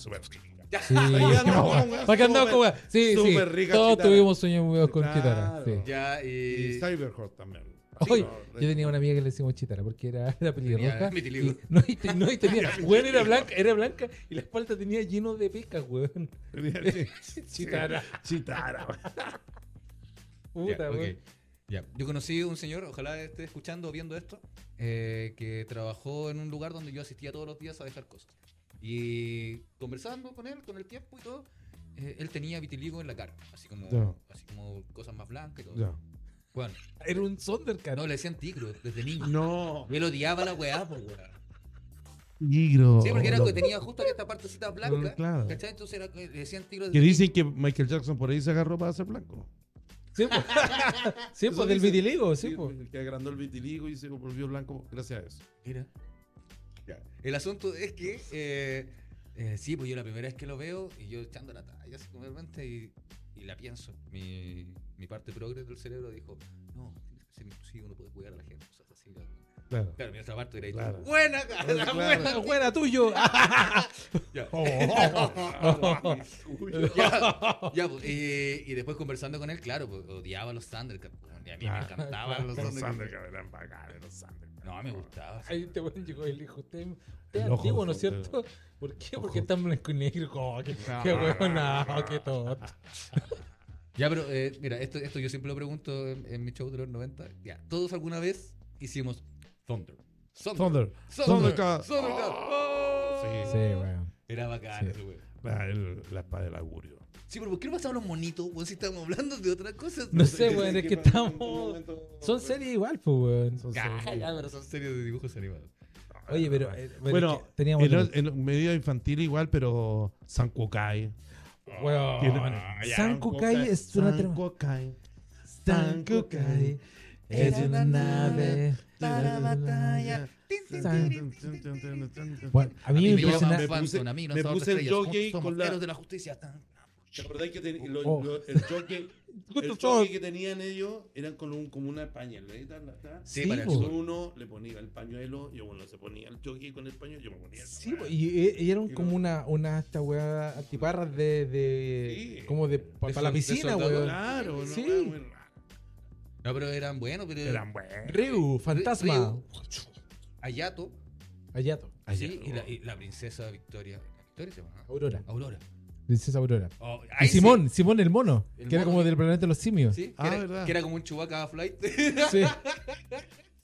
Speaker 3: Sí,
Speaker 2: andamos
Speaker 3: no, *laughs*
Speaker 2: con weas
Speaker 3: ¿Para qué
Speaker 2: súper-
Speaker 3: andamos con weas? Sí, sí.
Speaker 2: súper ricas
Speaker 3: Todos
Speaker 2: Chitara.
Speaker 3: tuvimos sueños muy feos con
Speaker 2: Claro.
Speaker 3: Chitara. sí.
Speaker 1: Ya,
Speaker 2: Y
Speaker 1: y.
Speaker 2: Cyberhot también.
Speaker 3: Oye,
Speaker 2: Sí, no,
Speaker 3: yo tenía una amiga que le decíamos chitara porque era, era pelirroja.
Speaker 1: Tenía vitiligo.
Speaker 3: y- no, y, te- no, y tenía. Weón, era blanca, era blanca y la espalda tenía lleno de pecas, weón.
Speaker 2: *laughs*
Speaker 3: Chitara.
Speaker 2: Chitara.
Speaker 3: Puta,
Speaker 1: Ya, ok.
Speaker 3: weón.
Speaker 1: Ya. Yo conocí un señor, ojalá esté escuchando o viendo esto, eh, que trabajó en un lugar donde yo asistía todos los días a dejar cosas. Y conversando con él, con el tiempo y todo, eh, él tenía vitiligo en la cara, así como,
Speaker 2: Ya.
Speaker 1: así como cosas más blancas y todo.
Speaker 2: Ya.
Speaker 1: Bueno,
Speaker 3: Era un Sondercat.
Speaker 1: no le decían tigro desde niño.
Speaker 2: No.
Speaker 1: Y él odiaba la weá, pues weá.
Speaker 2: Negro.
Speaker 1: Sí, porque era que tenía justo aquí esta partecita blanca.
Speaker 2: claro.
Speaker 1: ¿Cachai? Entonces era, que le decían tigro
Speaker 2: Que
Speaker 1: desde
Speaker 2: dicen que Michael Jackson por ahí se agarró para ser blanco.
Speaker 3: Sí, pues. Sí,
Speaker 2: Eso
Speaker 3: pues, del
Speaker 2: dicen.
Speaker 3: vitiligo, sí, pues.
Speaker 2: Que agrandó el vitiligo y se volvió blanco gracias a eso.
Speaker 1: Mira. Ya. El asunto es que. eh, eh, sí, pues yo la primera vez que lo veo y yo echando la talla así como de repente y, y la pienso. Mi, mi parte progre del cerebro dijo: No, tienes que ser inclusivo, no puedes cuidar a la gente. cosas así, claro.
Speaker 2: *laughs* Claro.
Speaker 1: Claro, mi otra parte era:
Speaker 2: Claro.
Speaker 1: Buena, *laughs* cara,
Speaker 2: Claro.
Speaker 1: buena.
Speaker 3: Buena tuyo. *laughs*
Speaker 1: Ya.
Speaker 2: oh,
Speaker 3: Oh.
Speaker 1: *laughs* Ya, ya, pues, eh, y después conversando con él, claro, pues, odiaba los Thundercats. pues, Y a mí me
Speaker 2: Claro.
Speaker 1: encantaban los
Speaker 2: Ah. Los
Speaker 1: Thundercats.
Speaker 2: Sanders, eran bacanes, los Sanders.
Speaker 1: No, me gustaba. sí.
Speaker 3: Ahí te weón llegó y le dijo, usted, usted es
Speaker 2: El ojo
Speaker 3: antiguo, ¿no es
Speaker 2: de Sondre.
Speaker 3: cierto? ¿Por qué?
Speaker 2: Ojo.
Speaker 3: Porque está en blanco y negro. *laughs* Oh, qué, qué weón, no, qué todo.
Speaker 1: Ya, pero eh, mira, esto, esto yo siempre lo pregunto en, en mi show de los 90. Ya, todos alguna vez hicimos Thunder.
Speaker 2: oh. Thunder. Oh.
Speaker 1: Thundercat.
Speaker 2: Thundercat.
Speaker 1: Thundercat.
Speaker 2: Sí.
Speaker 3: Sí, weón.
Speaker 1: Oh. Era bacán
Speaker 3: Sí.
Speaker 1: eso, güey.
Speaker 2: Ah, el- la espada del augurio.
Speaker 1: Sí, pero ¿por qué no pasaban los monitos, güey? Si estábamos hablando de otra cosa.
Speaker 3: No sé, weón, es que estamos. Son series igual, pues, weón.
Speaker 2: Son
Speaker 1: Ya,
Speaker 2: series.
Speaker 1: ya, pero son series de dibujos animados.
Speaker 3: Oye, pero. eh, pero
Speaker 2: Bueno,
Speaker 3: es que teníamos.
Speaker 2: en, en medida infantil igual, pero San Kukai.
Speaker 3: Weón.
Speaker 1: Ah,
Speaker 3: San Kukai es una
Speaker 2: San
Speaker 3: tremenda.
Speaker 2: Kukai.
Speaker 3: San Kukai es
Speaker 2: Era
Speaker 3: una nave.
Speaker 2: para batalla.
Speaker 3: Bueno, a
Speaker 1: A
Speaker 3: mí
Speaker 1: mí
Speaker 3: me
Speaker 1: me llamaban
Speaker 3: impresiona.
Speaker 2: llama-
Speaker 1: Phantom,
Speaker 2: puse-
Speaker 1: a mí
Speaker 2: me
Speaker 1: nosotros
Speaker 2: puse el
Speaker 1: estrellas,
Speaker 2: jockey
Speaker 1: somos
Speaker 2: con la-
Speaker 1: héroes de la justicia. tan-
Speaker 2: ¿Te acordás que ten- lo-
Speaker 3: Oh.
Speaker 2: lo- el *laughs* choque el
Speaker 3: todo.
Speaker 2: choque que tenían ellos eran con un, como una pañaleta en la cara.
Speaker 1: Sí,
Speaker 3: Sí,
Speaker 1: para el
Speaker 3: po.
Speaker 2: Entonces
Speaker 1: sur.
Speaker 2: Uno le ponía el pañuelo, yo bueno, se ponía el choque con el pañuelo, yo me ponía. esa
Speaker 3: Sí,
Speaker 2: weá.
Speaker 3: po, y, y eran como una, una esta weá antiparras de, de
Speaker 2: Sí.
Speaker 3: como de para
Speaker 1: De
Speaker 3: la
Speaker 1: sol- de
Speaker 3: piscina,
Speaker 1: soldado. Ah.
Speaker 3: weón.
Speaker 2: Claro, no,
Speaker 3: Sí.
Speaker 2: weá, muy raro.
Speaker 1: No, pero eran buenos, pero
Speaker 2: Eran buenos.
Speaker 3: Ryu, fantasma.
Speaker 1: Ryu. Ayato.
Speaker 3: Ayato.
Speaker 1: Sí, y la, y la princesa Victoria. ¿Victoria se llama?
Speaker 3: Aurora.
Speaker 1: Aurora.
Speaker 3: Princesa Aurora.
Speaker 1: Oh,
Speaker 3: Y
Speaker 1: ahí sí.
Speaker 3: Simón, Simón el mono,
Speaker 1: El
Speaker 3: que era
Speaker 1: mono.
Speaker 3: como del planeta de los simios.
Speaker 1: Sí, que,
Speaker 2: Ah,
Speaker 1: era,
Speaker 2: verdad.
Speaker 1: que era como un chubaca flight. *laughs*
Speaker 3: Sí.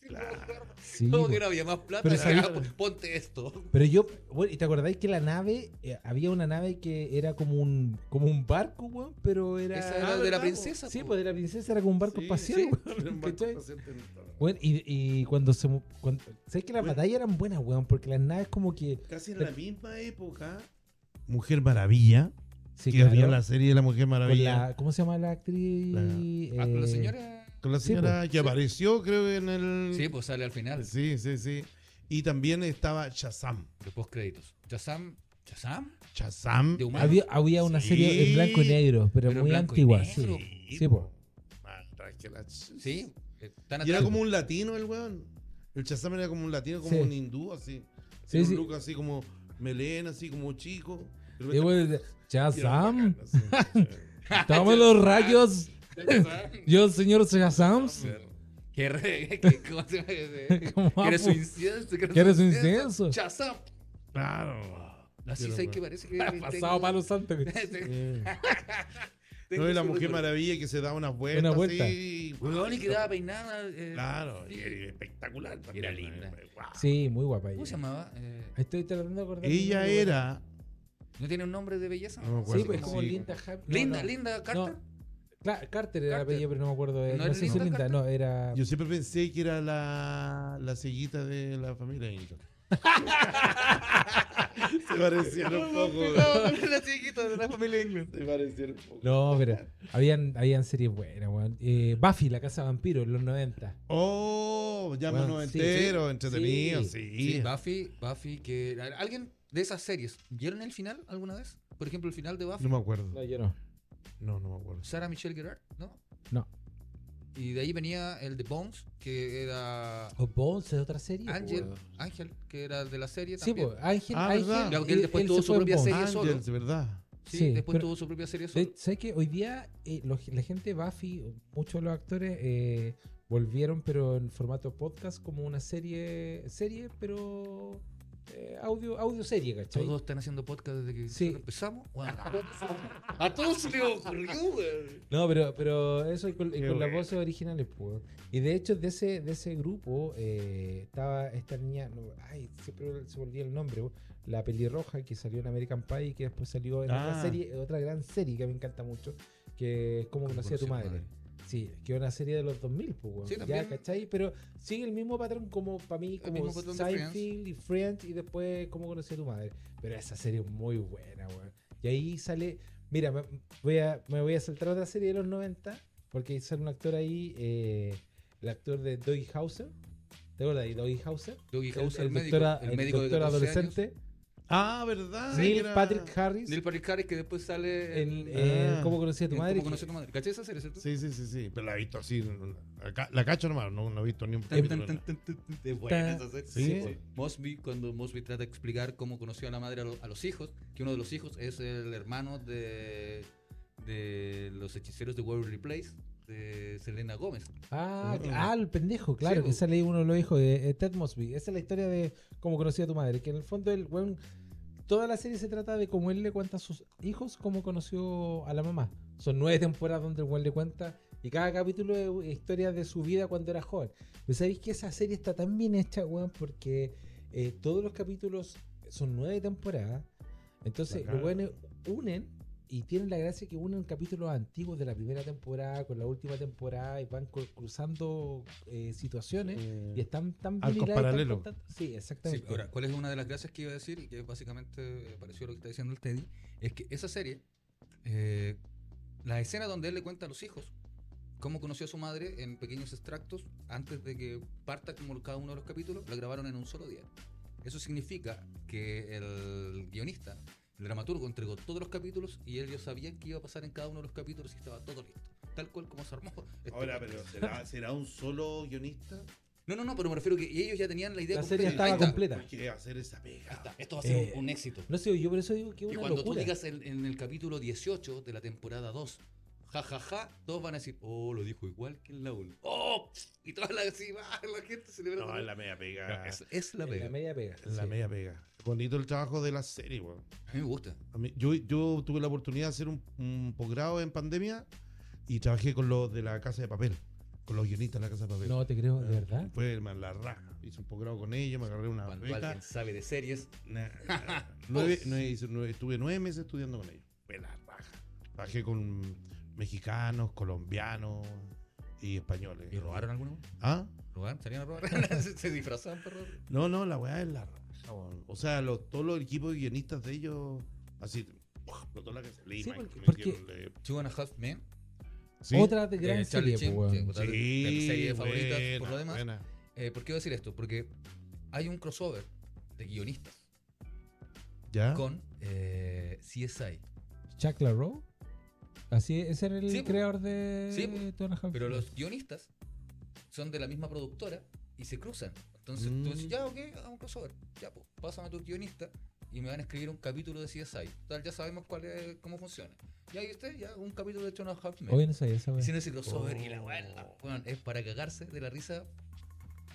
Speaker 2: Claro.
Speaker 3: Sí, pues.
Speaker 1: como
Speaker 3: po.
Speaker 1: que no había más plata.
Speaker 3: Pero
Speaker 1: era,
Speaker 3: sabía-
Speaker 1: "Ah, pues, ponte esto.
Speaker 3: Pero yo, bueno, ¿y te acordáis que la nave, eh, había una nave que era como un, como un barco, weón, pero era...
Speaker 1: Esa era de
Speaker 2: ¿verdad,
Speaker 1: la
Speaker 2: po?
Speaker 1: princesa.
Speaker 3: ah, Sí,
Speaker 1: po.
Speaker 3: pues de la princesa era como un barco
Speaker 2: Sí,
Speaker 3: espacial,
Speaker 2: sí.
Speaker 3: weón.
Speaker 1: *laughs*
Speaker 2: *laughs* Era un barco
Speaker 3: ¿Cachai?
Speaker 2: espacial, tenés toda la-
Speaker 3: Weón, y, y cuando se... mu- Cuando, ¿Sabes que las
Speaker 2: Weón.
Speaker 3: batallas eran buenas, weón? Porque las naves como que...
Speaker 2: Casi en la misma época. Mujer Maravilla.
Speaker 3: Sí,
Speaker 2: que
Speaker 3: claro.
Speaker 2: había la serie de la Mujer
Speaker 3: con
Speaker 2: Maravilla.
Speaker 3: la, ¿Cómo se llama la actriz?
Speaker 2: La-
Speaker 3: Eh,
Speaker 1: Ah, pero la señora.
Speaker 2: Con la
Speaker 3: Sí,
Speaker 2: señora que apareció, creo, en el.
Speaker 1: Sí, pues sale al final.
Speaker 2: sí, sí, sí. Y también estaba Shazam.
Speaker 1: Después créditos. Shazam. Shazam.
Speaker 2: Shazam.
Speaker 1: De humanos.
Speaker 3: Había, había una
Speaker 2: Sí.
Speaker 3: serie en blanco y negro, pero,
Speaker 1: Pero en
Speaker 3: muy
Speaker 1: blanco y
Speaker 3: antigua,
Speaker 1: negro.
Speaker 3: sí.
Speaker 2: Sí,
Speaker 3: Sí, pues.
Speaker 2: po.
Speaker 3: po.
Speaker 2: Ah, tranquila.
Speaker 1: Sí. eh, tan
Speaker 2: Y era
Speaker 1: atrás. *laughs*
Speaker 2: como un latino el weón. El Shazam era como un latino, como
Speaker 3: Sí.
Speaker 2: un hindú, así.
Speaker 3: Sí,
Speaker 2: Era
Speaker 3: sí.
Speaker 2: Un look así como melena, así como chico. De repente- *laughs*
Speaker 3: Y weón, Shazam,
Speaker 2: Y era
Speaker 1: *laughs*
Speaker 2: bacán, así.
Speaker 3: toma los rayos.
Speaker 1: Shazam.
Speaker 3: Yo, señor Shazam,
Speaker 1: Que re. *laughs* Que, ¿Cómo se llama ese?
Speaker 3: ¿Cómo
Speaker 1: *laughs* Que eres su
Speaker 3: vamos? *laughs*
Speaker 1: incienso. Que
Speaker 3: ¿Quieres un incienso?
Speaker 1: Shazam.
Speaker 2: Claro.
Speaker 1: Así
Speaker 2: Pero,
Speaker 1: sé
Speaker 2: weón.
Speaker 1: que parece que.
Speaker 3: Pasado palo santo. güey.
Speaker 1: *laughs*
Speaker 3: Mm.
Speaker 2: Eh.
Speaker 1: Tengo
Speaker 2: No, y la
Speaker 1: ese
Speaker 2: Mujer
Speaker 1: recuerdo.
Speaker 2: Maravilla que se da unas vueltas.
Speaker 3: Una vuelta.
Speaker 2: así.
Speaker 1: Weón, y quedaba peinada. eh,
Speaker 2: Claro,
Speaker 1: Sí.
Speaker 2: y era espectacular. también,
Speaker 1: Era linda.
Speaker 2: eh, guau.
Speaker 3: Sí, muy guapa
Speaker 1: ¿Cómo se
Speaker 3: ella.
Speaker 1: llamaba? Eh,
Speaker 3: Estoy tratando de acordar.
Speaker 2: Ella
Speaker 3: el nombre,
Speaker 2: era.
Speaker 1: ¿No tiene un nombre de belleza?
Speaker 2: No me
Speaker 3: güey.
Speaker 2: acuerdo.
Speaker 3: Sí, pues
Speaker 2: Sí,
Speaker 3: como
Speaker 2: sí.
Speaker 3: Linda Hap- no,
Speaker 1: Linda,
Speaker 3: no.
Speaker 1: Linda Carter.
Speaker 3: Cla- Carter era la
Speaker 1: Carter.
Speaker 3: apellido, pero no me acuerdo. eh,
Speaker 1: ¿No
Speaker 3: No,
Speaker 1: era
Speaker 3: sé si
Speaker 1: Linda
Speaker 3: Linda,
Speaker 1: Carter?
Speaker 3: no, era.
Speaker 2: Yo siempre pensé que era la, la sellita de la
Speaker 1: *laughs*
Speaker 2: familia Inca. se parecían un poco. güey.
Speaker 1: la chiquita de la familia England.
Speaker 2: Se parecían un poco.
Speaker 3: No, pero habían, habían series buenas, weón. Eh, Buffy, la casa de vampiros, los 90.
Speaker 2: Oh,
Speaker 3: Bueno,
Speaker 2: llámanos
Speaker 3: sí,
Speaker 2: entero,
Speaker 3: sí.
Speaker 2: entretenido,
Speaker 3: Sí.
Speaker 2: sí.
Speaker 1: Sí, Buffy, Buffy, que. a ver, ¿Alguien de esas series vieron el final alguna vez? Por ejemplo, el final de Buffy.
Speaker 2: No me acuerdo.
Speaker 3: No, yo no.
Speaker 2: No, no me acuerdo.
Speaker 1: Sarah Michelle Gerard, ¿no?
Speaker 3: No.
Speaker 1: Y de ahí venía el de Bones, que era
Speaker 3: O Bones es otra serie. po,
Speaker 1: Ángel,
Speaker 3: weón.
Speaker 1: Ángel, que era de la serie
Speaker 3: Sí,
Speaker 1: también.
Speaker 3: pues, Ángel,
Speaker 2: Ah,
Speaker 3: Ángel,
Speaker 2: ¿verdad?
Speaker 1: Claro que él después tuvo
Speaker 3: se
Speaker 1: su
Speaker 3: fue en
Speaker 1: propia
Speaker 3: Bones.
Speaker 1: serie. solo.
Speaker 2: Ángel, de verdad.
Speaker 1: Sí,
Speaker 3: Sí,
Speaker 1: después
Speaker 3: pero-
Speaker 1: tuvo su propia serie
Speaker 3: De
Speaker 1: solo.
Speaker 3: hecho, ¿Sabes que Hoy día eh, los- la gente Buffy, muchos de los actores eh, volvieron, pero en formato podcast, como una serie, serie pero eh, audio, audio serie, ¿cachai?
Speaker 7: Todos están haciendo podcast desde que
Speaker 3: Sí.
Speaker 7: nosotros empezamos. Weón, a todos se les ocurrió, weón.
Speaker 3: No, pero, pero eso y con,
Speaker 2: Qué
Speaker 3: y con las
Speaker 2: bueno.
Speaker 3: voces originales, pues. Y de hecho, de ese, de ese grupo eh, estaba esta niña, no, ay, siempre se volvía el nombre, po, la pelirroja que salió en American Pie y que después salió en otra
Speaker 2: Ah.
Speaker 3: serie, otra gran serie que me encanta mucho, que es Como conocía tu madre. Sí, que es una serie de los 2000, pues, weón.
Speaker 1: Sí,
Speaker 3: ya,
Speaker 1: también.
Speaker 3: ¿cachai? Pero sigue el mismo patrón como para mí, como
Speaker 1: mismo patrón de
Speaker 3: Seinfeld y Friends y después Cómo conocí a tu madre. Pero esa serie es muy buena, weón. Y ahí sale, mira, me voy a, me voy a saltar otra serie de los 90, porque ahí sale un actor ahí, eh, el actor de Doggy Hauser. ¿Te acuerdas de Doggy Hauser?
Speaker 1: Dougie House, el, médico,
Speaker 3: doctora-
Speaker 1: el médico de
Speaker 3: doctor
Speaker 1: 14 años.
Speaker 3: adolescente.
Speaker 2: Ah, ¿verdad?
Speaker 3: Neil
Speaker 2: Era-
Speaker 3: Patrick Harris.
Speaker 1: Neil Patrick Harris, que después sale
Speaker 3: en,
Speaker 1: en...
Speaker 3: en
Speaker 2: Ah.
Speaker 3: Cómo conocí a eh, tu
Speaker 1: en
Speaker 3: madre.
Speaker 1: ¿Cómo
Speaker 3: que-
Speaker 1: conocí a tu madre? ¿Cachai esa serie, cierto?
Speaker 2: Sí, sí, sí, sí. Pero la he visto así. La, ca- la cacho nomás, no, no he visto ni un
Speaker 1: Tan,
Speaker 2: capítulo.
Speaker 1: tan,
Speaker 2: nada.
Speaker 1: tan, tan, tan, tan. Es buena esa serie.
Speaker 2: Sí,
Speaker 1: Sí,
Speaker 2: sí.
Speaker 1: Mosby, cuando Mosby trata de explicar cómo conoció a la madre a, lo- a los hijos, que uno de los hijos es el hermano de, de los hechiceros de Waverly Place, de Selena Gómez.
Speaker 3: Ah,
Speaker 2: Mm.
Speaker 3: ah, el pendejo, claro,
Speaker 1: Sí,
Speaker 3: que
Speaker 1: po.
Speaker 3: sale uno de los hijos de eh, Ted Mosby. Esa es la historia de cómo conocía a tu madre, que en el fondo el weón, toda la serie se trata de cómo él le cuenta a sus hijos cómo conoció a la mamá. Son nueve temporadas donde el weón le cuenta y cada capítulo es u- historia de su vida cuando era joven. Pero sabéis que esa serie está tan bien hecha, weón, porque eh, todos los capítulos son nueve temporadas. Entonces,
Speaker 2: Bacán.
Speaker 3: los weones unen y tienen la gracia que unen capítulos antiguos de la primera temporada con la última temporada y van cu- cruzando eh, situaciones
Speaker 2: Eh,
Speaker 3: y este, están tan
Speaker 2: Arcos
Speaker 3: bien hiladas y tan
Speaker 2: paralelos.
Speaker 3: constantes. Sí,
Speaker 1: Sí,
Speaker 3: exactamente.
Speaker 1: ahora, ¿cuál es una de las gracias que iba a decir? Y que básicamente eh, pareció lo que está diciendo el Teddy. Es que esa serie, eh, la escena donde él le cuenta a los hijos cómo conoció a su madre en pequeños extractos antes de que parta como cada uno de los capítulos, la grabaron en un solo día. Eso significa que el guionista, el dramaturgo, entregó todos los capítulos y ellos sabían que iba a pasar en cada uno de los capítulos y estaba todo listo. Tal cual como se armó. este
Speaker 2: Ahora,
Speaker 1: podcast.
Speaker 2: pero ¿será, será un solo guionista?
Speaker 1: No, no, no, pero me refiero que ellos ya tenían la idea
Speaker 3: La serie
Speaker 1: completa.
Speaker 3: estaba
Speaker 1: Ahí está.
Speaker 3: completa.
Speaker 2: Porque hacer esa pega.
Speaker 1: Ahí está. Esto va a ser un-
Speaker 3: Eh,
Speaker 1: un éxito.
Speaker 3: No sé, yo por eso digo que es
Speaker 1: Y
Speaker 3: una
Speaker 1: cuando
Speaker 3: locura.
Speaker 1: tú digas en, en el capítulo 18 de la temporada 2, jajaja, todos van a decir, oh, lo dijo igual que el Laul. ¡Oh! Y toda la, así, *laughs* va, ah, la gente celebra.
Speaker 2: No, es la media pega.
Speaker 1: No, es, es la
Speaker 3: En
Speaker 1: pega.
Speaker 3: la media pega.
Speaker 2: Es la
Speaker 3: sí.
Speaker 2: media pega. Bonito el trabajo de la serie, weón.
Speaker 1: A mí me gusta.
Speaker 2: A mí- yo, yo tuve la oportunidad de hacer un, un posgrado en pandemia y trabajé con los de la Casa de Papel, con los guionistas de la Casa de Papel. Eh,
Speaker 3: No te creo,
Speaker 1: Ah.
Speaker 3: de verdad.
Speaker 2: Fue hermano, la raja. Hice un posgrado con ellos, me agarré una
Speaker 1: Cuando
Speaker 2: beca.
Speaker 1: alguien sabe de series, *laughs* Pues,
Speaker 2: Nah, nah. nueve, nueve- hice nueve- estuve nueve meses estudiando con ellos. Fue la raja. Trabajé con mexicanos, colombianos y españoles.
Speaker 1: ¿y robaron alguna vez?
Speaker 2: ¿Ah?
Speaker 1: ¿Robaron? ¿Salían a robar? *laughs* se, se disfrazaban para robar.
Speaker 2: No, no, la weá es la raja, weón. O sea, los, todos los equipos de guionistas de ellos, así, ¡buah! explotó la casa. Lima,
Speaker 3: porque-
Speaker 2: me
Speaker 3: porque-
Speaker 2: metieron de-
Speaker 1: Two and a Half Men.
Speaker 2: Sí.
Speaker 3: Otra de gran
Speaker 1: eh, Charlie
Speaker 3: serie,
Speaker 1: Chin,
Speaker 3: pues,
Speaker 1: que-
Speaker 3: weón.
Speaker 1: otra de- de mis series
Speaker 2: buena,
Speaker 1: favoritas, por lo demás.
Speaker 2: buena.
Speaker 1: Eh, ¿Por qué iba a decir esto? Porque hay un crossover de guionistas
Speaker 2: ¿Ya?
Speaker 1: con eh, CSI.
Speaker 3: Chuck LaRoe. Así, ese era el
Speaker 1: Sí, po.
Speaker 3: creador de
Speaker 1: Sí, po.
Speaker 3: Two and a Half
Speaker 1: Pero
Speaker 3: Men.
Speaker 1: los guionistas son de la misma productora y se cruzan. Entonces
Speaker 2: Mm.
Speaker 1: tú dices, ya, ok, haz un crossover. Ya, pues, pásame a tu guionista y me van a escribir un capítulo de CSI. Tal, ya sabemos cuál es, cómo funciona. Y ahí usted, ya, un capítulo de Two and a Half Men.
Speaker 3: Hoy no sabía esa weá.
Speaker 1: Hicieron ese crossover y la weá, la- weón, es para cagarse de la risa.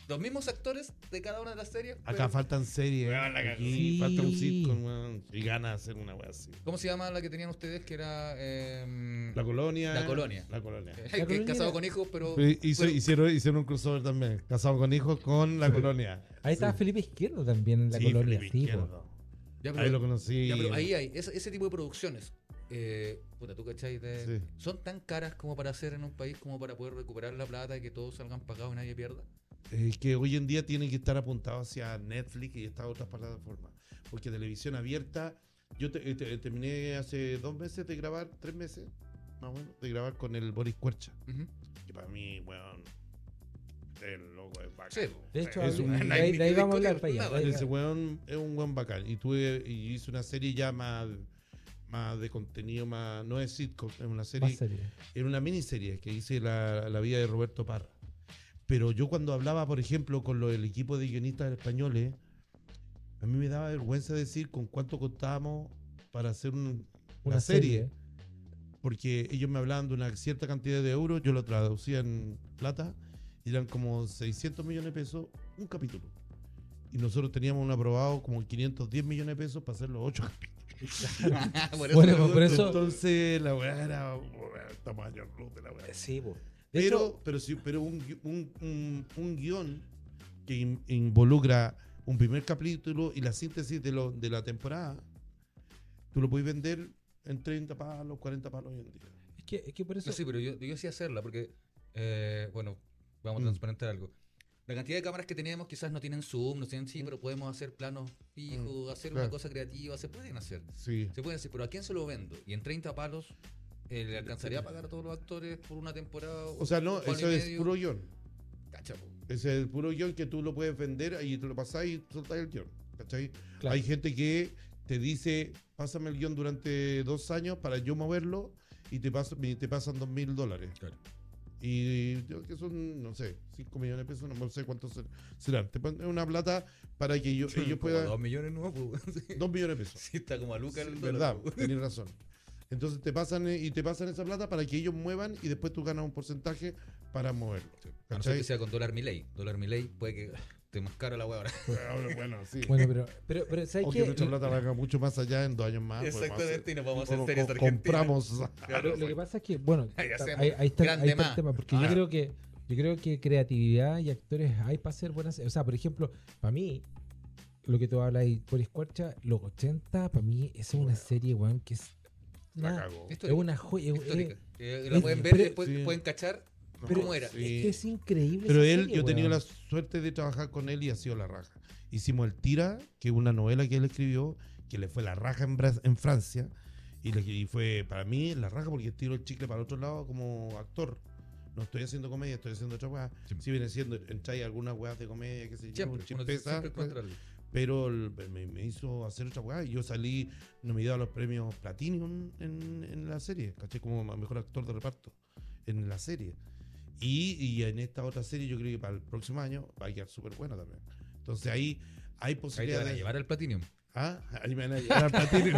Speaker 1: Los mismos actores de cada una de las series.
Speaker 2: Acá
Speaker 1: pero-
Speaker 2: faltan series.
Speaker 8: Weón, la
Speaker 2: aquí
Speaker 3: cagó.
Speaker 2: falta un
Speaker 3: Sí.
Speaker 2: sitcom, weón. Y gana de hacer una weá así.
Speaker 1: ¿Cómo se llama la que tenían ustedes que era. em,
Speaker 2: La colonia.
Speaker 1: La colonia.
Speaker 2: La colonia.
Speaker 1: eh,
Speaker 3: La
Speaker 1: *laughs* que
Speaker 3: colonia
Speaker 1: es casado
Speaker 3: era-
Speaker 1: con hijos, pero.
Speaker 2: Sí, hizo-
Speaker 1: pero-
Speaker 2: hicieron, hicieron un crossover también. Casado con hijos con la colonia.
Speaker 3: Ahí estaba Felipe Izquierdo también en la
Speaker 2: Sí,
Speaker 3: colonia.
Speaker 2: Felipe
Speaker 3: sí, po.
Speaker 2: Izquierdo.
Speaker 1: ya, pero-
Speaker 2: Ahí lo conocí.
Speaker 1: Ya, pero ahí hay, ese, ese tipo de producciones. eh, puta, tú cachai, de-
Speaker 2: Sí.
Speaker 1: son tan caras como para hacer en un país como para poder recuperar la plata y que todos salgan pagados y nadie pierda.
Speaker 2: Eh, que hoy en día tienen que estar apuntados hacia Netflix y estas otras plataformas. Porque televisión abierta. Yo te- eh, te- terminé hace dos meses de grabar, tres meses, más o menos, de grabar con el Boris Cuercha. Que para mí, weón. El loco es bacán.
Speaker 1: Sí.
Speaker 2: *laughs*
Speaker 3: De hecho,
Speaker 2: Es un-
Speaker 3: de ahí, de ahí vamos a hablar para allá.
Speaker 1: Nada,
Speaker 3: de ahí-
Speaker 2: Ese weón es un weón bacán. Y tuve, y hice una serie ya más, más más de contenido, más no es sitcom, es una
Speaker 3: Más
Speaker 2: serie,
Speaker 3: serio.
Speaker 2: era una miniserie que hice la, la vida de Roberto Parra. Pero yo cuando hablaba, por ejemplo, con lo, el equipo de guionistas españoles, a mí me daba vergüenza decir con cuánto contábamos para hacer un- una, serie. Porque ellos me hablaban de una cierta cantidad de euros, yo lo traducía en plata, y eran como 600 millones de pesos un capítulo. Y nosotros teníamos un aprobado como 510 millones de pesos para hacer los *laughs* 8
Speaker 1: *laughs* por
Speaker 3: Bueno,
Speaker 1: me
Speaker 3: por
Speaker 1: pregunto.
Speaker 3: eso-
Speaker 2: Entonces, la weá era. weá, Tamaño luz de la weá.
Speaker 9: Sí, po. De hecho,
Speaker 2: Pero, pero, sí, pero un, gui- un, un- un guión que in- involucra un primer capítulo y la síntesis de, lo, de la temporada, tú lo puedes vender en 30 palos, 40 palos hoy en día.
Speaker 3: Es que, es que por eso.
Speaker 1: No, sí, pero yo, yo sí hacerla porque, eh, bueno, vamos a
Speaker 2: Mm.
Speaker 1: transparentar algo. La cantidad de cámaras que teníamos quizás no tienen zoom, no tienen sí, pero podemos hacer planos fijos, hacer una
Speaker 2: Mm. claro.
Speaker 1: cosa creativa, se pueden hacer.
Speaker 2: Sí.
Speaker 1: Se pueden hacer, pero ¿a quién se lo vendo? Y en 30 palos, eh, ¿le alcanzaría a pagar a todos los actores por una temporada?
Speaker 2: O sea, no,
Speaker 1: un palo y
Speaker 2: eso es
Speaker 1: medio?
Speaker 2: puro guión.
Speaker 1: Cacha, po.
Speaker 2: Ese es el puro guión que tú lo puedes vender y te lo pasás y soltás el guión. ¿Cachai?
Speaker 3: Claro.
Speaker 2: Hay gente que te dice, pásame el guión durante dos años para yo moverlo y te, paso- y te pasan dos mil dólares.
Speaker 1: Claro.
Speaker 2: Y yo que son, no sé, cinco millones de pesos, no sé cuántos ser- serán. Te ponen una plata para que yo- ellos
Speaker 1: Como
Speaker 2: puedan...
Speaker 1: Dos millones no, po. *laughs*
Speaker 2: *laughs* Dos millones de pesos.
Speaker 1: Sí, está como a Luca
Speaker 2: Sí,
Speaker 1: el
Speaker 2: verdad,
Speaker 1: dólar, po.
Speaker 2: tenés razón. Entonces te pasan eh, y te pasan esa plata para que ellos muevan y después tú ganas un porcentaje para moverlo.
Speaker 1: A no ser
Speaker 2: ¿Cachai?
Speaker 1: que sea con dólar Milei. Dólar Milei puede que te más caro la hueá ahora.
Speaker 2: Bueno, bueno, sí.
Speaker 3: Bueno, pero, pero, pero ¿sabes
Speaker 2: O
Speaker 3: qué?
Speaker 2: que nuestra plata la haga mucho más allá en dos
Speaker 1: *laughs*
Speaker 2: años más. pues,
Speaker 1: Exactamente, y nos vamos a
Speaker 2: vamos
Speaker 1: hacer
Speaker 2: a
Speaker 1: series
Speaker 2: hacer-
Speaker 1: *laughs*
Speaker 2: co-
Speaker 1: argentinas.
Speaker 2: *laughs* compramos.
Speaker 3: Lo, lo que
Speaker 2: pues.
Speaker 3: pasa es
Speaker 2: *laughs*
Speaker 3: que, bueno,
Speaker 1: Ahí
Speaker 3: está-
Speaker 1: hacemos
Speaker 3: ahí, ahí está,
Speaker 1: grande
Speaker 3: ahí está
Speaker 1: más.
Speaker 3: el tema, porque
Speaker 2: Ah.
Speaker 3: yo
Speaker 1: Ahora.
Speaker 3: creo que yo creo que creatividad y actores hay para hacer buenas. O sea, por ejemplo, para mí, lo que tú hablas ahí, por Escuarcha, los 80, para mí es una serie, weón, que es.
Speaker 2: La
Speaker 3: una-
Speaker 2: cago.
Speaker 3: es una joya. es-
Speaker 1: histórica. Eh, la
Speaker 3: es-
Speaker 1: pueden ver,
Speaker 3: pero-
Speaker 1: después
Speaker 2: sí.
Speaker 1: pueden cachar
Speaker 3: Pero-
Speaker 1: cómo era.
Speaker 3: es que es increíble.
Speaker 2: Pero
Speaker 3: esa
Speaker 2: él,
Speaker 3: serie,
Speaker 2: yo he tenido
Speaker 3: weón.
Speaker 2: la suerte de trabajar con él y ha sido la raja. Hicimos El Tira, que es una novela que él escribió, que le fue la raja en, Bra- en Francia. Y, le- y fue para mí la raja porque tiro el chicle para el otro lado como actor. No estoy haciendo comedia, estoy haciendo otra weá.
Speaker 10: Sí.
Speaker 2: Si viene siendo, entráis algunas weas de comedia, que se
Speaker 1: Siempre, uno
Speaker 2: chispeza,
Speaker 1: siempre encuentra algo.
Speaker 2: pero el- me, me hizo hacer otra weá y yo salí nominado a los premios Platinum en, en la serie, caché como ma- mejor actor de reparto en la serie. Y, y en esta otra serie yo creo que para el próximo año va a quedar súper buena también. Entonces ahí
Speaker 1: Ahí te
Speaker 2: hay
Speaker 1: van a
Speaker 2: posibilidades.
Speaker 1: llevar al Platinum.
Speaker 2: ¿Ah? Ahí me *laughs* van a llevar al Platinum.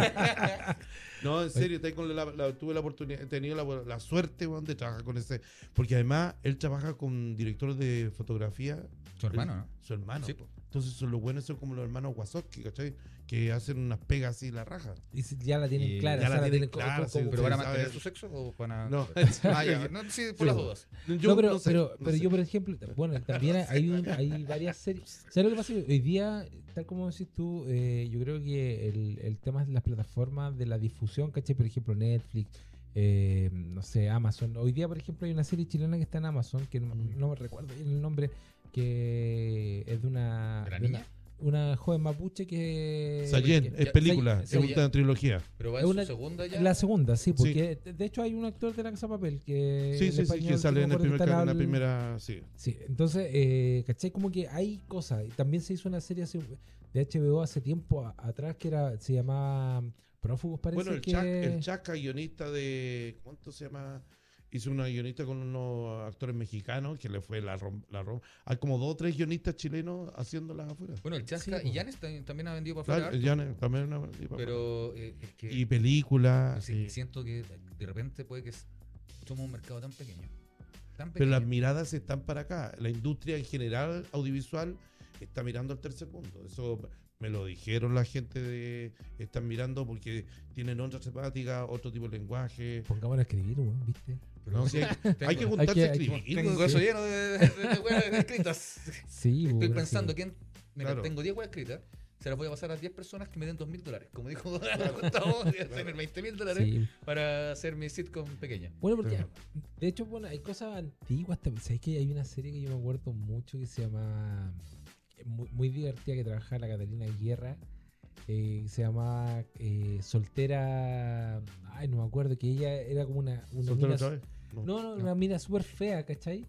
Speaker 2: no, en serio, estoy con la- la- tuve la oportunidad, he tenido la, la suerte weón, de trabajar con ese. Porque además él trabaja con directores de fotografía,
Speaker 1: Su hermano, ¿no?
Speaker 2: su hermano.
Speaker 1: Sí, po.
Speaker 2: Entonces son los buenos son como los hermanos Wazowski, ¿cachai? Que hacen unas pegas así la raja.
Speaker 3: Y si ya la tienen
Speaker 2: Y
Speaker 3: clara.
Speaker 2: ya
Speaker 3: o sea,
Speaker 2: la tienen
Speaker 3: como-
Speaker 2: clara,
Speaker 3: como-
Speaker 2: sí,
Speaker 1: ¿Pero
Speaker 2: sí,
Speaker 1: van a
Speaker 2: sabe
Speaker 1: mantener
Speaker 2: eso.
Speaker 1: su sexo o van a.?
Speaker 2: No.
Speaker 1: *laughs*
Speaker 2: *laughs*
Speaker 1: Ah, ya. No, sí, por las dudas.
Speaker 2: Yo
Speaker 3: no, pero,
Speaker 2: sé,
Speaker 3: pero,
Speaker 2: no
Speaker 3: pero
Speaker 2: sé.
Speaker 3: yo, por ejemplo, bueno, también hay, un- hay varias series. ¿Sabes lo que pasa? Que Hoy día, tal como decís tú, eh, yo creo que el, el tema de las plataformas de la difusión, ¿cachai? Por ejemplo, Netflix, eh, no sé, Amazon. Hoy día, por ejemplo, hay una serie chilena que está en Amazon, que no,
Speaker 2: Mm.
Speaker 3: no recuerdo bien el nombre, que es de una.
Speaker 1: ¿De la
Speaker 3: de
Speaker 1: niña?
Speaker 3: Una, una joven mapuche que.
Speaker 2: Sallén,
Speaker 3: que-
Speaker 2: es película,
Speaker 3: Sallén,
Speaker 2: es una trilogía.
Speaker 1: Pero va
Speaker 3: Es
Speaker 1: en
Speaker 3: una-
Speaker 1: su segunda ya.
Speaker 3: la segunda, sí, porque de hecho hay un actor de la Casa Papel que.
Speaker 2: Sí,
Speaker 3: Eh,
Speaker 2: sí,
Speaker 3: en
Speaker 2: sí,
Speaker 3: español,
Speaker 2: que sale
Speaker 3: no
Speaker 2: en, el
Speaker 3: me acuerdo
Speaker 2: primer,
Speaker 3: que está
Speaker 2: ca- en la
Speaker 3: al-
Speaker 2: primera. Sí.
Speaker 3: Sí, entonces, eh, ¿cachai? Como que hay cosas. Y También se hizo una serie hace- de HBO hace tiempo a- atrás que era se llamaba Prófugos, parece
Speaker 2: Bueno, el,
Speaker 3: que...
Speaker 2: Chac- el Chasca, guionista de. ¿Cuánto se llama? Hizo una guionista con unos actores mexicanos que le fue la rom- la rom- Hay como dos o tres guionistas chilenos haciéndolas afuera.
Speaker 1: Bueno, el Chasca
Speaker 3: Sí, po.
Speaker 1: y Janes también, también ha vendido para
Speaker 2: Claro,
Speaker 1: afuera.
Speaker 2: ya no- también una- y-
Speaker 1: Pero eh, es que.
Speaker 2: y películas.
Speaker 1: sí,
Speaker 2: y-
Speaker 1: Siento que de repente puede que s- somos un mercado tan pequeño. Tan
Speaker 2: Pero
Speaker 1: pequeño.
Speaker 2: las miradas están para acá. La industria en general audiovisual está mirando al tercer mundo. Eso me lo dijeron la gente de... Están mirando porque tienen otras temáticas, otro tipo de lenguaje.
Speaker 3: Pongámonos a escribir, weón, ¿viste?
Speaker 2: ¿no? Sí, hay, hay que
Speaker 1: Tengo-
Speaker 2: juntarse
Speaker 3: hay que-
Speaker 2: a escribir.
Speaker 1: Tengo eso lleno de, de, de huevas *laughs* escritas.
Speaker 3: Sí,
Speaker 1: Estoy
Speaker 3: weón,
Speaker 1: pensando
Speaker 3: sí.
Speaker 1: quién. Mira,
Speaker 2: Claro.
Speaker 1: tengo 10 weas escritas. Se las voy a pasar a 10 personas que me den 2 mil dólares. Como dijo *laughs* Gustavo, voy a tener 20 mil dólares
Speaker 3: Sí.
Speaker 1: para hacer mi sitcom pequeña.
Speaker 3: Bueno, porque de hecho, bueno, hay cosas antiguas también. ¿Sabes que hay una serie que yo me acuerdo mucho que se llama... Muy, muy divertida que trabajaba la Catalina Guerra. eh, se llamaba eh, Soltera... Ay, no me acuerdo, que ella era como una... una
Speaker 2: ¿Soltero
Speaker 3: mina
Speaker 2: otra vez? No.
Speaker 3: eh. No, no, una mina súper fea, ¿cachai?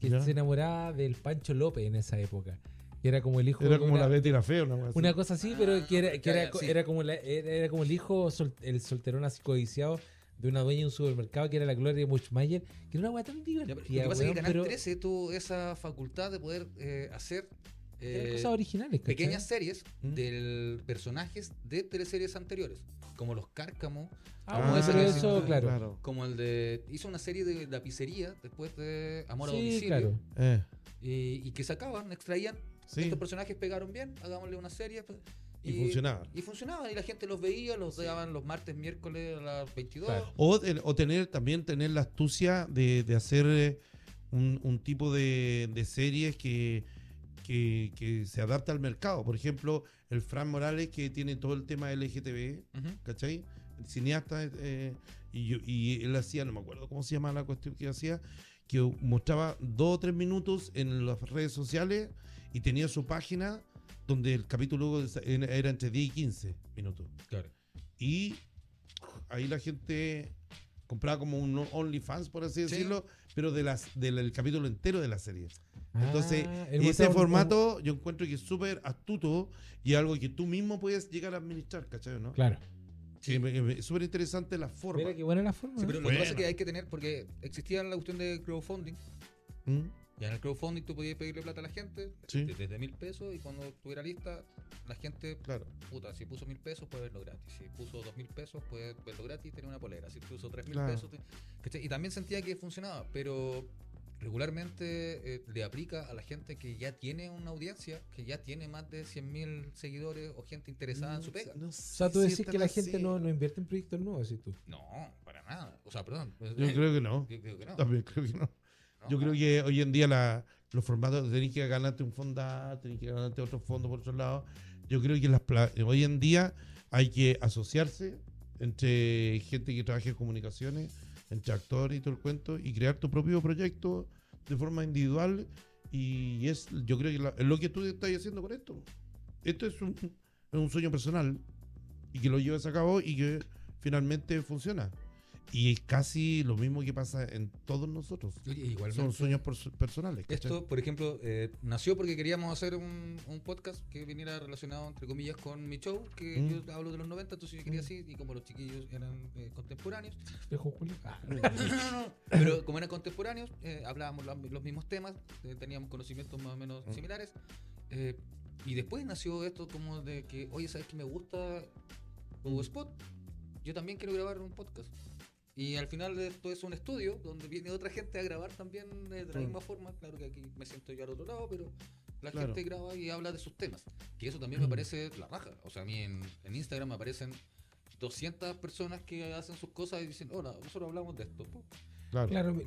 Speaker 3: Que
Speaker 2: Ya.
Speaker 3: se enamoraba del Pancho López en esa época. Y era como el hijo.
Speaker 2: Era como
Speaker 3: una-
Speaker 2: la Betty la Fea, una, cosa así.
Speaker 3: Una cosa así, pero que
Speaker 1: Ah,
Speaker 3: era, que era,
Speaker 11: Ya, ya, sí.
Speaker 3: era como, la- era, era como el hijo, sol- el solterón así codiciado de una dueña de un supermercado que era la Gloria Muchmayer, que era una weá tan
Speaker 1: Ya,
Speaker 3: divertida.
Speaker 1: pero lo que pasa es que
Speaker 3: weón,
Speaker 1: Canal
Speaker 3: pero
Speaker 1: 13 tuvo esa facultad de poder eh, hacer
Speaker 3: eran
Speaker 1: eh,
Speaker 3: cosas originales, ¿cachai?
Speaker 1: pequeñas series
Speaker 2: ¿Mm?
Speaker 1: de personajes de teleseries anteriores, como los Cárcamo,
Speaker 3: Ah, bueno,
Speaker 1: esa
Speaker 3: pero
Speaker 1: que
Speaker 3: eso,
Speaker 1: hicimos,
Speaker 3: claro.
Speaker 1: como el de hizo una serie de lapicería después de Amor a
Speaker 3: Sí,
Speaker 1: domicilio
Speaker 3: claro.
Speaker 2: Eh,
Speaker 1: y, y que sacaban, extraían
Speaker 2: sí.
Speaker 1: estos personajes pegaron bien, hagámosle una serie pues,
Speaker 2: Y funcionaba.
Speaker 1: y funcionaban y la gente los veía, los daban los martes, miércoles a las 22.
Speaker 3: Claro.
Speaker 2: O, el- o tener también tener la astucia de, de hacer eh, un, un tipo de, de series que, que, que se adapta al mercado. Por ejemplo, el Fran Morales que tiene todo el tema LGTB,
Speaker 1: Ujú.
Speaker 2: ¿cachai? Cineasta, eh, y, yo- y él hacía, no me acuerdo cómo se llama la cuestión que hacía, que mostraba dos o tres minutos en las redes sociales y tenía su página donde el capítulo era entre 10 y 15 minutos.
Speaker 3: Claro.
Speaker 2: Y ahí la gente compraba como un OnlyFans, por así
Speaker 1: Sí.
Speaker 2: decirlo, pero de las, del el capítulo entero de la serie.
Speaker 3: Ah,
Speaker 2: Entonces,
Speaker 3: él
Speaker 2: ese
Speaker 3: mostraba un-
Speaker 2: formato yo encuentro que es súper astuto y algo que tú mismo puedes llegar a administrar, ¿cachai? o ¿no?
Speaker 3: un- Claro.
Speaker 2: Sí, pues, me- me- es súper interesante la forma.
Speaker 3: Mira qué buena la forma.
Speaker 1: Sí,
Speaker 3: ¿eh?
Speaker 1: pero lo que
Speaker 2: Buena.
Speaker 1: pasa es que hay que tener, porque existía la cuestión de crowdfunding.
Speaker 2: ¿Mm?
Speaker 1: Ya en el crowdfunding tú podías pedirle plata a la gente
Speaker 2: Sí.
Speaker 1: de- desde mil pesos y cuando estuviera lista, la gente,
Speaker 2: Claro.
Speaker 1: puta, si puso mil pesos puede verlo gratis, si puso dos mil pesos puede verlo gratis y tener una polera, si puso tres mil
Speaker 2: Claro.
Speaker 1: pesos. te- ¿cachai? Y también sentía que funcionaba, pero regularmente eh, le aplica a la gente que ya tiene una audiencia, que ya tiene más de 100 mil seguidores o gente interesada en su pega.
Speaker 2: No
Speaker 3: Mm, o sea, tú
Speaker 2: sé si
Speaker 3: decís
Speaker 2: es
Speaker 3: que la
Speaker 2: tan
Speaker 3: gente
Speaker 2: así.
Speaker 3: no, no invierte en proyectos nuevos, decís tú.
Speaker 1: No, para nada. O sea, perdón. Eh,
Speaker 2: Yo creo que no.
Speaker 1: Yo creo que no.
Speaker 2: También creo que no.
Speaker 1: No.
Speaker 2: Yo creo que hoy en día la- los formatos tenés que ganarte un fondo, tenés que ganarte otro fondo por otro lado. Yo creo que las pla- hoy en día hay que asociarse entre gente que trabaja en comunicaciones, entre actores y todo el cuento, y crear tu propio proyecto de forma individual. Y es, yo creo que la- es lo que tú estás haciendo con esto. Esto es un, es un sueño personal y que lo llevas a cabo y que finalmente funciona. Y es casi lo mismo que pasa en todos nosotros.
Speaker 1: Oye, igualmente-
Speaker 2: Son sueños perso- personales. ¿cachai?
Speaker 1: Esto, por ejemplo, eh, nació porque queríamos hacer un, un podcast que viniera relacionado, entre comillas, con mi show, que
Speaker 2: Mm.
Speaker 1: yo hablo de los 90, entonces yo quería así, y como los chiquillos eran eh, contemporáneos,
Speaker 3: Espejo, Julio. Ah,
Speaker 1: no, no, no, *laughs* pero como eran contemporáneos, eh, hablábamos la- los mismos temas, eh, teníamos conocimientos más o menos
Speaker 2: Mm.
Speaker 1: similares, eh, y después nació esto como de que, oye, ¿sabes que me gusta Google Spot? Yo también quiero grabar un podcast. Y al final esto es un estudio donde viene otra gente a grabar también eh, de la
Speaker 2: Mm.
Speaker 1: misma forma. Claro que aquí me siento yo al otro lado, pero la
Speaker 2: Claro.
Speaker 1: gente graba y habla de sus temas. Que eso
Speaker 3: Mm.
Speaker 1: también me parece la raja. O sea, a mí en, en Instagram me aparecen 200 personas que hacen sus cosas y dicen, hola, nosotros hablamos de esto. po".
Speaker 2: Claro.
Speaker 3: claro.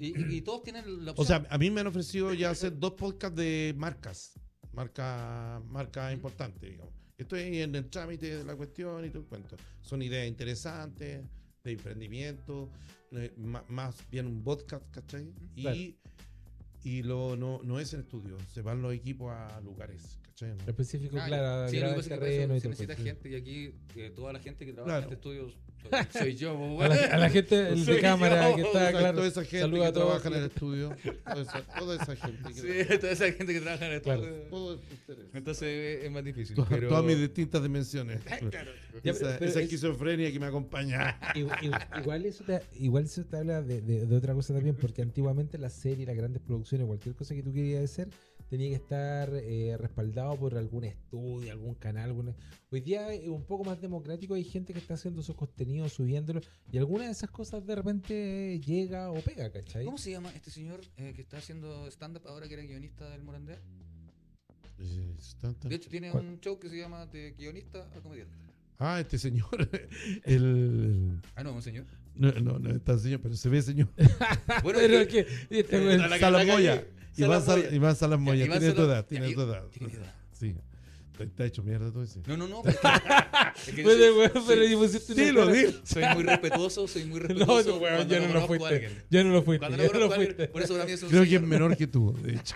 Speaker 1: Y, y- y todos tienen la
Speaker 2: O
Speaker 1: opción.
Speaker 2: sea, a mí me han ofrecido ya hacer dos podcasts de marcas. Marca, marca importante, digamos. Estoy en el trámite de la cuestión y todo el cuento. Son ideas interesantes, de emprendimiento, eh, ma- más bien un podcast, ¿cachai? Y,
Speaker 3: Claro.
Speaker 2: y lo, no, no es en estudio, se van los equipos a lugares, ¿cachai? ¿no?
Speaker 3: Lo específico,
Speaker 1: Ah,
Speaker 3: claro.
Speaker 1: sí, lo que
Speaker 3: grabar
Speaker 1: pasa es que para eso
Speaker 3: terreno y
Speaker 1: se
Speaker 3: todo,
Speaker 1: necesita
Speaker 3: pues.
Speaker 1: gente y aquí eh, toda la gente que trabaja en este
Speaker 2: Claro.
Speaker 1: estudio soy,
Speaker 3: *laughs*
Speaker 1: soy yo. po,
Speaker 3: A la, a la gente el
Speaker 2: Soy
Speaker 3: de
Speaker 2: yo,
Speaker 3: cámara que está,
Speaker 2: ¿cachai?
Speaker 3: claro.
Speaker 2: Toda esa gente
Speaker 3: saluda
Speaker 2: que
Speaker 3: a todos.
Speaker 2: trabaja en el estudio. Toda esa, toda esa gente. Que
Speaker 1: Sí, toda esa gente que trabaja en esto.
Speaker 3: Claro.
Speaker 1: eh,
Speaker 2: todos ustedes.
Speaker 1: Entonces eh, es más difícil.
Speaker 2: Todas-
Speaker 1: pero-
Speaker 2: Todas mis distintas
Speaker 3: *laughs*
Speaker 2: dimensiones.
Speaker 3: Ya,
Speaker 2: esa,
Speaker 3: pero- pero
Speaker 2: esa
Speaker 3: es-
Speaker 2: esquizofrenia que me acompaña.
Speaker 3: Igu- igu- Igual eso te, igual eso te habla de, de- de otra cosa también, porque antiguamente las series, las grandes producciones, cualquier cosa que tú querías hacer, tenía que estar eh, respaldado por algún estudio, algún canal. alguna- Hoy día es un poco más democrático, hay gente que está haciendo sus contenidos, subiéndolos, y alguna de esas cosas de repente llega o pega, ¿cachai?
Speaker 1: ¿Cómo se llama este señor eh, que está haciendo stand-up ahora que era guionista del Morandé? De hecho, tiene
Speaker 3: ¿Cuál?
Speaker 1: un show que se llama de guionista a comediante.
Speaker 2: Ah, este señor. *laughs* El.
Speaker 1: Ah, no, un
Speaker 3: *laughs*
Speaker 1: señor.
Speaker 2: No, no, no es tan señor, pero se ve señor.
Speaker 1: *laughs* Bueno,
Speaker 3: Pero
Speaker 1: y-
Speaker 3: es que- y este güey-
Speaker 2: Está Salas Moya. Iván Sal- Iván Salas Moya.
Speaker 1: Iván
Speaker 2: Tiene tu
Speaker 1: Salas-
Speaker 2: edad, tiene
Speaker 1: Ya,
Speaker 2: tu
Speaker 1: Iván-
Speaker 2: edad.
Speaker 1: tiene edad.
Speaker 2: Sí. Está- Está hecho mierda todo ese.
Speaker 1: No, no, no. pero- es que yo
Speaker 3: Bueno,
Speaker 1: soy-
Speaker 3: güey,
Speaker 1: soy-
Speaker 3: pero yo pusiste una
Speaker 2: Dilo,
Speaker 3: cara-
Speaker 2: dilo.
Speaker 1: Soy muy respetuoso, soy muy *laughs*
Speaker 3: No,
Speaker 1: respetuoso.
Speaker 3: no, güey,
Speaker 1: cuando
Speaker 3: ya no lo
Speaker 1: conozco a
Speaker 3: fuiste.
Speaker 1: alguien.
Speaker 3: *laughs* Ya no lo fuiste.
Speaker 1: Cuando
Speaker 3: Ya
Speaker 1: no
Speaker 3: no
Speaker 1: conozco
Speaker 3: lo
Speaker 1: a alguien,
Speaker 3: fuiste.
Speaker 1: Por eso para mí es un
Speaker 2: Creo que es
Speaker 1: señor.
Speaker 2: menor que tú, de
Speaker 1: *laughs*
Speaker 2: hecho.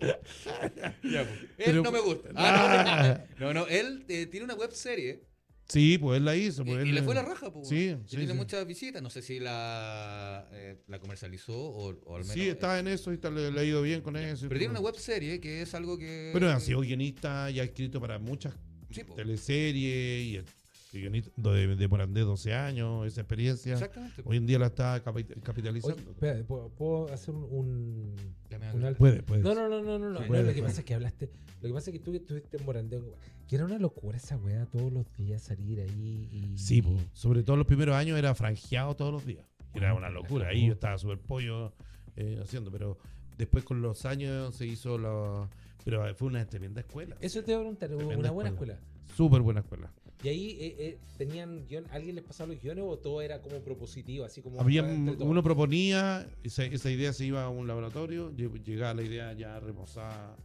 Speaker 1: Ya, pues. Él pues.
Speaker 2: Pero-
Speaker 1: no me gusta. Ah, no, no, él eh, tiene una web serie
Speaker 2: Sí, pues él la hizo.
Speaker 1: Y,
Speaker 2: Pues
Speaker 1: y
Speaker 2: él-
Speaker 1: le fue la raja, pues.
Speaker 2: Sí,
Speaker 1: weón. Y
Speaker 2: sí,
Speaker 1: tiene
Speaker 2: sí.
Speaker 1: muchas visitas. No sé si la, eh, la comercializó o, o al menos. eh,
Speaker 2: Sí, está en eso y está- le, le ha ido bien con eso.
Speaker 1: Pero tiene una web serie que es algo que.
Speaker 2: Pero ha sido guionista y ha escrito para muchas
Speaker 1: Sí, pues, po.
Speaker 2: teleseries y, y guionista de, de Morandé 12 años, esa experiencia.
Speaker 1: Exactamente. pues, po.
Speaker 2: Hoy en día la está capi-
Speaker 3: Oye,
Speaker 2: capitalizando.
Speaker 3: espera, ¿puedo, puedo hacer un- un,
Speaker 1: Ya me da
Speaker 3: un
Speaker 1: cuenta.
Speaker 3: alto?
Speaker 2: puede, puede.
Speaker 3: No, no, no, no, no, no.
Speaker 2: Sí,
Speaker 3: no,
Speaker 2: puede,
Speaker 3: lo que
Speaker 2: puede.
Speaker 3: pasa es que hablaste. Lo que pasa es que tú estuviste en Morandé, güey, que era una locura esa weá todos los días salir ahí y.
Speaker 2: Sí, po. sobre todo los primeros años era franjeado todos los días. Era una locura. Ahí yo estaba súper pollo eh, haciendo, pero después con los años se hizo la. Pero eh, fue una tremenda escuela.
Speaker 3: Eso te voy a preguntar, una
Speaker 2: Tremenda
Speaker 3: buena
Speaker 2: escuela.
Speaker 3: escuela.
Speaker 2: Súper buena escuela.
Speaker 3: Y ahí eh, eh, tenían guión, ¿alguien les pasaba los guiones o todo era como propositivo, así como
Speaker 2: Había,
Speaker 3: entre todos?
Speaker 2: uno proponía, esa, esa idea se iba a un laboratorio, lle- llegaba la idea ya reposada,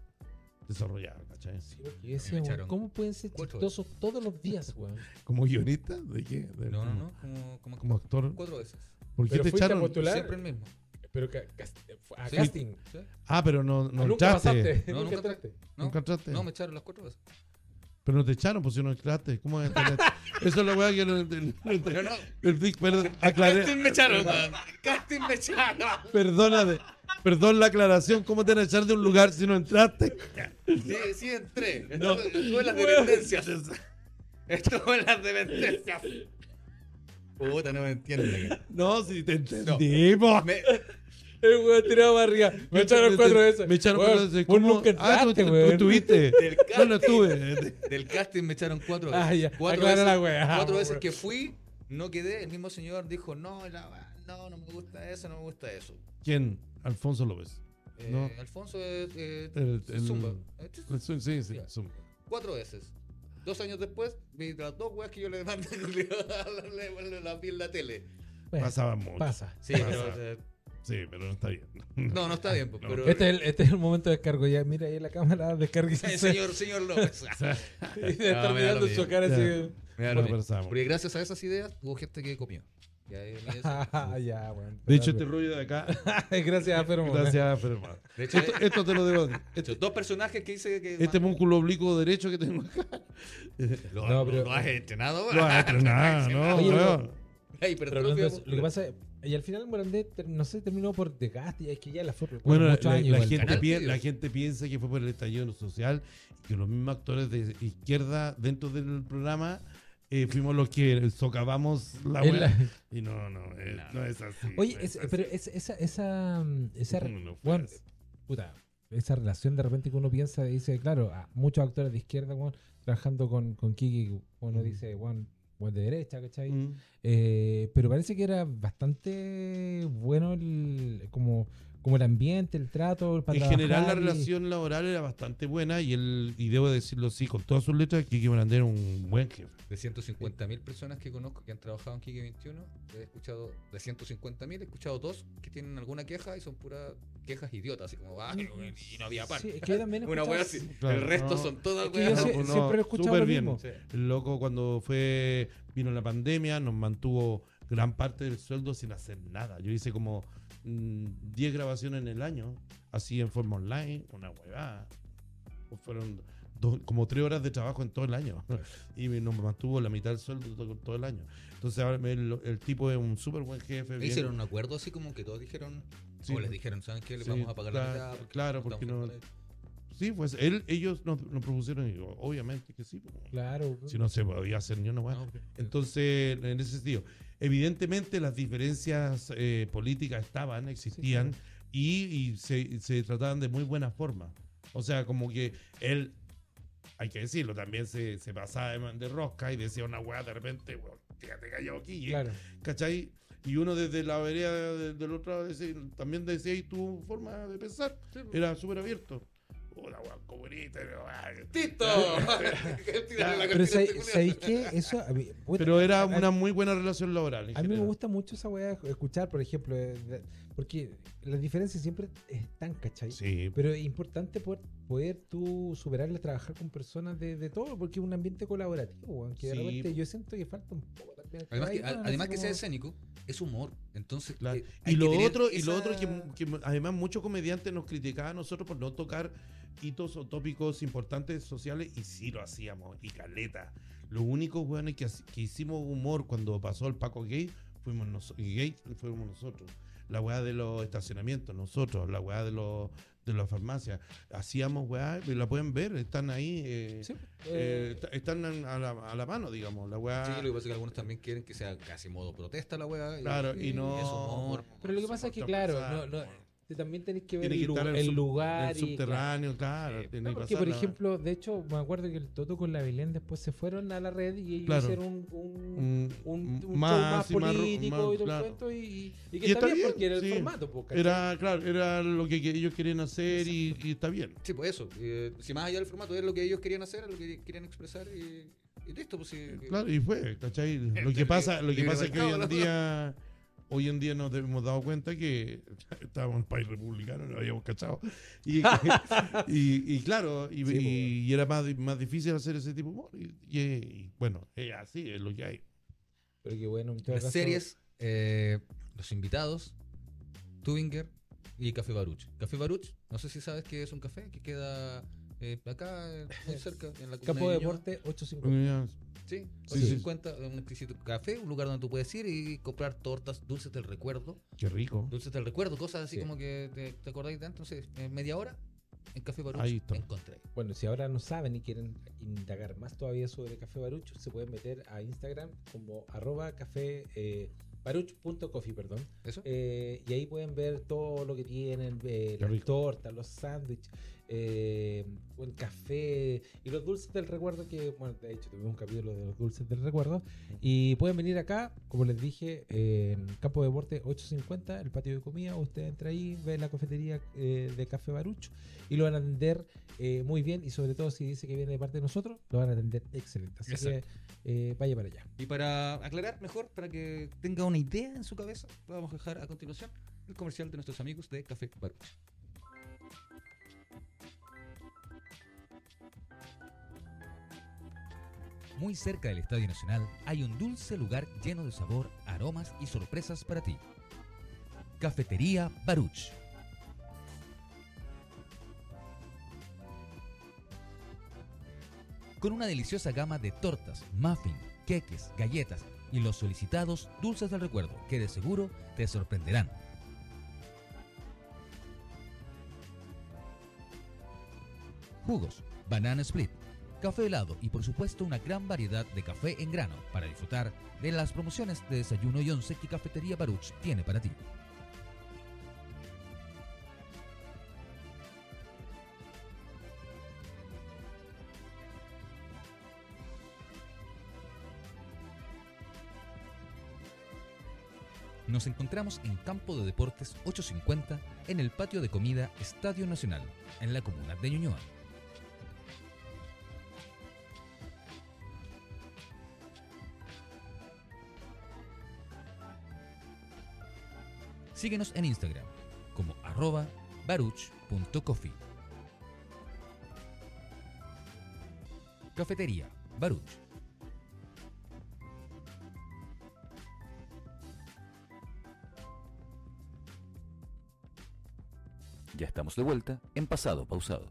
Speaker 2: desarrollada, ¿cachai?
Speaker 3: Sí, porque yo decía,
Speaker 1: Me
Speaker 3: weón,
Speaker 1: echaron
Speaker 3: ¿cómo pueden ser
Speaker 1: cuatro
Speaker 3: chistosos todos los días, weón?
Speaker 2: ¿Como guionista? ¿De qué? De-
Speaker 1: No, no, no. Como, como,
Speaker 2: ¿Como actor?
Speaker 1: cuatro veces.
Speaker 2: ¿Por qué
Speaker 3: Pero
Speaker 2: te
Speaker 3: fuiste a
Speaker 2: echaron?
Speaker 3: postular.
Speaker 1: Siempre el mismo.
Speaker 3: Pero ca- cas-
Speaker 1: eh,
Speaker 3: a
Speaker 1: Sí.
Speaker 3: casting.
Speaker 1: ¿sí?
Speaker 2: Ah, pero no, no
Speaker 3: Ah, nunca
Speaker 2: entraste.
Speaker 3: pasaste.
Speaker 1: No,
Speaker 3: *laughs* nunca
Speaker 1: nunca
Speaker 3: entraste.
Speaker 1: No,
Speaker 2: Nunca entraste.
Speaker 1: no, me echaron las *laughs* cuatro veces.
Speaker 2: Pero no te echaron, pues si no entraste. ¿Cómo es
Speaker 3: *laughs*
Speaker 2: entrar? Eso es la weá que no entendí.
Speaker 1: Pero no.
Speaker 2: Perdón, aclaré.
Speaker 1: me echaron, weón. Casting me echaron.
Speaker 2: Perdónate. Perdón la aclaración. ¿Cómo te van a echar de un lugar si no entraste?
Speaker 1: Sí, sí entré. No. Estuve en las dependencias. Estuve en las dependencias. Puta, no me entienden.
Speaker 2: No, si te entendí, po.
Speaker 1: Me,
Speaker 3: El weón tirado para arriba. Me echaron cuatro veces.
Speaker 2: Me echaron
Speaker 3: Weón,
Speaker 2: cuatro veces.
Speaker 3: Vos
Speaker 2: ¿Cómo?
Speaker 3: nunca
Speaker 2: Ah, tú,
Speaker 3: entraste,
Speaker 2: tú
Speaker 3: weón. *laughs*
Speaker 2: estuviste.
Speaker 1: Del
Speaker 2: No, no
Speaker 1: casting.
Speaker 2: estuve.
Speaker 1: del casting me echaron cuatro veces.
Speaker 3: Ah, ya.
Speaker 1: Cuatro
Speaker 3: Aclara
Speaker 1: veces,
Speaker 3: la wea. Ah,
Speaker 1: cuatro
Speaker 3: po,
Speaker 1: veces
Speaker 3: weón.
Speaker 1: que fui, no quedé. El mismo señor dijo, no, la- no, no me gusta eso, no me gusta eso.
Speaker 2: ¿Quién? Alfonso López.
Speaker 1: Eh,
Speaker 2: No.
Speaker 1: Alfonso es... eh,
Speaker 2: El- el-
Speaker 1: Zumba. Eh, ch-
Speaker 2: El Zoom, Sí, sí, Zoom.
Speaker 1: Cuatro veces. Dos años después, vi las dos weas que yo *laughs* le mandé, le- le- las vi en la tele.
Speaker 3: Bueno,
Speaker 2: Pasaba mucho.
Speaker 3: Pasa.
Speaker 1: Sí,
Speaker 2: Pasa.
Speaker 1: pero... eh,
Speaker 2: Sí, pero no está bien.
Speaker 1: No, no está bien, pues,
Speaker 2: No.
Speaker 1: pero...
Speaker 3: Este es, el, este es el momento de descargo. Ya, mira ahí en la cámara, descargue.
Speaker 1: *laughs* Eh, señor, señor López.
Speaker 3: *laughs* Y de estar
Speaker 1: No, me da
Speaker 3: mirando
Speaker 1: Ah, lo
Speaker 3: su
Speaker 1: mismo.
Speaker 3: cara
Speaker 2: Ya.
Speaker 3: así.
Speaker 1: Mira, lo
Speaker 2: No
Speaker 1: que-
Speaker 2: pasaba.
Speaker 1: porque gracias a esas ideas hubo gente que comió. Y ahí venía
Speaker 3: *laughs*
Speaker 1: eso.
Speaker 3: Ah, ya, weón.
Speaker 2: De hecho,
Speaker 3: *laughs*
Speaker 2: este rollo de acá. *laughs*
Speaker 3: Gracias, pero
Speaker 2: Gracias, pero
Speaker 3: *laughs*
Speaker 2: mal.
Speaker 1: De hecho,
Speaker 2: Esto, esto te lo debo a ti. Este-
Speaker 1: estos dos personajes que hice que...
Speaker 2: Este músculo oblicuo derecho que tengo acá.
Speaker 1: Lo,
Speaker 3: *laughs* No,
Speaker 1: lo-
Speaker 3: pero-
Speaker 1: lo has entrenado,
Speaker 2: *laughs* Lo has
Speaker 1: *laughs*
Speaker 2: entrenado, ¿no?
Speaker 3: Oye,
Speaker 2: weón.
Speaker 1: Ay,
Speaker 3: Pero
Speaker 1: pero
Speaker 3: hablando de eso, lo que pasa es- y al final Morandé, ter- no sé, terminó por desgaste, y es que ya la fue
Speaker 2: Bueno, la,
Speaker 3: muchos
Speaker 2: la-
Speaker 3: años
Speaker 2: la
Speaker 3: igual.
Speaker 2: gente
Speaker 1: canal,
Speaker 2: pi-
Speaker 1: tío.
Speaker 2: la gente piensa que fue por el estallido social y que los mismos actores de izquierda dentro del programa eh, fuimos los que socavamos la
Speaker 3: Es
Speaker 2: web.
Speaker 3: la-
Speaker 2: Y no, no, eh, no, es así.
Speaker 3: *laughs* Oye,
Speaker 2: no
Speaker 3: es-
Speaker 2: así.
Speaker 3: pero es- esa, esa, mm, esa, re-
Speaker 2: No, no fue
Speaker 3: weón,
Speaker 2: así.
Speaker 3: puta, esa relación de repente que uno piensa, dice, claro, ah, muchos actores de izquierda, weón, trabajando con, con Kiki, uno
Speaker 2: Mm.
Speaker 3: dice, weón, weón de derecha, ¿cachai?
Speaker 2: Mm.
Speaker 3: Eh, pero parece que era bastante bueno el, como, como el ambiente, el trato. para
Speaker 2: en general la
Speaker 3: trabajar y-
Speaker 2: relación laboral era bastante buena y él, y debo decirlo sí, con todas sus letras, Kiki Morandé era un buen jefe.
Speaker 1: De 150.000 personas que conozco que han trabajado en Kike 21, he escuchado, de 150.000, he escuchado dos que tienen alguna queja y son puras quejas idiotas, así como, ah, y no había pan.
Speaker 3: Sí, es que yo también
Speaker 1: *laughs*
Speaker 3: he
Speaker 1: Una
Speaker 3: escuchado-
Speaker 1: wea así.
Speaker 2: Claro,
Speaker 1: el resto
Speaker 2: no.
Speaker 1: son todas
Speaker 3: Es que yo
Speaker 1: weas.
Speaker 2: No,
Speaker 3: sie-
Speaker 2: pues no,
Speaker 3: siempre he escuchado
Speaker 2: súper
Speaker 3: lo
Speaker 2: bien.
Speaker 3: mismo.
Speaker 1: Sí.
Speaker 2: El loco cuando fue vino la pandemia nos mantuvo gran parte del sueldo sin hacer nada. Yo hice como mm, 10 grabaciones en el año, así en forma online, una huevada. O Fueron do- como 3 horas de trabajo en todo el año. *laughs* Y me- nos mantuvo la mitad del sueldo to- todo el año. Entonces ahora me- el, el tipo es un súper buen jefe. bien-
Speaker 1: Hicieron un acuerdo así como que todos dijeron,
Speaker 2: Sí,
Speaker 1: o les dijeron, ¿saben qué? Les
Speaker 2: sí,
Speaker 1: vamos a pagar
Speaker 2: claro,
Speaker 1: la mitad.
Speaker 2: claro, porque
Speaker 1: estamos
Speaker 2: no-
Speaker 1: en la-
Speaker 2: Sí, pues él, ellos nos, nos propusieron, y digo, obviamente que sí. pues.
Speaker 3: Claro.
Speaker 2: Si no se podía hacer ni una hueá.
Speaker 1: No, porque-
Speaker 2: Entonces, en ese sentido, evidentemente las diferencias eh, políticas estaban, existían, y, y se, se trataban de muy buena forma. O sea, como que él, hay que decirlo, también se, se pasaba de, man- de rosca y decía una weá de repente, weón, fíjate callado aquí, ¿eh?
Speaker 3: Claro.
Speaker 2: ¿cachai? Y uno desde la vereda de- del otro lado decía- también decía, y tu forma de pensar era súper abierto. Hola, weón, comunista, weón.
Speaker 1: ¡Tito! *laughs* Tírale la
Speaker 3: Pero
Speaker 1: cortina
Speaker 3: ¿sabéis
Speaker 1: a este
Speaker 3: sabéis
Speaker 1: culiao.
Speaker 3: qué? Eso, a mí, puta,
Speaker 2: Pero
Speaker 3: a-
Speaker 2: era
Speaker 3: a-
Speaker 2: una muy buena relación laboral. en
Speaker 3: A mí me
Speaker 2: general.
Speaker 3: gusta mucho esa weá de escuchar, por ejemplo, eh, de- porque las diferencias siempre están, ¿cachai?
Speaker 2: Sí,
Speaker 3: Pero es importante poder, poder tú superarla, trabajar con personas de, de todo, porque es un ambiente colaborativo, weón, que de
Speaker 2: Sí,
Speaker 3: repente
Speaker 2: po.
Speaker 3: yo siento que falta un poco también.
Speaker 1: Además
Speaker 3: Ay,
Speaker 1: que,
Speaker 3: weón,
Speaker 1: a-
Speaker 3: así
Speaker 1: además que
Speaker 3: como-
Speaker 1: sea escénico, es humor. Entonces,
Speaker 2: Claro.
Speaker 1: eh, hay
Speaker 2: y
Speaker 1: que
Speaker 2: lo
Speaker 1: tener
Speaker 2: otro, y lo
Speaker 1: esa-
Speaker 2: otro que, que además muchos comediantes nos criticaban a nosotros por no tocar hitos o tópicos importantes sociales y sí lo hacíamos, y caleta. Lo único, weón, es que, haci- que hicimos humor cuando pasó el Paco Gay, fuimos, noso- y gay, fuimos nosotros. La weá de los estacionamientos, nosotros, la weá de los de las farmacias. Hacíamos weá, y la pueden ver, están ahí, eh,
Speaker 3: Sí,
Speaker 2: eh,
Speaker 3: eh,
Speaker 2: est- están en- a la, a la mano, digamos, la weá.
Speaker 1: Sí, lo que pasa es que algunos también quieren que sea casi modo protesta la weá.
Speaker 2: Claro, y no-
Speaker 1: Es humor.
Speaker 3: pero lo que pasa es que, claro, no, no, te- también tenés que ver
Speaker 2: Tiene que
Speaker 3: el, lu-
Speaker 2: estar en
Speaker 3: el
Speaker 2: sub-
Speaker 3: lugar
Speaker 2: El
Speaker 3: y- claro.
Speaker 2: subterráneo, claro.
Speaker 4: Sí.
Speaker 2: tiene
Speaker 3: No,
Speaker 2: que
Speaker 3: porque, por
Speaker 2: pasarla-
Speaker 3: ejemplo, de hecho, me acuerdo que el Toto con la Belén después se fueron a la red y ellos
Speaker 2: Claro.
Speaker 3: hicieron un, un,
Speaker 2: Mm,
Speaker 3: un-
Speaker 2: mm,
Speaker 3: un show más
Speaker 2: y ro-
Speaker 3: político
Speaker 2: más,
Speaker 3: y todo
Speaker 2: claro.
Speaker 3: el cuento. Y, y-
Speaker 2: Y
Speaker 3: y que está
Speaker 2: está
Speaker 3: bien,
Speaker 2: bien,
Speaker 3: porque era el
Speaker 2: sí.
Speaker 3: formato. po, ¿cachai?
Speaker 2: Era, claro, era lo que, que ellos querían hacer y, y está bien.
Speaker 1: Sí, pues eso. eh, si más allá del formato es lo que ellos querían hacer, lo que querían expresar y, y listo, pues sí.
Speaker 2: Claro, y fue,
Speaker 3: *laughs*
Speaker 2: ¿cachai? Lo que
Speaker 1: libre-
Speaker 2: pasa, lo que
Speaker 1: libre
Speaker 2: pasa es que hoy
Speaker 1: mercado,
Speaker 2: en
Speaker 1: ¿no?
Speaker 2: día, hoy en día nos hemos dado cuenta que *laughs* estábamos en un país republicano, no habíamos cachado.
Speaker 3: *laughs*
Speaker 2: Y, *laughs* y- y claro, y,
Speaker 3: Sí, pues,
Speaker 2: y- y era más, di- más difícil hacer ese tipo de humor. Y, y- y bueno, es así, es lo que hay.
Speaker 3: Pero qué bueno, en todo
Speaker 1: Las
Speaker 3: caso,
Speaker 1: series, eh, los invitados, Tubinger y Café Baruch. Café Baruch, no sé si sabes que es un café que queda eh, acá, eh,
Speaker 3: *laughs*
Speaker 1: muy cerca, en la
Speaker 3: Campo
Speaker 1: comunidad
Speaker 3: de
Speaker 1: Ñuñoa.
Speaker 3: Deporte 850.
Speaker 2: Bueno,
Speaker 1: Sí,
Speaker 2: Sí,
Speaker 1: 850, un exquisito café, un lugar donde tú puedes ir y comprar tortas, dulces del recuerdo.
Speaker 2: Qué rico.
Speaker 1: Dulces del recuerdo, cosas así
Speaker 3: Sí.
Speaker 1: como que te, te acordáis de entonces, en media hora, en Café Baruch,
Speaker 2: Ahí está.
Speaker 1: encontré.
Speaker 3: Bueno, si ahora no saben y quieren indagar más todavía sobre Café Baruch, se pueden meter a Instagram como arroba café eh, baruch.coffee, perdón.
Speaker 1: ¿Eso?
Speaker 3: Eh, y ahí pueden ver todo lo que tienen, eh,
Speaker 2: Qué
Speaker 3: las
Speaker 2: rico.
Speaker 3: tortas, los sándwiches, eh, el café y los dulces del recuerdo, que bueno, de hecho tuvimos un capítulo de los dulces del recuerdo. Y pueden venir acá, como les dije, en Campo de Deporte 850, el patio de comida, usted entra ahí, ve la cafetería eh, de Café Baruch y lo van a atender eh, muy bien y sobre todo si dice que viene de parte de nosotros, lo van a atender excelente. Así que eh, vaya para allá.
Speaker 1: Y para aclarar mejor, para que tenga una idea en su cabeza, vamos a dejar a continuación el comercial de nuestros amigos de Café Baruch. Muy cerca del Estadio Nacional hay un dulce lugar lleno de sabor, aromas y sorpresas para ti. Cafetería Baruch. Con una deliciosa gama de tortas, muffin, queques, galletas y los solicitados dulces del recuerdo que de seguro te sorprenderán. Jugos, banana split, café helado y por supuesto una gran variedad de café en grano para disfrutar de las promociones de desayuno y once que Cafetería Baruch tiene para ti. Nos encontramos en Campo de Deportes 850 en el patio de comida Estadio Nacional, en la comuna de Ñuñoa. Síguenos en Instagram como arroba baruch.coffee. Cafetería Baruch.
Speaker 4: Ya estamos de vuelta en pasado pausado.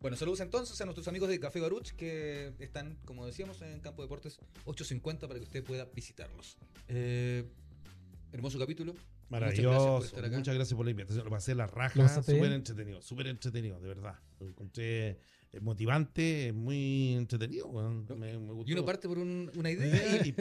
Speaker 1: Bueno, saludos entonces a nuestros amigos de Café Baruch que están, como decíamos, en Campo Deportes 850 para que usted pueda visitarlos. Eh, hermoso capítulo.
Speaker 2: Maravilloso. Muchas gracias, por
Speaker 1: estar acá.
Speaker 2: la invitación. Lo pasé la
Speaker 3: Lo
Speaker 2: raja.
Speaker 3: pasaste
Speaker 2: Súper
Speaker 3: bien.
Speaker 2: entretenido, súper entretenido, de verdad. Lo encontré eh, motivante, eh, muy entretenido. weón. Me, me gustó.
Speaker 1: Y uno parte por un- una idea
Speaker 2: Eh,
Speaker 1: y *laughs*
Speaker 2: y-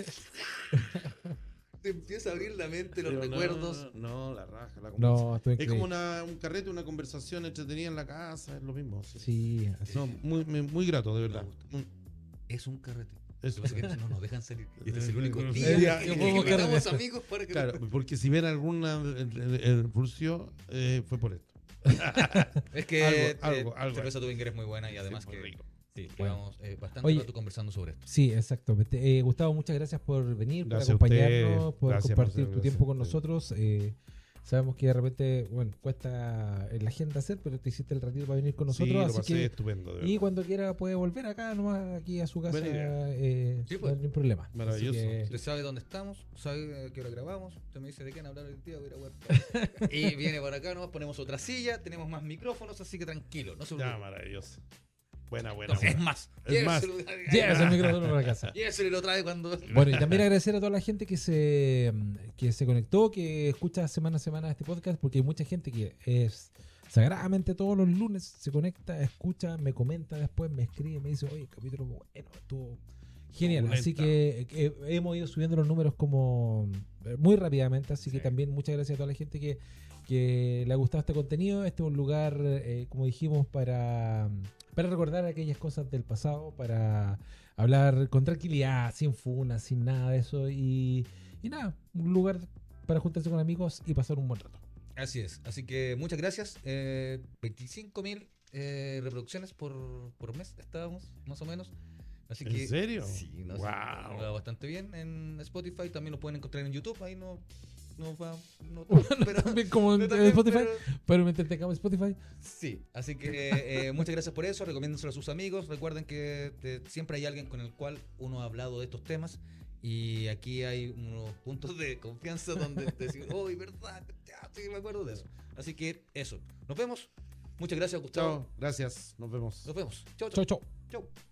Speaker 1: te empieza a abrir la mente, los
Speaker 2: pero no,
Speaker 1: recuerdos.
Speaker 2: No, la raja, la conversa-
Speaker 3: No, estoy
Speaker 2: Es como una- un carrete, una conversación entretenida en la casa, es lo mismo. sí.
Speaker 3: Sí, así.
Speaker 2: No, muy, muy, muy grato, de
Speaker 1: Me
Speaker 2: verdad.
Speaker 1: gusta.
Speaker 2: Mm,
Speaker 1: Es un carrete. Lo
Speaker 2: Eso.
Speaker 1: que pasa es que no nos dejan salir. Y este es el único
Speaker 2: Eh,
Speaker 1: día
Speaker 2: eh,
Speaker 1: que
Speaker 2: eh,
Speaker 1: que
Speaker 3: eh,
Speaker 1: invitamos
Speaker 3: eh,
Speaker 1: amigos para que...
Speaker 2: *laughs* Claro, porque si ven alguna el, el- el Rusio, eh, fue por esto.
Speaker 1: *laughs* Es que
Speaker 2: Algo,
Speaker 1: eh,
Speaker 2: algo,
Speaker 1: Cerveza
Speaker 2: algo.
Speaker 1: Tubinger es muy buena y además
Speaker 2: Sí, fue
Speaker 1: que
Speaker 2: rico.
Speaker 1: sí, llevamos eh, bastante
Speaker 3: Oye.
Speaker 1: rato conversando sobre esto.
Speaker 3: Sí, exactamente. Eh, Gustavo, muchas gracias por venir,
Speaker 2: Gracias a
Speaker 3: por acompañarnos,
Speaker 2: ustedes.
Speaker 3: por
Speaker 2: Gracias por
Speaker 3: compartir
Speaker 2: ser-
Speaker 3: tu tiempo con
Speaker 2: gracias.
Speaker 3: nosotros. Eh, Sabemos que de repente, bueno, cuesta en la agenda hacer, pero te hiciste el ratito para venir con
Speaker 2: sí, lo
Speaker 3: nosotros.
Speaker 2: pasé
Speaker 3: así que,
Speaker 2: estupendo. de
Speaker 3: y
Speaker 2: verdad.
Speaker 3: cuando quiera puede volver acá nomás, aquí a su casa,
Speaker 2: Buena idea.
Speaker 3: eh,
Speaker 1: Sí,
Speaker 3: no
Speaker 1: pues.
Speaker 3: hay ningún problema. Así
Speaker 2: Maravilloso.
Speaker 3: que-
Speaker 1: Usted sabe dónde estamos, sabe a qué hora grabamos. Usted me dice de qué van a hablar hoy día, voy a ir a huear.
Speaker 3: *laughs*
Speaker 1: Y viene para acá, nos ponemos otra silla, tenemos más micrófonos, así que tranquilo, no se
Speaker 2: Ya,
Speaker 1: preocupe.
Speaker 2: maravilloso. Buena, buena.
Speaker 1: Entonces, es
Speaker 2: buena.
Speaker 1: más,
Speaker 2: Es más.
Speaker 1: lléveselo de acá.
Speaker 3: Lleves el micrófono para la
Speaker 2: *laughs*
Speaker 3: casa.
Speaker 1: Lléveselo y lo trae cuando.
Speaker 3: Bueno, y también agradecer a toda la gente que se, que se conectó, que escucha semana a semana este podcast, porque hay mucha gente que es sagradamente todos los lunes se conecta, escucha, me comenta después, me escribe, me dice, oye, capítulo bueno, estuvo genial. Así que eh, hemos ido subiendo los números como eh, muy rápidamente, así que
Speaker 2: Sí.
Speaker 3: también muchas gracias a toda la gente que, que le ha gustado este contenido. Este es un lugar, eh, como dijimos, para, para recordar aquellas cosas del pasado, para hablar con tranquilidad, sin funas, sin nada de eso. Y, y nada, un lugar para juntarse con amigos y pasar un buen rato.
Speaker 1: Así es, así que muchas gracias. Eh, 25 mil eh, reproducciones por, por mes estábamos, más o menos. Así que,
Speaker 2: ¿En serio?
Speaker 1: Sí, no, sí, nos va
Speaker 2: wow.
Speaker 1: bastante bien en Spotify. También lo pueden encontrar en YouTube. Ahí no, no va.
Speaker 3: *laughs*
Speaker 1: No, pero-
Speaker 3: También como en,
Speaker 1: no
Speaker 3: en
Speaker 1: también,
Speaker 3: Spotify, pero,
Speaker 1: pero-
Speaker 3: mientras tengamos Spotify,
Speaker 1: Sí, así que eh, muchas gracias por eso. Recomiéndenselo a sus amigos. Recuerden que eh, siempre hay alguien con el cual uno ha hablado de estos temas. Y aquí hay unos puntos de confianza donde decir, oh, verdad, ya, sí, me acuerdo de eso. Así que eso. Nos vemos. Muchas gracias, Gustavo.
Speaker 2: Chao, gracias. Então, Nos vemos.
Speaker 1: Nos vemos. Chao,
Speaker 3: chau
Speaker 1: chao.
Speaker 3: chau.
Speaker 1: Chao.